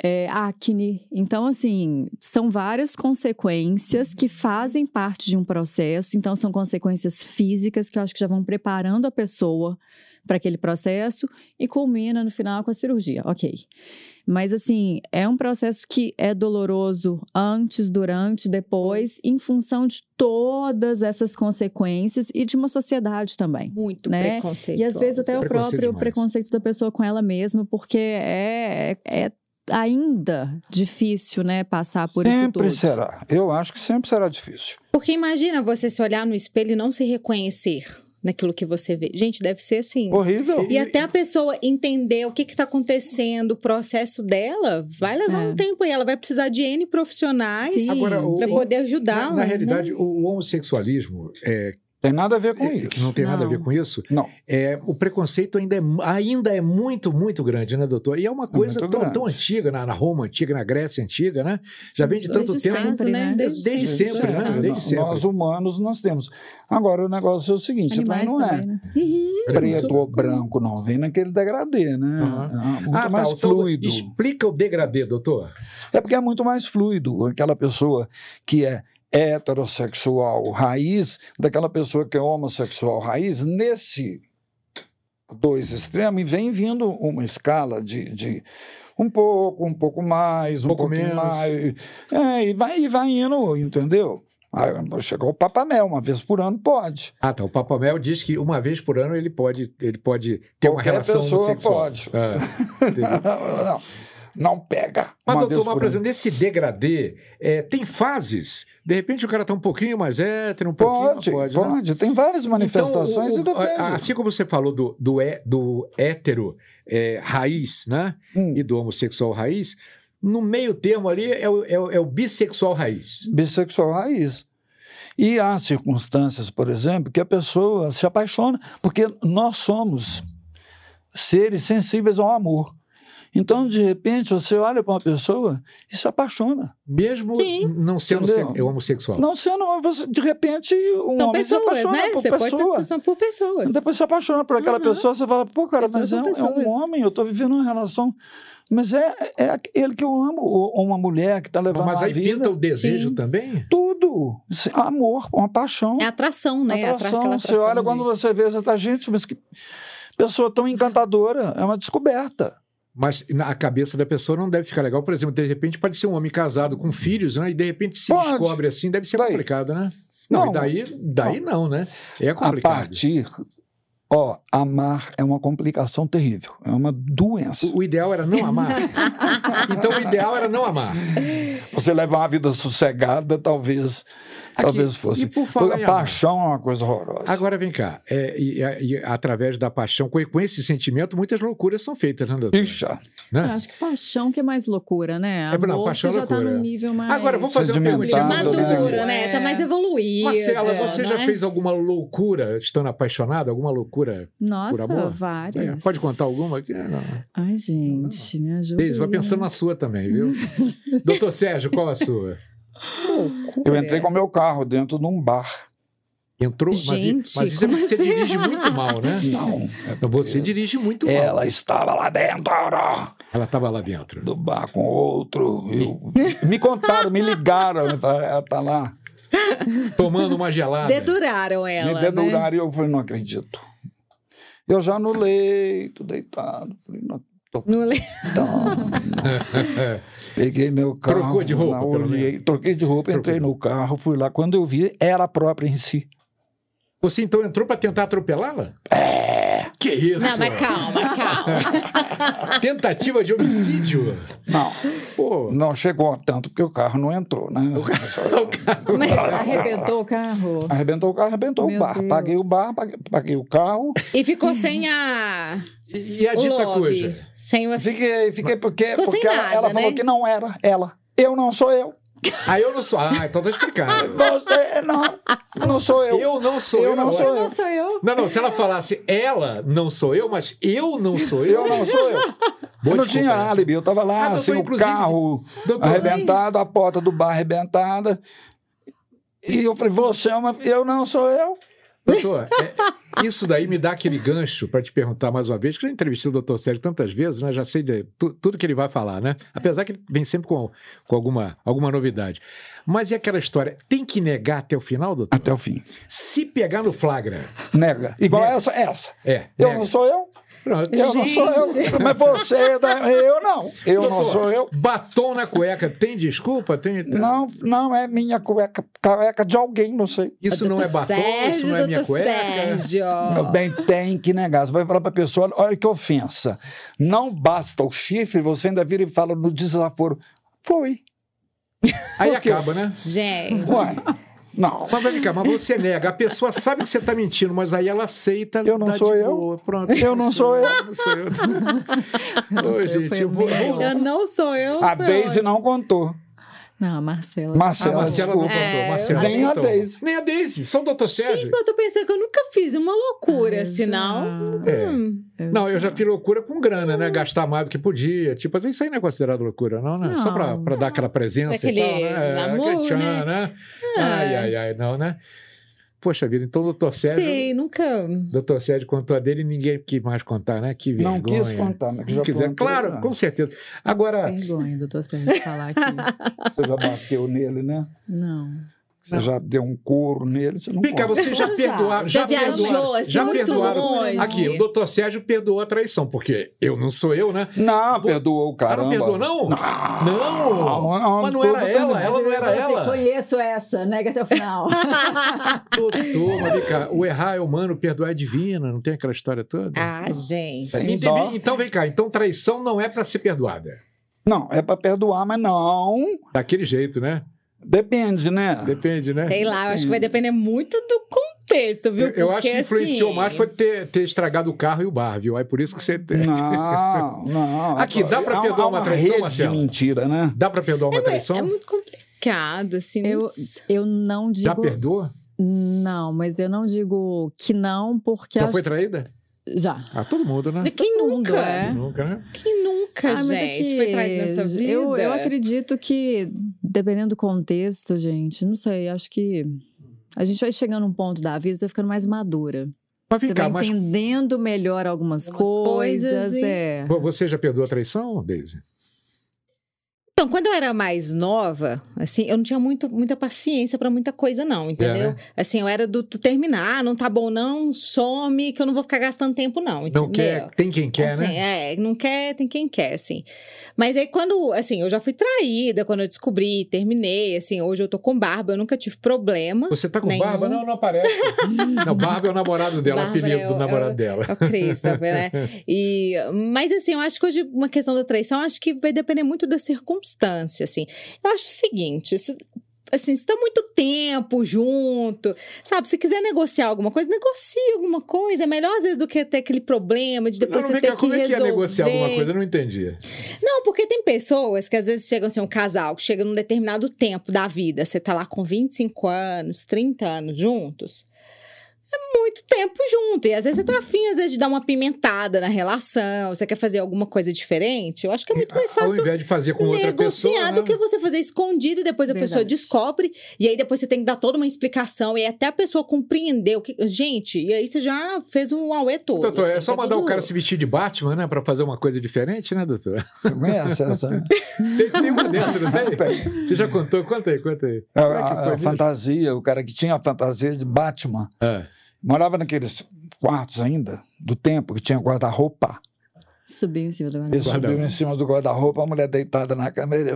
Speaker 3: é, acne. Então, assim, são várias consequências que fazem parte de um processo. Então, são consequências físicas que eu acho que já vão preparando a pessoa para aquele processo e culmina no final com a cirurgia. Ok. Mas, assim, é um processo que é doloroso antes, durante, depois, em função de todas essas consequências e de uma sociedade também.
Speaker 2: muito
Speaker 3: né?
Speaker 2: é preconceito.
Speaker 3: E às vezes até o
Speaker 1: Preconceito
Speaker 3: próprio
Speaker 1: demais.
Speaker 3: preconceito da pessoa com ela mesma, porque é, é ainda difícil, né, passar por isso
Speaker 4: sempre
Speaker 3: tudo.
Speaker 4: será. Eu acho que sempre será difícil.
Speaker 2: Porque imagina você se olhar no espelho e não se reconhecer naquilo que você vê. Gente, deve ser assim.
Speaker 4: Horrível.
Speaker 2: E até a pessoa entender o que está acontecendo, o processo dela, vai levar
Speaker 3: É.
Speaker 2: um tempo e ela vai precisar de N profissionais
Speaker 3: Sim,
Speaker 1: Agora, o-
Speaker 2: para
Speaker 3: sim.
Speaker 2: poder
Speaker 1: Na,
Speaker 2: ajudar.
Speaker 1: na
Speaker 2: né?
Speaker 1: realidade, o, o homossexualismo, é,
Speaker 4: Tem nada a ver com
Speaker 1: é, que não
Speaker 4: isso.
Speaker 1: tem nada a
Speaker 3: Não.
Speaker 1: ver com isso,
Speaker 4: Não.
Speaker 1: é, o preconceito ainda é, mu- ainda é muito, muito grande, né, doutor? E é uma coisa
Speaker 4: muito
Speaker 1: tão,
Speaker 4: grande.
Speaker 1: tão antiga, na, na Roma antiga, na Grécia antiga, né? Já vem de tanto
Speaker 2: Desde
Speaker 1: tempo.
Speaker 2: sempre,
Speaker 3: sempre, né?
Speaker 2: né?
Speaker 1: Desde sempre,
Speaker 4: Sempre,
Speaker 1: né? Desde
Speaker 4: não.
Speaker 1: sempre.
Speaker 4: é Nós humanos nós temos. Agora o negócio é o seguinte, mas
Speaker 3: Animais
Speaker 4: não é
Speaker 3: também, né?
Speaker 4: preto ou
Speaker 2: Uhum.
Speaker 4: branco, não. Vem naquele degradê, né?
Speaker 1: Aham.
Speaker 4: É muito
Speaker 1: tá,
Speaker 4: mais
Speaker 1: então
Speaker 4: fluido.
Speaker 1: Explica o degradê, doutor.
Speaker 4: É porque é muito mais fluido aquela pessoa que é heterossexual raiz daquela pessoa que é homossexual raiz nesse dois extremos e vem vindo uma escala de, de um pouco, um pouco mais, um
Speaker 1: Pouco
Speaker 4: pouquinho
Speaker 1: menos.
Speaker 4: mais. É, e vai, e vai indo, entendeu? Ah, Aí, chegou o papamel, uma vez por ano pode.
Speaker 1: Ah, tá. O Papa Mel diz que uma vez por ano ele pode, ele pode ter uma
Speaker 4: Qualquer
Speaker 1: relação
Speaker 4: pessoa
Speaker 1: homossexual.
Speaker 4: pode.
Speaker 1: Ah, entendi.
Speaker 4: não, não pega.
Speaker 1: Mas,
Speaker 4: uma vez
Speaker 1: doutor, mas,
Speaker 4: por
Speaker 1: por
Speaker 4: ano.
Speaker 1: exemplo, nesse degradê, é, tem fases? De repente o cara tá um pouquinho mais hétero, um pouquinho
Speaker 4: Pode,
Speaker 1: não
Speaker 4: pode,
Speaker 1: pode, né?
Speaker 4: Tem várias
Speaker 1: Então,
Speaker 4: manifestações
Speaker 1: o-
Speaker 4: e depende.
Speaker 1: a- Assim como você falou do, do, hé- do hétero é, raiz, né?
Speaker 4: Hum.
Speaker 1: E do homossexual raiz, no meio termo ali é o, é o- é o bissexual raiz.
Speaker 4: bissexual raiz. E há circunstâncias, por exemplo, que a pessoa se apaixona, porque nós somos seres sensíveis ao amor. Então, de repente, você olha para uma pessoa e se apaixona.
Speaker 1: Mesmo
Speaker 2: Sim.
Speaker 1: não sendo
Speaker 4: Entendeu?
Speaker 1: se- é homossexual.
Speaker 4: Não sendo, você, de repente, um
Speaker 2: São
Speaker 4: homem se
Speaker 2: pessoas,
Speaker 4: apaixona
Speaker 2: né?
Speaker 4: por
Speaker 2: Você pode ser
Speaker 4: pessoa.
Speaker 2: são por pessoas.
Speaker 1: Então,
Speaker 4: Depois se apaixona por aquela
Speaker 2: Aham.
Speaker 4: pessoa, você fala, pô, cara,
Speaker 2: Pessoas
Speaker 4: mas é,
Speaker 2: são
Speaker 4: um- é um
Speaker 2: pessoas.
Speaker 4: homem, eu estou vivendo uma relação. Mas é, é ele que eu amo, ou uma mulher que está levando
Speaker 1: Mas
Speaker 4: a
Speaker 1: aí
Speaker 4: vida.
Speaker 1: pinta o desejo
Speaker 2: Sim.
Speaker 1: também?
Speaker 4: Tudo. Amor, uma paixão.
Speaker 2: É atração, né? Atra-
Speaker 4: Atração,
Speaker 2: aquela
Speaker 4: você olha
Speaker 2: atração
Speaker 4: quando
Speaker 2: de-
Speaker 4: você vê, você tá, gente, mas que pessoa tão encantadora, é uma descoberta.
Speaker 1: Mas na a cabeça da pessoa não deve ficar legal. Por exemplo, de repente pode ser um homem casado com filhos, né? E de repente se
Speaker 4: Pode.
Speaker 1: descobre assim, deve ser
Speaker 4: Daí.
Speaker 1: complicado, né? Não,
Speaker 4: Não.
Speaker 1: e daí, daí não. né? É
Speaker 4: A
Speaker 1: complicado.
Speaker 4: partir, ó, amar é uma complicação terrível, é uma doença.
Speaker 1: O, o ideal era não amar. então o ideal era não amar.
Speaker 4: Você levar uma vida sossegada, talvez,
Speaker 1: Aqui,
Speaker 4: talvez
Speaker 1: E
Speaker 4: fosse.
Speaker 1: por falar em
Speaker 4: a
Speaker 1: amar,
Speaker 4: paixão é uma coisa horrorosa.
Speaker 1: Agora vem cá, é, e, e- e através da paixão, com, com esse sentimento, muitas loucuras são feitas, né, doutor?
Speaker 4: Ixi,
Speaker 1: Né?
Speaker 3: Eu acho que paixão que é mais loucura, né?
Speaker 1: É, não,
Speaker 3: Amor,
Speaker 1: paixão é
Speaker 3: você já tá
Speaker 1: loucura.
Speaker 3: num nível mais...
Speaker 1: Agora, eu vou fazer uma perguntinha. pra você
Speaker 4: Sedimentado,
Speaker 1: daqui.
Speaker 2: Maduro, né?
Speaker 3: É.
Speaker 2: Tá mais evoluído.
Speaker 1: Marcela, você já
Speaker 2: né?
Speaker 1: fez alguma loucura estando apaixonada? Alguma loucura? por
Speaker 3: Nossa,
Speaker 1: amor?
Speaker 3: várias.
Speaker 1: É, pode contar alguma? É, não.
Speaker 3: Ai, gente, me ajuda.
Speaker 1: Beijo, vai
Speaker 3: aí,
Speaker 1: pensando na sua também, viu? doutor Sérgio, qual a sua?
Speaker 2: é Loucura.
Speaker 4: eu entrei com o meu carro dentro de um bar.
Speaker 1: Entrou, mas, i-
Speaker 2: Gente,
Speaker 1: mas isso é porque
Speaker 2: como
Speaker 1: você
Speaker 2: assim?
Speaker 1: dirige muito mal, né?
Speaker 4: Não, É.
Speaker 1: Você dirige muito mal.
Speaker 4: ela estava lá dentro
Speaker 1: Ela estava lá dentro.
Speaker 4: do bar com outro. Eu- me contaram, me ligaram, ela tá lá.
Speaker 1: tomando uma gelada.
Speaker 2: Deduraram ela.
Speaker 4: Me
Speaker 2: né?
Speaker 4: deduraram e eu falei, não acredito. Eu já no leito, deitado. Falei, não,
Speaker 2: Né? Não le-
Speaker 4: então. Peguei meu carro.
Speaker 1: Trocou de roupa,
Speaker 4: lá,
Speaker 1: pelo
Speaker 4: olhei, troquei de roupa,
Speaker 1: Trocou
Speaker 4: entrei
Speaker 1: de
Speaker 4: no carro, fui lá. Quando eu vi, era a própria em si.
Speaker 1: Você então entrou pra tentar atropelá-la? É. Que isso?
Speaker 2: Não, mas calma, calma.
Speaker 1: Tentativa de homicídio.
Speaker 4: Não,
Speaker 1: Pô.
Speaker 4: não chegou a tanto, porque o carro não entrou, né?
Speaker 1: o carro-
Speaker 3: Arrebentou o carro.
Speaker 4: Arrebentou o carro, arrebentou
Speaker 3: Meu
Speaker 4: o bar.
Speaker 3: Deus.
Speaker 4: Paguei o bar, paguei, paguei o carro.
Speaker 2: E ficou sem a.
Speaker 1: E e a
Speaker 2: o
Speaker 1: dita
Speaker 2: love.
Speaker 1: cuja?
Speaker 2: Sem o
Speaker 4: Fiquei, fiquei porque,
Speaker 2: Ficou sem
Speaker 4: porque ela,
Speaker 2: nada,
Speaker 4: ela
Speaker 2: né?
Speaker 4: falou que não era ela. Eu não sou eu.
Speaker 1: Ah, eu não sou. Ah, então tá explicado.
Speaker 4: Você não, não sou eu.
Speaker 1: Eu não sou.
Speaker 4: Eu não
Speaker 1: agora.
Speaker 4: sou eu.
Speaker 3: Não sou eu.
Speaker 1: Não, não, se ela falasse ela não sou eu, mas eu não sou eu.
Speaker 4: Eu não sou eu.
Speaker 1: Boa
Speaker 4: eu não
Speaker 1: desculpa,
Speaker 4: tinha
Speaker 1: essa.
Speaker 4: álibi, eu estava
Speaker 1: Ah,
Speaker 4: lá,
Speaker 1: não,
Speaker 4: assim,
Speaker 1: foi
Speaker 4: o
Speaker 1: inclusive-
Speaker 4: carro
Speaker 1: Doutor,
Speaker 4: arrebentado, a porta do bar arrebentada. E eu falei, você é uma. Eu não sou eu.
Speaker 1: doutor, é, isso daí me dá aquele gancho para te perguntar mais uma vez, que eu já entrevistei o doutor Sérgio tantas vezes, né? Já sei de tu- tudo que ele vai falar, né? Apesar que ele vem sempre com, com alguma, alguma novidade. Mas e aquela história? Tem que negar até o final, doutor?
Speaker 4: Até o fim.
Speaker 1: Se pegar no flagra.
Speaker 4: Nega. Igual
Speaker 1: Nega.
Speaker 4: essa, essa.
Speaker 1: É.
Speaker 4: Eu
Speaker 1: nega.
Speaker 4: não sou eu.
Speaker 1: Não,
Speaker 4: Eu não sou eu. Mas você é da- Eu não. Eu não
Speaker 1: Doutor.
Speaker 4: sou eu.
Speaker 1: Batom na cueca, tem desculpa? Tem, tá. tem-
Speaker 4: Não, não é minha cueca. Cueca de alguém, não sei.
Speaker 1: Isso não é batom, isso não é minha
Speaker 2: doutor
Speaker 1: cueca.
Speaker 2: Sérgio.
Speaker 1: Ah.
Speaker 4: Meu bem, tem que negar. Você vai falar pra pessoa, olha que ofensa. Não basta o chifre, você ainda vira e fala no desaforo. Foi.
Speaker 1: Aí
Speaker 4: Por quê?
Speaker 1: acaba, né?
Speaker 2: Gente.
Speaker 4: Uai. Não.
Speaker 1: Mas vai ficar, mas você nega. A pessoa sabe que você tá mentindo, mas aí ela aceita.
Speaker 4: Eu não
Speaker 1: dá de
Speaker 4: sou eu.
Speaker 1: boa. Pronto,
Speaker 4: Eu não sou eu.
Speaker 1: Não sou eu.
Speaker 3: Não
Speaker 1: Ô,
Speaker 3: sou eu,
Speaker 1: gente,
Speaker 3: foi
Speaker 1: eu
Speaker 3: o
Speaker 1: vou.
Speaker 3: melhor.
Speaker 1: vou-
Speaker 2: Eu não sou eu.
Speaker 4: A
Speaker 2: Então foi
Speaker 4: Deise
Speaker 1: é
Speaker 4: não contou.
Speaker 3: Não, Marcela.
Speaker 1: Ah, Marcela
Speaker 4: Marcela,
Speaker 1: não
Speaker 4: desculpa.
Speaker 1: contou.
Speaker 2: É,
Speaker 1: Marcela
Speaker 4: Nem
Speaker 1: não
Speaker 4: a
Speaker 1: contou.
Speaker 4: Deise.
Speaker 1: Nem a Daisy, só o doutor
Speaker 2: Gente,
Speaker 1: Sérgio.
Speaker 2: mas eu tô pensando que eu nunca fiz uma loucura,
Speaker 3: Ah,
Speaker 2: sinal.
Speaker 3: já.
Speaker 1: É.
Speaker 2: Hum.
Speaker 1: Não, eu já fiz loucura com grana, né? Gastar mais do que podia. Tipo, às vezes isso aí não é considerado loucura, não, né? Só pra,
Speaker 3: Não.
Speaker 1: pra dar aquela presença
Speaker 2: Aquele
Speaker 1: e tal, né? É,
Speaker 2: glamour,
Speaker 1: aquele tchan,
Speaker 2: né?
Speaker 1: Ai,
Speaker 2: Ah.
Speaker 1: ai, ai, não, né? Poxa vida, então o doutor Sérgio,
Speaker 2: Sei, nunca.
Speaker 1: doutor Sérgio contou a dele e ninguém quis mais contar, né? Que vergonha.
Speaker 4: Não quis contar, mas que
Speaker 1: Não
Speaker 4: já
Speaker 1: quiser,
Speaker 4: contou,
Speaker 1: claro,
Speaker 4: né?
Speaker 1: com certeza. Agora,
Speaker 3: Vergonha, doutor Sérgio, de falar aqui.
Speaker 4: Você já bateu nele, né?
Speaker 3: Não.
Speaker 4: Você já deu um couro nele, você não
Speaker 1: vem cá,
Speaker 4: pode.
Speaker 1: você já
Speaker 3: Já.
Speaker 1: perdoaram.
Speaker 2: Já,
Speaker 1: perdoaram-
Speaker 2: viajou, assim,
Speaker 1: já
Speaker 2: muito
Speaker 1: perdoaram.
Speaker 2: longe.
Speaker 1: Aqui, o doutor Sérgio perdoou a traição, porque eu não sou eu, né?
Speaker 4: Não,
Speaker 1: Vo-
Speaker 4: perdoou o
Speaker 1: Ah,
Speaker 4: caramba.
Speaker 1: não perdoou, não? Não! Mas não
Speaker 4: tudo
Speaker 1: era ela,
Speaker 4: bem.
Speaker 1: ela não era ela.
Speaker 3: Conheço essa, nega até o final.
Speaker 1: Doutor, mas vem cá, o errar é humano, o perdoar é divino, não tem aquela história toda?
Speaker 2: ah, gente.
Speaker 4: Tem
Speaker 1: Ent-
Speaker 4: dó.
Speaker 1: Então vem cá, então traição não é pra ser perdoada.
Speaker 4: Não, é pra perdoar, mas não.
Speaker 1: Daquele jeito, né?
Speaker 4: Depende, né?
Speaker 1: Depende, né?
Speaker 2: Sei lá, eu acho que vai depender muito do contexto, viu?
Speaker 1: Eu, eu acho
Speaker 2: Porque,
Speaker 1: que influenciou
Speaker 2: assim,
Speaker 1: mais foi ter, ter estragado o carro e o bar, viu? É por isso que você.
Speaker 4: Não, não. é
Speaker 1: Aqui, dá pra
Speaker 4: Há-
Speaker 1: perdoar
Speaker 4: há
Speaker 1: uma
Speaker 4: um- uma
Speaker 1: traição,
Speaker 4: rede
Speaker 1: Marcela?
Speaker 4: de mentira, né?
Speaker 1: Dá pra perdoar uma traição?
Speaker 2: É muito complicado, assim. não
Speaker 3: Eu,
Speaker 2: sei.
Speaker 3: eu não digo.
Speaker 1: Já perdoa?
Speaker 3: Não, mas eu não digo que não, porque.
Speaker 1: Já
Speaker 3: acho-
Speaker 1: foi traída?
Speaker 3: Já.
Speaker 1: Ah, todo mundo, né?
Speaker 2: Quem
Speaker 3: Todo mundo,
Speaker 2: nunca?
Speaker 3: é.
Speaker 1: Nunca, né?
Speaker 2: Quem nunca,
Speaker 3: Ah, mas é
Speaker 2: gente,
Speaker 3: que
Speaker 2: foi traído nessa vida?
Speaker 3: Eu, eu acredito que, dependendo do contexto, gente, não sei, acho que a gente vai chegando num ponto da vida, você vai ficando mais madura.
Speaker 1: Mas
Speaker 3: Você
Speaker 1: vem cá,
Speaker 3: vai
Speaker 1: mas
Speaker 3: entendendo melhor algumas,
Speaker 2: Algumas coisas
Speaker 3: coisas.
Speaker 2: e-
Speaker 3: é.
Speaker 1: vo- você já perdoou a traição, Daisy?
Speaker 2: Então, quando eu era mais nova, assim, eu não tinha muito, muita paciência pra muita coisa, não, entendeu?
Speaker 1: É, né?
Speaker 2: Assim, eu era do, do terminar, ah, não tá bom, não, some, que eu não vou ficar gastando tempo, não. Entendeu?
Speaker 1: Não quer, tem quem quer,
Speaker 2: Assim,
Speaker 1: né?
Speaker 2: É, não quer, tem quem quer, assim. Mas aí quando, assim, eu já fui traída, quando eu descobri, terminei, assim, hoje eu tô com barba, eu nunca tive problema,
Speaker 1: Você tá com
Speaker 2: Nenhum.
Speaker 1: barba? Não, não aparece. não, barba é o namorado dela, o
Speaker 2: Bárbara
Speaker 1: apelido
Speaker 2: é
Speaker 1: do
Speaker 2: o-
Speaker 1: namorado dela.
Speaker 2: é o Cris, tá vendo, né? E, mas assim, eu acho que hoje uma questão da traição, eu acho que vai depender muito da circunstância, assim. Eu acho o seguinte, se- assim, se tá muito tempo junto, sabe? Se quiser negociar alguma coisa, negocie alguma coisa. É melhor às vezes do que ter aquele problema de depois
Speaker 1: não,
Speaker 2: você
Speaker 1: vem
Speaker 2: ter
Speaker 1: cá,
Speaker 2: que
Speaker 1: como é que
Speaker 2: resolver.
Speaker 1: é negociar alguma coisa? Eu não entendi.
Speaker 2: Não, porque tem pessoas que às vezes chegam assim, um casal que chega num determinado tempo da vida, você tá lá com 25 anos, 30 anos juntos. muito tempo junto. E às vezes você tá afim, às vezes, de dar uma pimentada na relação, você quer fazer alguma coisa diferente. Eu acho que é muito mais
Speaker 1: Ao
Speaker 2: fácil
Speaker 1: invés de fazer com outra pessoa.
Speaker 2: negociar do
Speaker 1: né?
Speaker 2: que você fazer escondido e depois a pessoa
Speaker 3: Verdade.
Speaker 2: descobre. E aí depois você tem que dar toda uma explicação. E até a pessoa compreender o que. Gente, e aí você já fez um auê todo.
Speaker 1: Doutor,
Speaker 2: assim,
Speaker 1: é só
Speaker 2: tá
Speaker 1: mandar o
Speaker 2: tudo-
Speaker 1: cara se vestir de Batman, né? Pra fazer uma coisa diferente, né, doutor?
Speaker 4: Você conhece essa? né?
Speaker 1: Tem, tem uma dessa, não tem?
Speaker 4: Tem.
Speaker 1: Você já contou? Conta aí, conta aí.
Speaker 4: A,
Speaker 1: é que
Speaker 4: a-
Speaker 1: é foi
Speaker 4: a
Speaker 1: mesmo?
Speaker 4: fantasia, o cara que tinha a fantasia de Batman,
Speaker 1: Ah,
Speaker 4: morava naqueles quartos ainda, do tempo que tinha guarda-roupa.
Speaker 3: Subiu em cima do guarda-roupa.
Speaker 4: Ele subiu
Speaker 1: Guarda-roupa.
Speaker 4: em cima do guarda-roupa, a mulher deitada na cama, ele,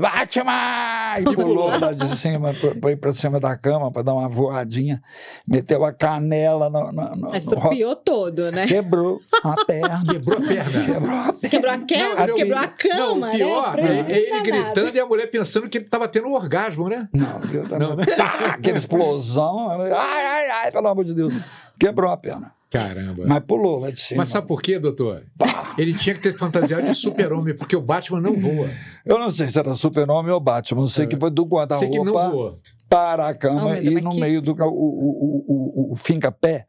Speaker 4: Batman! E pulou lá de cima, foi- foi pra cima da cama pra dar uma voadinha, meteu a canela no, no, no,
Speaker 2: Mas
Speaker 4: no ro-
Speaker 2: Estrupiou todo, né?
Speaker 4: quebrou a perna.
Speaker 1: quebrou a perna.
Speaker 4: Quebrou a perna.
Speaker 2: Quebrou a quebra,
Speaker 1: Não,
Speaker 2: quebrou a
Speaker 1: não,
Speaker 2: cama.
Speaker 1: não, o pior
Speaker 2: né?
Speaker 1: é, ele
Speaker 2: Danado.
Speaker 1: gritando e a mulher pensando que ele tava tendo um orgasmo, né?
Speaker 4: Não, eu também-
Speaker 1: Não, né?
Speaker 4: Pá, aquela explosão, ai, ai, ai, pelo amor de Deus. Quebrou a perna.
Speaker 1: Caramba.
Speaker 4: Mas pulou lá de cima.
Speaker 1: Mas sabe por quê, doutor?
Speaker 4: Pá.
Speaker 1: Ele tinha que ter fantasiado de super-homem, porque o Batman não voa.
Speaker 4: Eu não sei se era super-homem ou Batman, eu sei
Speaker 1: É.
Speaker 4: que foi do
Speaker 1: Sei que não
Speaker 4: guarda-roupa
Speaker 1: voa.
Speaker 4: para a
Speaker 2: Não,
Speaker 4: cama
Speaker 2: mas
Speaker 4: e
Speaker 2: mas
Speaker 4: no
Speaker 2: que-
Speaker 4: meio do ca- o, o, o, o, o finca-pé.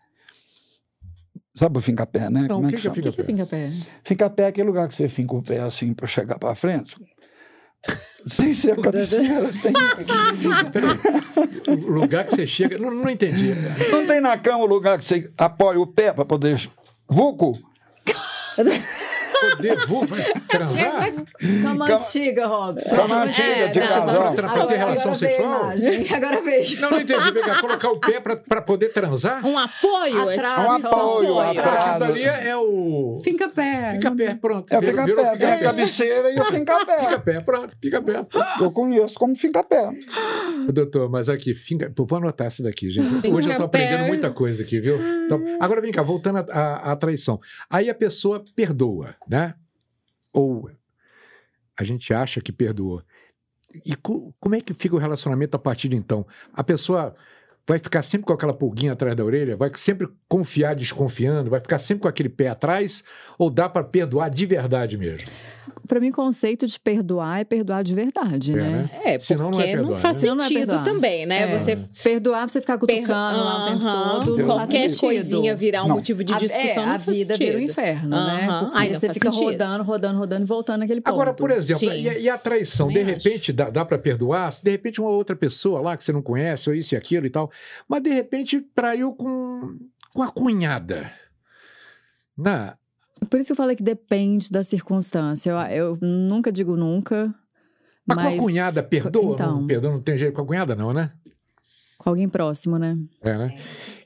Speaker 4: Sabe o finca-pé, né?
Speaker 1: Não,
Speaker 4: Como
Speaker 1: o
Speaker 4: é
Speaker 1: que
Speaker 4: que
Speaker 1: que é
Speaker 4: chama?
Speaker 3: O que, que é fica-pé?
Speaker 4: Finca-pé é aquele lugar que você finca o pé assim para chegar para frente. Sem ser a
Speaker 2: né?
Speaker 4: cabeceira. tem-
Speaker 1: O lugar que você chega. Não, não entendi.
Speaker 4: Não tem na cama o lugar que você apoia o pé para poder. Vulco?
Speaker 1: Poder voar pra transar?
Speaker 3: Cama
Speaker 4: Cama-
Speaker 3: antiga, Robson.
Speaker 4: Cama antiga, de
Speaker 3: não,
Speaker 4: casal.
Speaker 3: agora-
Speaker 1: Pra ter
Speaker 3: agora
Speaker 1: relação
Speaker 3: veio a
Speaker 1: sexual?
Speaker 3: imagem, Agora vejo.
Speaker 1: Não, não entendi. Pegar, colocar o pé pra, pra poder transar?
Speaker 2: Um apoio? é
Speaker 3: Atrás,
Speaker 4: É um
Speaker 3: Ah,
Speaker 4: apoio,
Speaker 3: apoio.
Speaker 4: um
Speaker 1: Ah, aquilo
Speaker 4: abraço.
Speaker 1: ali é o.
Speaker 3: Fica pé.
Speaker 1: Fica pé, pronto.
Speaker 4: É o
Speaker 1: Virou- virou
Speaker 4: finca-pé, tem a
Speaker 1: fica-pé.
Speaker 4: cabeceira e o finca-pé.
Speaker 1: Fica pé, pronto, fica pé.
Speaker 4: Eu conheço como finca-pé.
Speaker 1: Ô, Doutor, mas aqui, finca... Pô, vou anotar isso daqui, gente. Hoje eu tô
Speaker 2: Fica-pé.
Speaker 1: aprendendo muita coisa aqui, viu? Então, agora vem cá, voltando à, à- à traição. Aí a pessoa perdoa, né? Ou a gente acha que perdoou. E co- como é que fica o relacionamento a partir de então? A pessoa vai ficar sempre com aquela pulguinha atrás da orelha? Vai sempre confiar desconfiando? Vai ficar sempre com aquele pé atrás? Ou dá pra perdoar de verdade mesmo?
Speaker 3: Pra mim, o conceito de perdoar é perdoar de verdade,
Speaker 1: É,
Speaker 3: né?
Speaker 1: né?
Speaker 2: É, porque
Speaker 1: Senão
Speaker 2: não,
Speaker 1: não é perdoar,
Speaker 2: faz
Speaker 3: né? Senão não é
Speaker 2: sentido
Speaker 3: perdoar.
Speaker 2: também, né?
Speaker 3: É.
Speaker 2: Você
Speaker 3: Perdoar pra você ficar
Speaker 2: per-
Speaker 3: cutucando lá o tempo
Speaker 2: Aham.
Speaker 3: todo. não faz
Speaker 2: qualquer
Speaker 3: sentido.
Speaker 2: coisinha virar um
Speaker 4: Não.
Speaker 2: motivo de
Speaker 3: A-
Speaker 2: discussão
Speaker 3: é,
Speaker 2: não
Speaker 3: a
Speaker 2: faz
Speaker 3: vida
Speaker 2: sentido.
Speaker 3: vira um inferno, né?
Speaker 2: Aham.
Speaker 3: Porque
Speaker 2: Aí não
Speaker 3: você
Speaker 2: faz
Speaker 3: fica
Speaker 2: sentido.
Speaker 3: rodando, rodando, rodando, voltando naquele ponto.
Speaker 1: Agora, por exemplo,
Speaker 2: Sim.
Speaker 1: e, e a traição, de
Speaker 2: Também
Speaker 1: repente dá, dá para perdoar? Se de repente uma outra pessoa lá que você não conhece, ou isso e aquilo e tal, mas de repente traiu com, com a cunhada. Né? Na,
Speaker 3: Por isso que eu falei que depende da circunstância. Eu, eu nunca digo nunca.
Speaker 1: mas,
Speaker 3: Mas,
Speaker 1: com a cunhada perdoa?
Speaker 3: Então,
Speaker 1: Não, perdoa não tem jeito com a cunhada, não, né?
Speaker 3: com alguém próximo, né?
Speaker 1: É, né?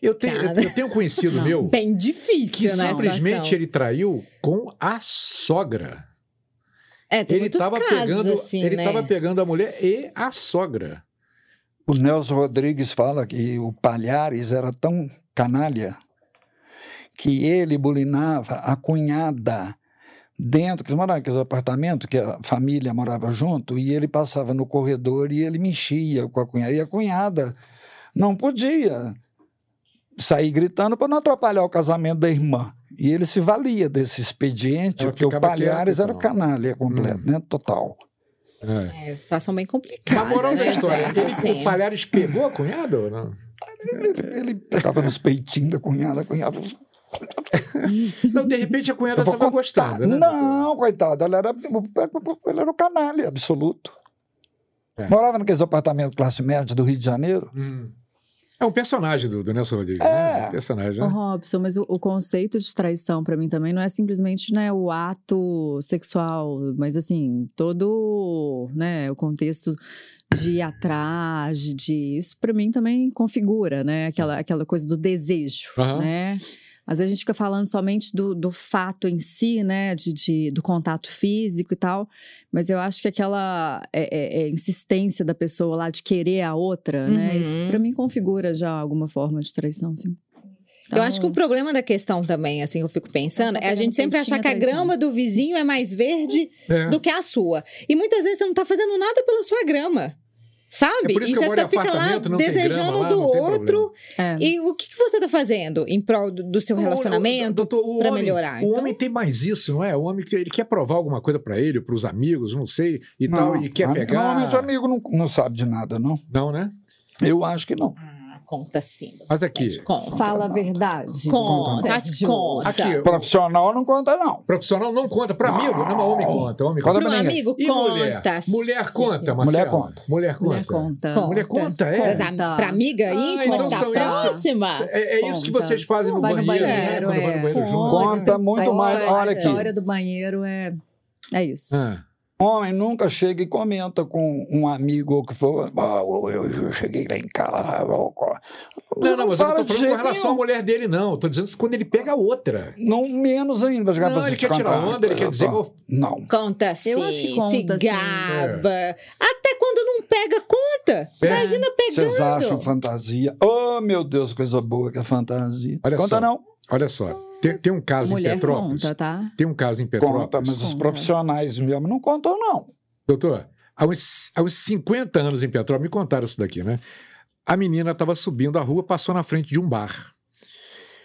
Speaker 1: Eu tenho, eu,
Speaker 2: Cara.
Speaker 1: eu tenho um conhecido
Speaker 3: Não.
Speaker 1: meu
Speaker 2: Bem
Speaker 1: que
Speaker 2: difícil, né? a
Speaker 1: simplesmente
Speaker 2: situação.
Speaker 1: ele traiu com a sogra.
Speaker 2: É, tem
Speaker 1: ele
Speaker 2: muitos
Speaker 1: estava
Speaker 2: casos
Speaker 1: pegando,
Speaker 2: assim,
Speaker 1: ele
Speaker 2: né?
Speaker 1: tava pegando a mulher e a sogra.
Speaker 4: O Nelson Rodrigues fala que o Palhares era tão canalha que ele bulinava a cunhada dentro, que morava naqueles apartamentos que a família morava junto, e ele passava no corredor e ele mexia com a cunhada. E a cunhada não podia sair gritando para não atrapalhar o casamento da irmã. E ele se valia desse expediente,
Speaker 1: Ela
Speaker 4: porque o
Speaker 1: ficava quieta,
Speaker 4: Palhares era
Speaker 1: então.
Speaker 4: canalha completo, né? Total.
Speaker 1: É.
Speaker 2: É, situação bem complicada.
Speaker 1: Mas moral da
Speaker 2: né,
Speaker 1: história,
Speaker 2: gente?
Speaker 1: ele-
Speaker 2: Assim.
Speaker 1: o Palhares pegou a cunhada ou não? É,
Speaker 4: Ele, ele pegava nos peitinhos da cunhada, a cunhada
Speaker 1: Não, de repente a cunhada
Speaker 4: Eu vou
Speaker 1: estava
Speaker 4: contar.
Speaker 1: gostando, né?
Speaker 4: Não, coitada, ela era, ela era um canalha absoluto.
Speaker 1: É.
Speaker 4: Morava naqueles apartamentos classe média do Rio de Janeiro.
Speaker 1: Hum. É um personagem do, do Nelson Rodrigues,
Speaker 4: É.
Speaker 1: né? Um personagem,
Speaker 3: Ô,
Speaker 1: né?
Speaker 3: Robson, mas o, o conceito de traição pra mim também não é simplesmente né, o ato sexual, mas assim, todo né, o contexto de ir atrás, de isso pra mim também configura, né? Aquela, aquela coisa do desejo,
Speaker 1: Aham.
Speaker 3: né? Às vezes a gente fica falando somente do, do fato em si, né? De, de- do contato físico e tal. Mas eu acho que aquela é, é, é, insistência da pessoa lá de querer a outra, né? Isso
Speaker 2: Uhum.
Speaker 3: pra mim configura já alguma forma de traição, sim.
Speaker 2: Eu acho que o problema da questão também, assim, eu fico pensando,
Speaker 3: Então,
Speaker 2: é a gente sempre achar que a
Speaker 3: peitinho
Speaker 2: grama do vizinho é mais verde
Speaker 1: É.
Speaker 2: do que a sua. E muitas vezes você não tá fazendo nada pela sua grama. Sabe?
Speaker 1: É por isso
Speaker 2: e
Speaker 1: que eu
Speaker 2: você
Speaker 1: moro em
Speaker 2: tá, fica lá
Speaker 1: apartamento, não tem grama
Speaker 2: desejando um
Speaker 1: lá,
Speaker 2: do
Speaker 1: não tem
Speaker 2: outro.
Speaker 3: É.
Speaker 2: E o que, que você tá fazendo em prol do, do seu
Speaker 1: O- o-
Speaker 2: relacionamento?
Speaker 1: doutor, o
Speaker 2: pra
Speaker 1: homem-
Speaker 2: melhorar,
Speaker 1: O
Speaker 2: então.
Speaker 1: homem tem mais isso, não é? O homem que ele quer provar alguma coisa pra ele, para os amigos, não sei, e
Speaker 4: Não,
Speaker 1: tal, e quer
Speaker 4: am-
Speaker 1: pegar.
Speaker 4: Normalmente o amigo não, não sabe de nada, não.
Speaker 1: Não, né?
Speaker 4: Eu acho que não.
Speaker 2: Conta sim.
Speaker 1: Mas aqui-
Speaker 2: Sérgio, Conta.
Speaker 3: Fala a verdade.
Speaker 2: Conta, acho que
Speaker 3: Sérgio.
Speaker 2: conta.
Speaker 1: Aqui,
Speaker 4: Tá. Profissional não conta, não.
Speaker 1: profissional não conta. Para amigo, não, mas homem conta. Homem
Speaker 4: Conta
Speaker 1: conta.
Speaker 2: Pro
Speaker 4: pra ninguém.
Speaker 2: amigo,
Speaker 1: E
Speaker 2: conta.
Speaker 1: mulher? Mulher
Speaker 2: sim.
Speaker 1: conta, Marcelo.
Speaker 4: Mulher conta.
Speaker 1: Mulher
Speaker 3: Mulher
Speaker 1: conta.
Speaker 3: conta.
Speaker 2: Conta.
Speaker 1: Mulher conta, é.
Speaker 2: Pra,
Speaker 3: Conta.
Speaker 2: pra amiga
Speaker 1: Ah,
Speaker 2: íntima,
Speaker 1: então
Speaker 2: tá
Speaker 1: são
Speaker 3: isso?
Speaker 2: próxima.
Speaker 1: É, é isso que
Speaker 3: Conta.
Speaker 1: vocês fazem no
Speaker 3: Vai no
Speaker 1: banheiro, né?
Speaker 3: banheiro,
Speaker 1: Quando vai no
Speaker 3: é.
Speaker 1: banheiro junto.
Speaker 2: Conta.
Speaker 4: Conta muito
Speaker 3: A
Speaker 4: mais.
Speaker 3: história-
Speaker 4: Olha
Speaker 3: A
Speaker 4: aqui.
Speaker 3: história do banheiro é. É isso.
Speaker 1: Ah,
Speaker 4: Homem nunca chega e comenta com um amigo ou que for. "Ah, eu, eu- eu cheguei lá em casa. ó, ó."
Speaker 1: Não, não, mas eu não
Speaker 4: fala
Speaker 1: tô falando
Speaker 4: de
Speaker 1: com
Speaker 4: jeito
Speaker 1: relação à
Speaker 4: nenhum.
Speaker 1: mulher dele, não. Eu Tô dizendo quando ele pega a outra.
Speaker 4: Não menos ainda, vai chegar pra
Speaker 1: Não,
Speaker 4: você
Speaker 1: ele
Speaker 4: te
Speaker 1: quer tirar
Speaker 4: contar.
Speaker 1: onda, ele quer dizer que eu
Speaker 4: Não.
Speaker 2: Conta sim.
Speaker 3: Eu acho que conta,
Speaker 2: se
Speaker 3: sim.
Speaker 2: gaba. Até quando não pega, conta.
Speaker 1: É.
Speaker 2: Imagina
Speaker 4: Vocês acham
Speaker 2: pegando.
Speaker 4: fantasia? Oh, meu Deus, coisa boa que é fantasia.
Speaker 1: Olha
Speaker 4: conta
Speaker 1: só.
Speaker 4: não.
Speaker 1: Olha só, tem, tem um caso em
Speaker 3: Mulher
Speaker 1: Petrópolis.
Speaker 3: conta, tá?
Speaker 1: Tem um caso em Petrópolis.
Speaker 4: Conta, mas os
Speaker 3: Conta.
Speaker 4: profissionais mesmo não contam, não.
Speaker 1: Doutor, há uns, há uns 50 anos em Petrópolis, me contaram isso daqui, né? A menina estava subindo a rua, passou na frente de um bar.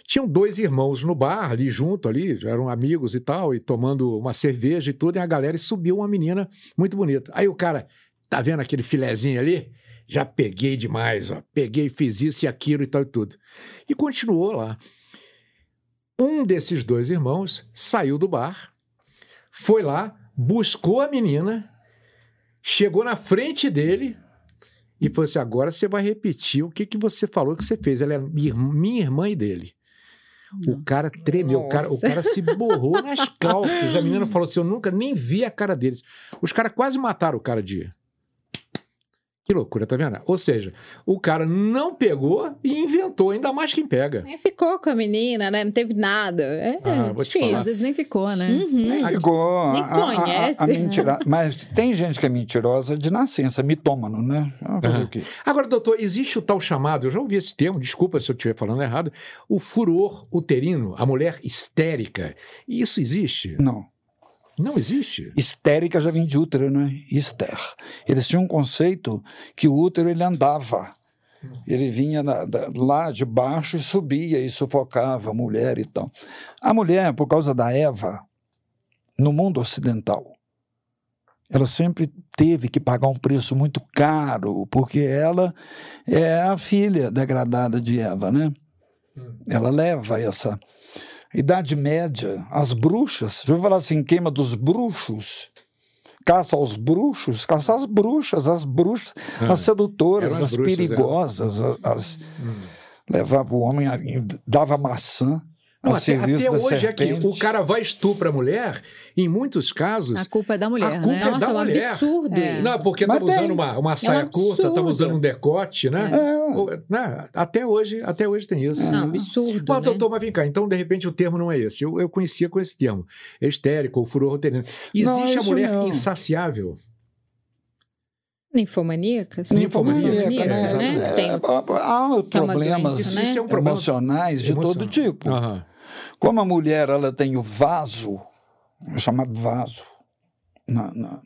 Speaker 1: Tinham dois irmãos no bar, ali junto, ali, já eram amigos e tal, e tomando uma cerveja e tudo, e a galera e subiu uma menina muito bonita. Aí o cara, tá vendo aquele filezinho ali? Já peguei demais, ó. Peguei, fiz isso e aquilo e tal e tudo. E continuou lá. Um desses dois irmãos saiu do bar, foi lá, buscou a menina, chegou na frente dele e falou assim: agora você vai repetir o que, que você falou que você fez. Ela é mi- minha irmã e dele. O cara tremeu, o cara, o
Speaker 2: Nossa.
Speaker 1: cara se borrou nas calças. A menina falou assim: eu nunca nem vi a cara deles. Os caras quase mataram o cara de. Que loucura, tá vendo? Ou seja, o cara não pegou e inventou, ainda mais quem pega.
Speaker 2: É, Ficou com a menina, né? Não teve nada. É
Speaker 1: Ah, vou te
Speaker 2: difícil.
Speaker 1: falar.
Speaker 3: Às vezes nem ficou, né?
Speaker 2: Uhum.
Speaker 1: Aqui-
Speaker 4: Ficou.
Speaker 2: Nem
Speaker 4: a- a- a-
Speaker 2: conhece.
Speaker 4: A, mentira... Mas tem gente que é mentirosa de nascença, mitômano, né? Ah, fazer
Speaker 1: Aham.
Speaker 4: o quê?
Speaker 1: Agora, doutor, existe o tal chamado, eu já ouvi esse termo, desculpa se eu estiver falando errado, o furor uterino, a mulher histérica. E Isso existe?
Speaker 4: Não.
Speaker 1: Não existe?
Speaker 4: Histérica já vem de útero, né? Hister. Eles tinham um conceito que o útero ele andava. Ele vinha na- da- lá de baixo e subia e sufocava a mulher e tal. A mulher, por causa da Eva, no mundo ocidental, ela sempre teve que pagar um preço muito caro, porque ela é a filha degradada de Eva, né?
Speaker 1: Hum.
Speaker 4: Ela leva essa. Idade Média, as bruxas, já ouviu falar assim, queima dos bruxos? Caça aos bruxos, caça às bruxas, as bruxas,
Speaker 1: Ah,
Speaker 4: as sedutoras,
Speaker 1: eram as
Speaker 4: as,
Speaker 1: bruxas, é.
Speaker 4: perigosas, a- as,
Speaker 1: hum.
Speaker 4: levava o homem, a- e dava maçã
Speaker 1: Não,
Speaker 4: ao
Speaker 1: até,
Speaker 4: serviço
Speaker 1: até
Speaker 4: da
Speaker 1: hoje
Speaker 4: serpente.
Speaker 1: é que o cara vai estupra a mulher, em muitos casos.
Speaker 3: A culpa é da mulher,
Speaker 1: A culpa
Speaker 3: né?
Speaker 1: é
Speaker 2: Nossa,
Speaker 1: da
Speaker 2: é um
Speaker 1: mulher.
Speaker 2: absurdo
Speaker 3: É.
Speaker 2: isso.
Speaker 1: Não, porque
Speaker 4: Mas
Speaker 1: estamos usando
Speaker 4: tem. um
Speaker 1: uma, uma saia curta,
Speaker 2: absurdo.
Speaker 1: estamos usando um decote, né?
Speaker 4: É,
Speaker 1: Ou- né? Até hoje, até hoje tem isso.
Speaker 2: Não,
Speaker 1: E-
Speaker 2: É um absurdo.
Speaker 1: Mas,
Speaker 2: né?
Speaker 1: Tipo, doutor, mas vem cá, então de repente o termo não é esse. Eu, eu conhecia com esse termo. É Histérico, ou furor uterino.
Speaker 4: Não,
Speaker 1: Existe a
Speaker 4: isso
Speaker 1: mulher
Speaker 4: não.
Speaker 1: insaciável?
Speaker 2: Ninfomaníacas?
Speaker 1: Ninfomaníaca,
Speaker 2: Ninfomaníaca,
Speaker 1: né?
Speaker 2: né? Que
Speaker 4: É,
Speaker 2: tem o-
Speaker 4: Há problemas
Speaker 2: doença,
Speaker 1: Isso,
Speaker 2: né?
Speaker 1: isso é um problema.
Speaker 4: emocionais de todo
Speaker 1: Emocional. Ah.
Speaker 4: tipo.
Speaker 1: Aham.
Speaker 4: Como a mulher ela tem o vaso, é chamado vaso, na, na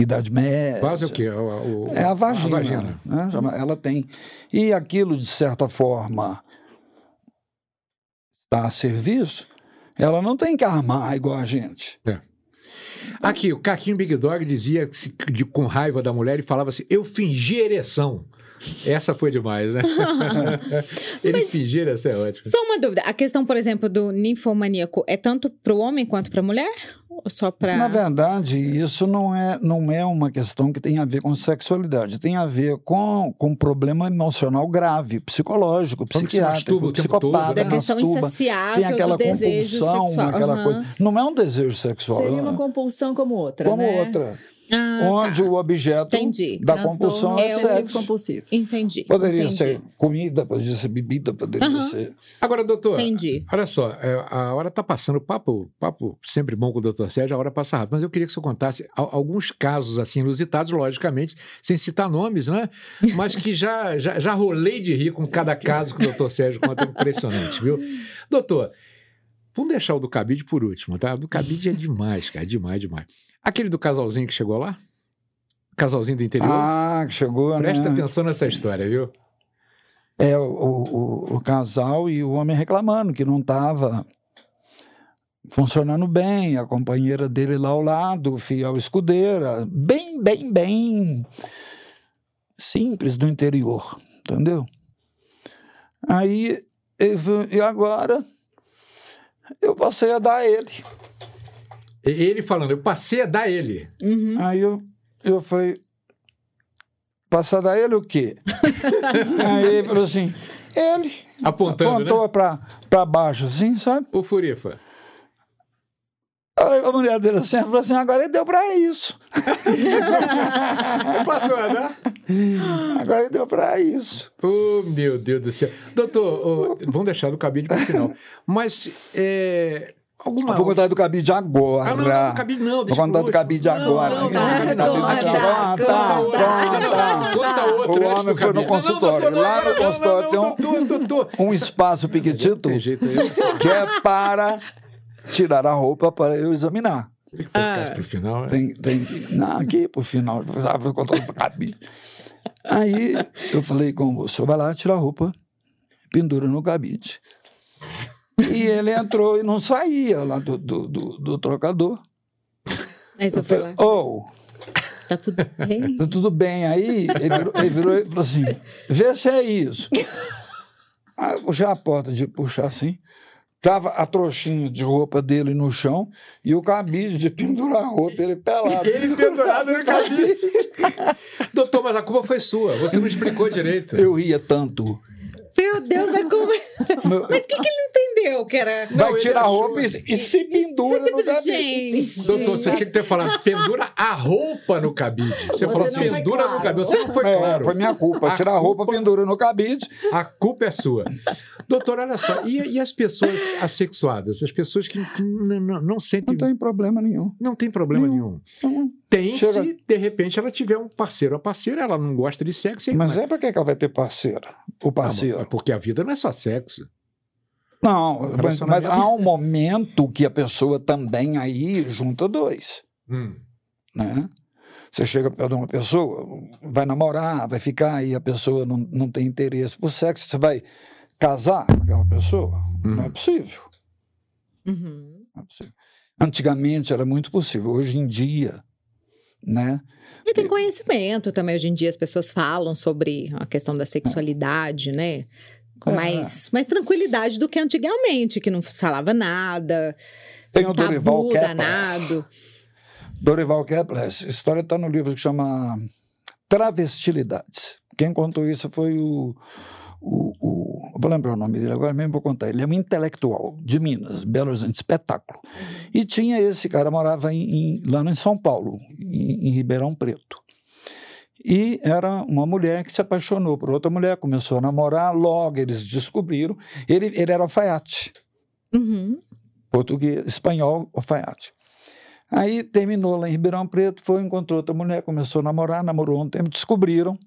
Speaker 4: Idade Média.
Speaker 1: Quase o quê? O- o-
Speaker 4: É a vagina.
Speaker 1: A vagina.
Speaker 4: né? Chama- Ela tem. E aquilo, de certa forma, está a serviço, ela não tem que armar igual a gente.
Speaker 1: Aqui, o Caquinho Big Dog dizia que se- de, com raiva da mulher e falava assim: eu fingi ereção. Essa foi demais, né? Ele fingir ereção é ótimo.
Speaker 2: Só uma dúvida. A questão, por exemplo, do ninfomaníaco é tanto para o homem quanto para a mulher? Ou só para.
Speaker 4: Na verdade, isso não é, não é uma questão que tem a ver com sexualidade, tem a ver com, com um problema emocional grave, psicológico,
Speaker 1: Então que se masturba o
Speaker 4: psiquiátrico,
Speaker 1: tempo todo,
Speaker 4: psicopata,
Speaker 1: né?
Speaker 2: da questão
Speaker 4: masturba, tem
Speaker 2: insaciável do
Speaker 4: aquela
Speaker 2: desejo
Speaker 4: compulsão,
Speaker 2: sexual.
Speaker 4: aquela
Speaker 2: Aham.
Speaker 4: coisa. Não é um desejo sexual.
Speaker 1: né?
Speaker 3: Seria uma
Speaker 4: é
Speaker 3: compulsão como outra,
Speaker 4: como
Speaker 3: né?
Speaker 4: outra.
Speaker 2: Ah,
Speaker 4: onde
Speaker 2: tá.
Speaker 4: o objeto
Speaker 2: Entendi.
Speaker 4: da
Speaker 3: Transtorno
Speaker 4: compulsão é
Speaker 3: obsessivo
Speaker 4: sexo.
Speaker 3: compulsivo.
Speaker 2: Entendi.
Speaker 4: Poderia
Speaker 2: entendi.
Speaker 4: ser comida, poderia ser bebida, poderia
Speaker 2: Aham.
Speaker 4: ser.
Speaker 1: Agora, doutor.
Speaker 2: Entendi.
Speaker 1: Olha só, é, a hora está passando, o papo, papo sempre bom com o doutor Sérgio, a hora passa rápido, mas eu queria que o senhor contasse al- alguns casos assim inusitados, logicamente, sem citar nomes, né? Mas que já, já, já rolei de rir com cada caso que o doutor Sérgio conta, é impressionante, viu? Doutor, vamos deixar o do cabide por último, tá? O do cabide é demais, cara, demais, demais. Aquele do casalzinho que chegou lá? Casalzinho do interior?
Speaker 4: Ah, que chegou,
Speaker 1: Presta
Speaker 4: né?
Speaker 1: atenção nessa história, viu?
Speaker 4: É o, o- o- o casal e o homem reclamando que não estava funcionando bem, a companheira dele lá ao lado, fiel escudeira, bem, bem, bem simples do interior, entendeu? Aí ele falou, e agora eu passei a dar a ele.
Speaker 1: E- Ele falando, eu passei a dar ele.
Speaker 2: Uhum.
Speaker 4: Aí eu, eu falei, passar a ele o quê? Aí ele falou assim, ele
Speaker 1: Apontando, né?
Speaker 4: apontou pra para baixo assim, sabe?
Speaker 1: O Furifa.
Speaker 4: Aí a mulher dele assim, ela falou assim, agora ele deu pra isso.
Speaker 1: Eu passou a
Speaker 3: né?
Speaker 1: dar?
Speaker 4: Agora ele deu pra isso.
Speaker 1: Oh, meu Deus do céu. Doutor, ô, vamos deixar do cabide para o final. Mas, é, alguma...
Speaker 4: Eu vou contar do cabide agora.
Speaker 1: Ah, não, não, do cabide não.
Speaker 4: Vou
Speaker 1: deixa pro
Speaker 4: contar do
Speaker 1: último.
Speaker 4: cabide agora.
Speaker 1: Não, não, não, não, não,
Speaker 4: Aqui,
Speaker 1: não, não,
Speaker 4: tá,
Speaker 2: conta,
Speaker 4: tá,
Speaker 2: conta.
Speaker 4: tá, tá.
Speaker 1: Conta outra
Speaker 4: O
Speaker 1: antes do
Speaker 4: homem foi no
Speaker 1: cabide. Não,
Speaker 4: consultório.
Speaker 1: não,
Speaker 4: Lá no
Speaker 1: doutor, não,
Speaker 4: consultório tem
Speaker 1: não,
Speaker 4: um-
Speaker 1: não, doutor, doutor.
Speaker 4: Um espaço piquitito
Speaker 1: Tem jeito aí. Eu
Speaker 4: que é para tirar a roupa para eu examinar.
Speaker 1: queria que ficasse pro final. né?
Speaker 4: Tem, tem, não, aqui pro final, sabe, eu conto pra cabide. Aí eu falei com o moço, vai lá, tira a roupa, pendura no cabide. E ele entrou e não saía lá do, do, do, do trocador.
Speaker 2: Aí você foi lá.
Speaker 4: Ou,
Speaker 2: Tá tudo bem?
Speaker 4: tá tudo bem. Aí ele virou, ele virou e falou assim, vê se é isso. Aí eu puxei a porta de puxar assim, tava a trouxinha de roupa dele no chão e o cabide de pendurar a roupa, ele pelado.
Speaker 1: Ele pendurado no cabide. Doutor, mas a culpa foi sua. Você não explicou direito.
Speaker 4: Eu ria tanto.
Speaker 2: Meu Deus, mas como...
Speaker 4: Meu-
Speaker 2: Mas o que, que ele não entendeu, que era... tipo,
Speaker 1: Não,
Speaker 4: Vai
Speaker 1: ele
Speaker 4: tirar a
Speaker 1: achou- assim.
Speaker 4: roupa e, e se pendura no cabide.
Speaker 2: Gente...
Speaker 1: Doutor, você tinha que ter falado, pendura a roupa no cabide. Você,
Speaker 3: Você
Speaker 1: falou,
Speaker 3: não foi
Speaker 1: pendura no
Speaker 3: claro.
Speaker 1: cabide. Você não foi
Speaker 4: É,
Speaker 1: claro.
Speaker 4: foi minha culpa.
Speaker 1: A
Speaker 4: Tirar a roupa,
Speaker 1: culpa-
Speaker 4: pendura no cabide.
Speaker 1: A culpa é sua. Doutor, olha só. E, e as pessoas assexuadas? As pessoas que, que n- n- não, sentem...
Speaker 4: Não tem problema nenhum.
Speaker 1: Não tem problema
Speaker 4: Não.
Speaker 1: nenhum.
Speaker 4: Então,
Speaker 1: Tem
Speaker 4: Chega.
Speaker 1: se, de repente, ela tiver um parceiro. A parceira, ela não gosta de sexo. e-
Speaker 4: Mas é pra que que ela vai ter parceiro? O
Speaker 1: Ah, mas-
Speaker 4: parceiro.
Speaker 1: Porque a vida não é só sexo.
Speaker 4: Não, mas,
Speaker 1: relacionamento-
Speaker 4: mas há um momento que a pessoa também aí junta dois,
Speaker 1: Hum.
Speaker 4: né? Você chega perto de uma pessoa, vai namorar, vai ficar, e a pessoa não, não tem interesse por sexo, você vai casar com aquela pessoa? Não é
Speaker 1: Hum.
Speaker 4: possível.
Speaker 2: Uhum.
Speaker 4: Não é possível. Antigamente era muito possível, hoje em dia, né?
Speaker 2: E tem conhecimento também. Hoje em dia as pessoas falam sobre a questão da sexualidade, né? Com
Speaker 4: É.
Speaker 2: mais, mais tranquilidade do que antigamente, que não falava nada, um
Speaker 4: Tem o Dorival
Speaker 2: tabu
Speaker 4: Kepler.
Speaker 2: danado.
Speaker 4: Dorival Kepler. Essa história está no livro que chama Travestilidades. Quem contou isso foi o. o, o eu vou lembrar o nome dele agora mesmo, vou contar. Ele é um intelectual de Minas, Belo Horizonte, espetáculo. E tinha esse cara, morava em- em- lá em São Paulo, em, em Ribeirão Preto. E era uma mulher que se apaixonou por outra mulher, começou a namorar, logo eles descobriram. Ele, ele era alfaiate
Speaker 2: Uhum.
Speaker 4: português, espanhol, alfaiate. Aí terminou lá em Ribeirão Preto, foi, encontrou outra mulher, começou a namorar, namorou um tempo, descobriram.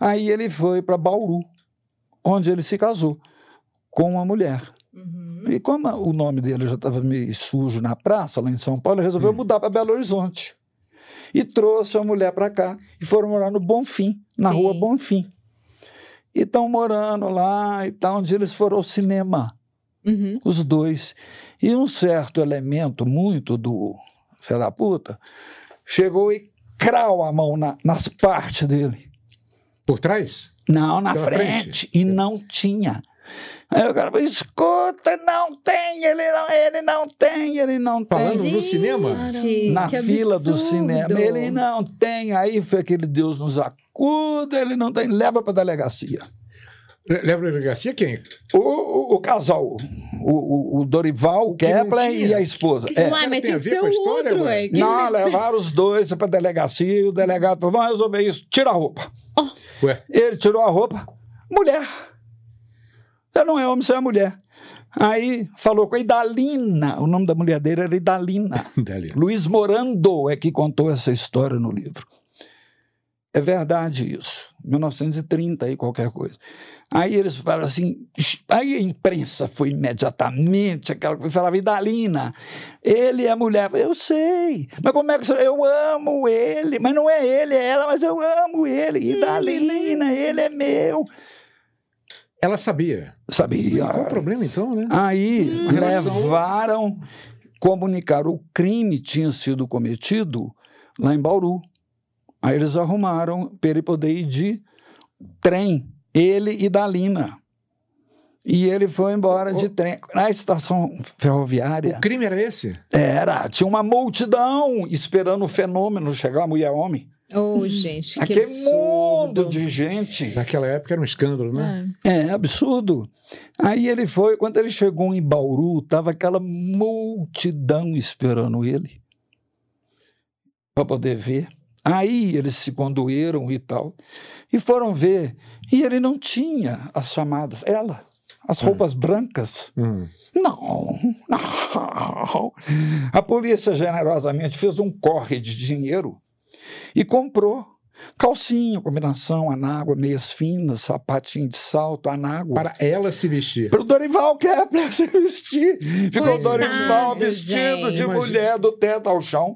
Speaker 4: Aí ele foi para Bauru, onde ele se casou com uma mulher.
Speaker 2: Uhum.
Speaker 4: E como o nome dele já estava meio sujo na praça, lá em São Paulo, ele resolveu
Speaker 1: Hum.
Speaker 4: mudar para Belo Horizonte. E trouxe a mulher para cá e foram morar no Bonfim, na rua
Speaker 2: Sim.
Speaker 4: Bonfim. E estão morando lá e tal, onde eles foram ao cinema
Speaker 2: Uhum.
Speaker 4: os dois. E um certo elemento muito do fé da puta chegou e crau a mão na- nas partes dele.
Speaker 1: Por trás?
Speaker 4: Não, na
Speaker 1: Pela
Speaker 4: frente. É.
Speaker 1: frente.
Speaker 4: E não tinha. Aí o cara falou, escuta, não tem, ele não, ele não tem, ele não
Speaker 1: Falando
Speaker 4: tem.
Speaker 1: no cinema?
Speaker 2: Gente,
Speaker 4: Na
Speaker 2: que
Speaker 4: fila do
Speaker 2: absurdo.
Speaker 4: cinema, ele não tem. Aí foi aquele Deus nos acuda, ele não tem, leva para delegacia.
Speaker 1: Le- Leva a delegacia quem?
Speaker 4: O, o- o casal, o, o- o Dorival, o
Speaker 1: que não
Speaker 4: Kepler
Speaker 1: tinha.
Speaker 4: e a esposa. É.
Speaker 2: Uai, mas
Speaker 1: Tem a
Speaker 2: tinha
Speaker 1: ver
Speaker 2: que ser
Speaker 1: com a
Speaker 2: o
Speaker 1: história,
Speaker 2: outro,
Speaker 1: ué?
Speaker 2: ué. Que-
Speaker 4: Não, levaram os dois para a delegacia e o delegado falou: vamos resolver isso, tira a roupa.
Speaker 1: Ué.
Speaker 4: Ele tirou a roupa, mulher. Você não é homem, você é mulher. Aí falou com a Idalina, o nome da mulher dele era Idalina.
Speaker 1: Dali.
Speaker 4: Luiz Morando é que contou essa história no livro. É verdade isso. 1930 e qualquer coisa. Aí eles falaram assim, "Sh-". aí a imprensa foi imediatamente, aquela que falava, Idalina, ele é mulher. Eu sei, mas como é que você... Eu amo ele, mas não é ele, é ela, mas eu amo ele. Idalina, ele é meu.
Speaker 1: Ela sabia.
Speaker 4: Sabia?
Speaker 1: Qual o problema então, né?
Speaker 4: Aí
Speaker 1: Uma relação-
Speaker 4: levaram, comunicaram o crime tinha sido cometido lá em Bauru. Aí eles arrumaram para ele poder ir de trem, ele e Dalina. E ele foi embora
Speaker 1: O-
Speaker 4: de trem. Na estação ferroviária,
Speaker 1: O crime era esse?
Speaker 4: era, tinha uma multidão esperando o fenômeno chegar, mulher homem.
Speaker 2: Oh, gente, que
Speaker 4: Aquele
Speaker 2: absurdo.
Speaker 4: mundo de gente.
Speaker 1: Naquela época era um escândalo,
Speaker 2: Ah.
Speaker 1: né?
Speaker 4: É, absurdo. Aí ele foi, quando ele chegou em Bauru, tava aquela multidão esperando ele para poder ver. Aí eles se conduíram e tal, e foram ver. E ele não tinha as chamadas, ela, as
Speaker 1: Hum.
Speaker 4: roupas brancas.
Speaker 1: Hum.
Speaker 4: Não, não. A polícia generosamente fez um corre de dinheiro e comprou calcinha, combinação, anágua, meias finas, sapatinho de salto, anágua. Para...
Speaker 1: Para ela se vestir.
Speaker 4: o Dorival Kepler se vestir. Ficou o
Speaker 2: Coitado,
Speaker 4: Dorival vestido
Speaker 2: gente.
Speaker 4: de
Speaker 1: Imagina.
Speaker 4: mulher do teto ao chão.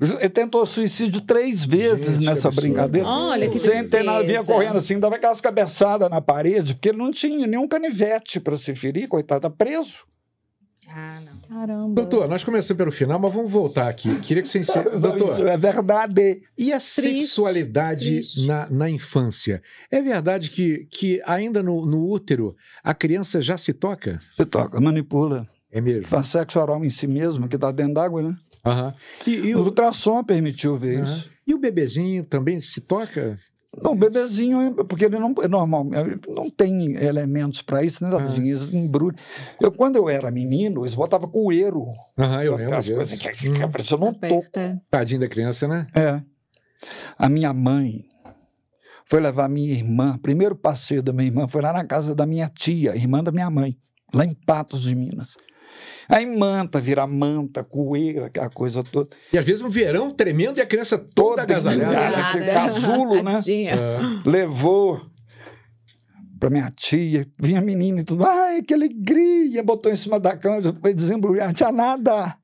Speaker 4: Ju- Ele tentou suicídio três vezes
Speaker 1: Gente,
Speaker 4: nessa
Speaker 1: absurdo.
Speaker 4: brincadeira.
Speaker 2: Olha que
Speaker 4: Sem ter nada, vinha
Speaker 2: tristeza.
Speaker 4: correndo assim, dava aquelas cabeçadas na parede, porque ele não tinha nenhum canivete para se ferir, coitado, tá preso.
Speaker 2: Ah, não.
Speaker 3: Caramba.
Speaker 1: Doutor, nós começamos pelo final, mas vamos voltar aqui. Queria que você encerre.
Speaker 4: Isso
Speaker 1: Doutor,
Speaker 4: é verdade.
Speaker 1: e a
Speaker 2: Triste,
Speaker 1: sexualidade
Speaker 2: triste.
Speaker 1: na, na infância? É verdade que, que ainda no, no útero a criança já se toca?
Speaker 4: Você toca, manipula,
Speaker 1: É mesmo?
Speaker 4: faz sexo oral em si mesmo, que está dentro d'água, né?
Speaker 1: Aham. E, e
Speaker 4: O
Speaker 1: o,
Speaker 4: ultrassom permitiu ver
Speaker 1: Aham.
Speaker 4: isso.
Speaker 1: e o bebezinho também se toca?
Speaker 4: Não, o bebezinho, é- porque ele não, normalmente não tem elementos para isso, né?
Speaker 1: Ah.
Speaker 4: Davidinho? Eles embrulham. Eu, quando eu era menino, eles botavam coeiro.
Speaker 1: Aham, eu lembro
Speaker 4: aquelas
Speaker 1: disso.
Speaker 4: coisas que, que, que
Speaker 1: Hum,
Speaker 4: apareceu num
Speaker 3: Tá
Speaker 4: toco.
Speaker 3: Aperta.
Speaker 1: tadinho da criança, né?
Speaker 4: É. A minha mãe foi levar minha irmã. Primeiro passeio da minha irmã foi lá na casa da minha tia, irmã da minha mãe, lá em Patos de Minas. Aí manta, vira manta, coeira, aquela coisa toda.
Speaker 1: E às vezes um verão tremendo e a criança toda
Speaker 4: Toda
Speaker 1: agasalhada.
Speaker 4: embrulhada. aquele casulo, né?
Speaker 2: Tadinha.
Speaker 1: Ah,
Speaker 4: Levou para minha tia, vinha a menina e tudo. Ai, que alegria! Botou em cima da cama, foi desembrulhar, não tinha nada.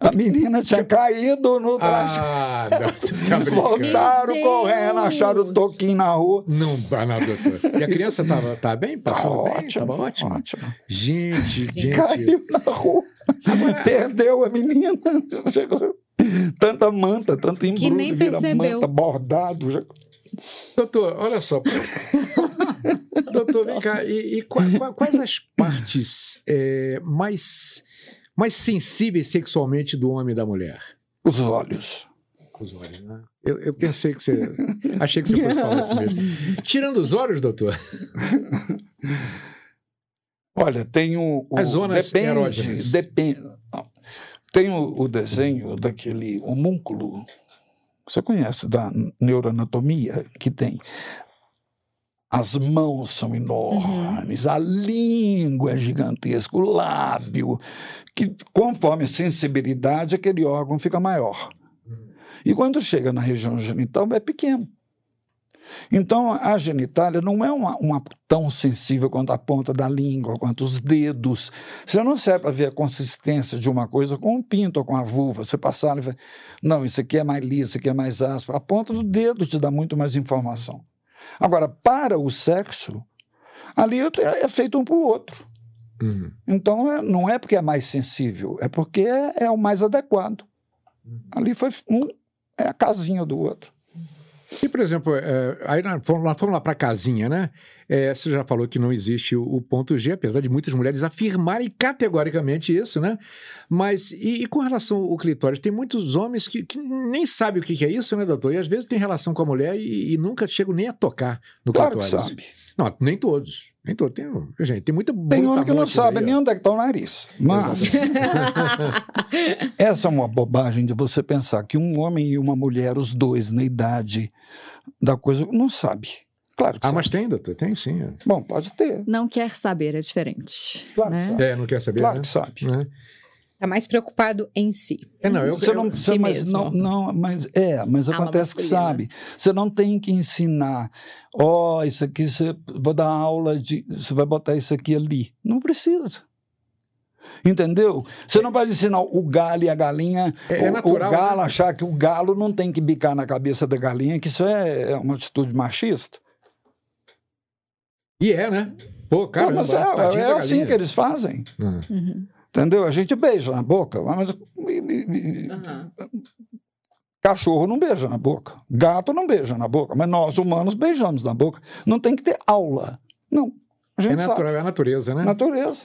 Speaker 4: A menina tinha caído no traje.
Speaker 1: ah, não, tu tá brincando.
Speaker 4: Voltaram
Speaker 2: Meu
Speaker 4: correndo, acharam o
Speaker 2: Deus.
Speaker 4: toquinho na rua.
Speaker 1: Não, ah, não, doutor. E a criança tava, tá bem? Passando bem?
Speaker 4: ótimo,
Speaker 1: Tava ótimo.
Speaker 4: ótimo.
Speaker 1: Gente, gente.
Speaker 4: Caiu na rua, perdeu a menina. Chegou. Tanta manta, tanto embrulho,
Speaker 2: nem
Speaker 4: vira
Speaker 2: percebeu.
Speaker 4: manta, bordado. já-
Speaker 1: Doutor, olha só. Doutor, vem cá. E, e qua- qua- quais as partes eh, mais, mais sensíveis sexualmente do homem e da mulher?
Speaker 4: Os olhos.
Speaker 1: Os olhos, né? Eu, eu pensei que você. Achei que você fosse falar isso mesmo. Tirando os olhos, doutor.
Speaker 4: Olha, tem o... o
Speaker 1: As zonas
Speaker 4: depende,
Speaker 1: erógenas.
Speaker 4: Depende. não. Tem o, o desenho daquele homúnculo, você conhece, da neuroanatomia, que tem... As mãos são
Speaker 1: Uhum.
Speaker 4: enormes, a língua é gigantesca, o lábio, que conforme a sensibilidade, aquele órgão fica maior.
Speaker 1: Hum.
Speaker 4: E quando chega na região genital, é pequeno. Então, a genitália não é uma, uma tão sensível quanto a ponta da língua, quanto os dedos. Você não serve para ver a consistência de uma coisa com um pinto ou com a vulva. Você passar e fala, não, isso aqui é mais liso, isso aqui é mais áspero. A ponta do dedo te dá muito mais informação. Agora, para o sexo, ali é é feito um para o outro.
Speaker 1: Uhum.
Speaker 4: Então, é- não é porque é mais sensível, é porque é, é o mais adequado. Ali foi um, é a casinha do outro.
Speaker 1: E, por exemplo, eh, aí nós fomos lá, fomos lá para casinha, né? Eh, você já falou que não existe o, o ponto G, apesar de muitas mulheres afirmarem categoricamente isso, né? Mas e, e com relação ao clitóris, tem muitos homens que, que nem sabem o que, que é isso, né, doutor? E às vezes tem relação com a mulher e, e nunca chegam nem a tocar no
Speaker 4: Claro que
Speaker 1: clitóris.
Speaker 4: sabe.
Speaker 1: Não, nem todos. Nem todos. Tem, gente, tem muita
Speaker 4: Tem homem que não
Speaker 1: brutamontes
Speaker 4: sabe
Speaker 1: aí, ó.
Speaker 4: nem onde é que está o nariz. Mas essa é uma bobagem de você pensar que um homem e uma mulher, os dois na idade da coisa, não sabe. Claro que
Speaker 1: Ah,
Speaker 4: sabe.
Speaker 1: mas tem, doutor? Tem sim.
Speaker 4: Bom, pode ter.
Speaker 3: Não quer saber, é diferente.
Speaker 4: Claro que
Speaker 3: né?
Speaker 4: sabe.
Speaker 1: É, não quer saber,
Speaker 4: Claro
Speaker 1: né?
Speaker 4: que sabe.
Speaker 1: Né?
Speaker 2: Tá mais preocupado em si.
Speaker 1: É, não, eu,
Speaker 4: Você não
Speaker 1: eu-
Speaker 4: precisa,
Speaker 2: si
Speaker 4: mas
Speaker 2: mesmo.
Speaker 4: não, não, mas é, mas
Speaker 2: Alma
Speaker 4: acontece que
Speaker 2: masculina.
Speaker 4: sabe. Você não tem que ensinar. Ó, isso aqui você vou dar aula de, você vai botar isso aqui ali. Não precisa. Entendeu? Você não vai ensinar o galo e a galinha,
Speaker 1: É- é
Speaker 4: o-
Speaker 1: natural,
Speaker 4: o galo
Speaker 1: né?
Speaker 4: achar que o galo não tem que bicar na cabeça da galinha, que isso é, é uma atitude machista.
Speaker 1: E é, né? Pô,
Speaker 4: não,
Speaker 1: caramba,
Speaker 4: mas é, é
Speaker 1: tadinho da
Speaker 4: assim
Speaker 1: galinha.
Speaker 4: que eles fazem.
Speaker 1: Ah.
Speaker 3: Uhum.
Speaker 4: Entendeu? A gente beija na boca, mas e- e- e-
Speaker 2: Aham.
Speaker 4: Cachorro não beija na boca, gato não beija na boca, mas nós humanos beijamos na boca. Não tem que ter aula. Não. A gente
Speaker 1: É natural, é a natureza, né?
Speaker 4: sabe. Natureza.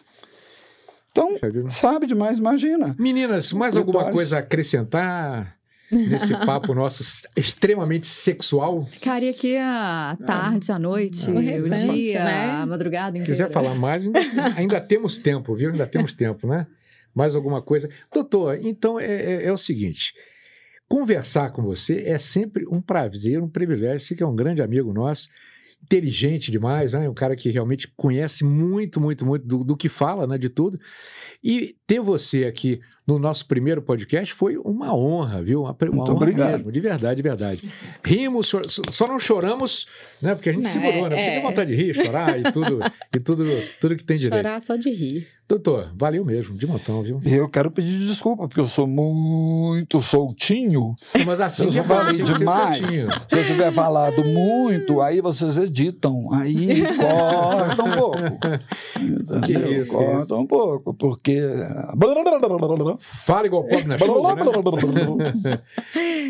Speaker 4: Então,
Speaker 1: Puxa vida.
Speaker 4: sabe demais, imagina.
Speaker 1: Meninas, mais alguma
Speaker 4: Clitóris.
Speaker 1: coisa a acrescentar nesse papo nosso s- extremamente sexual?
Speaker 3: Ficaria aqui a
Speaker 1: Ah.
Speaker 3: tarde, a noite,
Speaker 1: O
Speaker 3: o,
Speaker 2: restante,
Speaker 3: dia,
Speaker 2: né?
Speaker 3: a madrugada inteira.
Speaker 1: Quiser falar mais, ainda, ainda temos tempo, viu? Ainda temos tempo, né? Mais alguma coisa. Doutor, então é, é- é o seguinte: conversar com você é sempre um prazer, um privilégio. Você que é um grande amigo nosso, inteligente demais, né? Um cara que realmente conhece muito, muito, muito do, do que fala, né? De tudo. E ter você aqui no nosso primeiro podcast foi uma honra, viu? Uma, pre- uma
Speaker 4: Muito
Speaker 1: honra
Speaker 4: obrigado.
Speaker 1: mesmo, de verdade, de verdade. Rimos, chor- só- só não choramos, né? Porque a gente
Speaker 2: Não,
Speaker 1: segurou, né? Porque
Speaker 2: é,
Speaker 1: tem
Speaker 2: é.
Speaker 1: vontade de rir, chorar e tudo, e tudo, tudo que tem direito.
Speaker 2: Chorar só de rir.
Speaker 1: Doutor, valeu mesmo, de montão, viu?
Speaker 4: Eu quero pedir desculpa, porque eu sou muito soltinho.
Speaker 1: Mas assim
Speaker 4: Eu
Speaker 1: já
Speaker 4: falei
Speaker 1: tem que ser
Speaker 4: demais.
Speaker 1: soltinho.
Speaker 4: Se eu tiver falado muito, aí vocês editam, aí cortam um pouco. Entendeu?
Speaker 1: Que isso, que
Speaker 4: cortam
Speaker 1: isso.
Speaker 4: um pouco, porque.
Speaker 1: Fala igual pobre na chuva, né?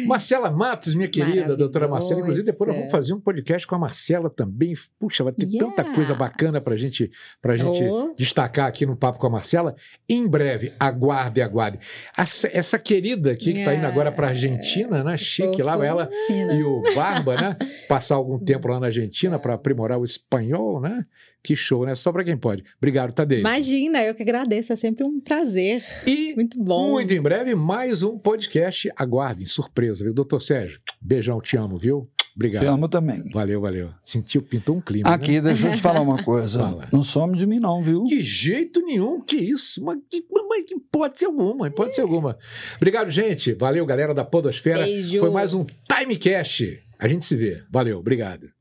Speaker 1: Marcela Matos, minha querida, doutora Marcela. Inclusive, depois nós vamos fazer um podcast com a Marcela também. Puxa, vai ter tanta coisa
Speaker 3: Yes.
Speaker 1: bacana pra gente, pra gente
Speaker 2: Ô,
Speaker 1: destacar aqui no Papo com a Marcela. Em breve, aguarde, aguarde. Essa, essa querida aqui que está indo agora para Argentina, né? Chique lá,
Speaker 2: Fofura.
Speaker 1: ela e o Barba, né? Passar algum tempo lá na Argentina para aprimorar o espanhol, né? Que show, né? Só para quem pode. Obrigado, Tadei.
Speaker 2: Imagina, eu que agradeço. É sempre um prazer.
Speaker 1: E
Speaker 2: Muito bom.
Speaker 1: muito em breve, mais um podcast. Aguardem, surpresa, viu? Doutor Sérgio, beijão, te amo, viu?
Speaker 4: Te
Speaker 1: Obrigado.
Speaker 4: amo também.
Speaker 1: Valeu, valeu. Sentiu, pintou um clima. né?
Speaker 4: Aqui, deixa eu te falar uma
Speaker 1: Fala.
Speaker 4: coisa. Não some de mim, não, viu?
Speaker 1: De jeito nenhum, que isso. Mas que, mas que hipótese alguma, hipótese alguma. Obrigado, gente. Valeu, galera da Podosfera.
Speaker 2: Beijo.
Speaker 1: Foi mais um Timecast. A gente se vê. Valeu, obrigado.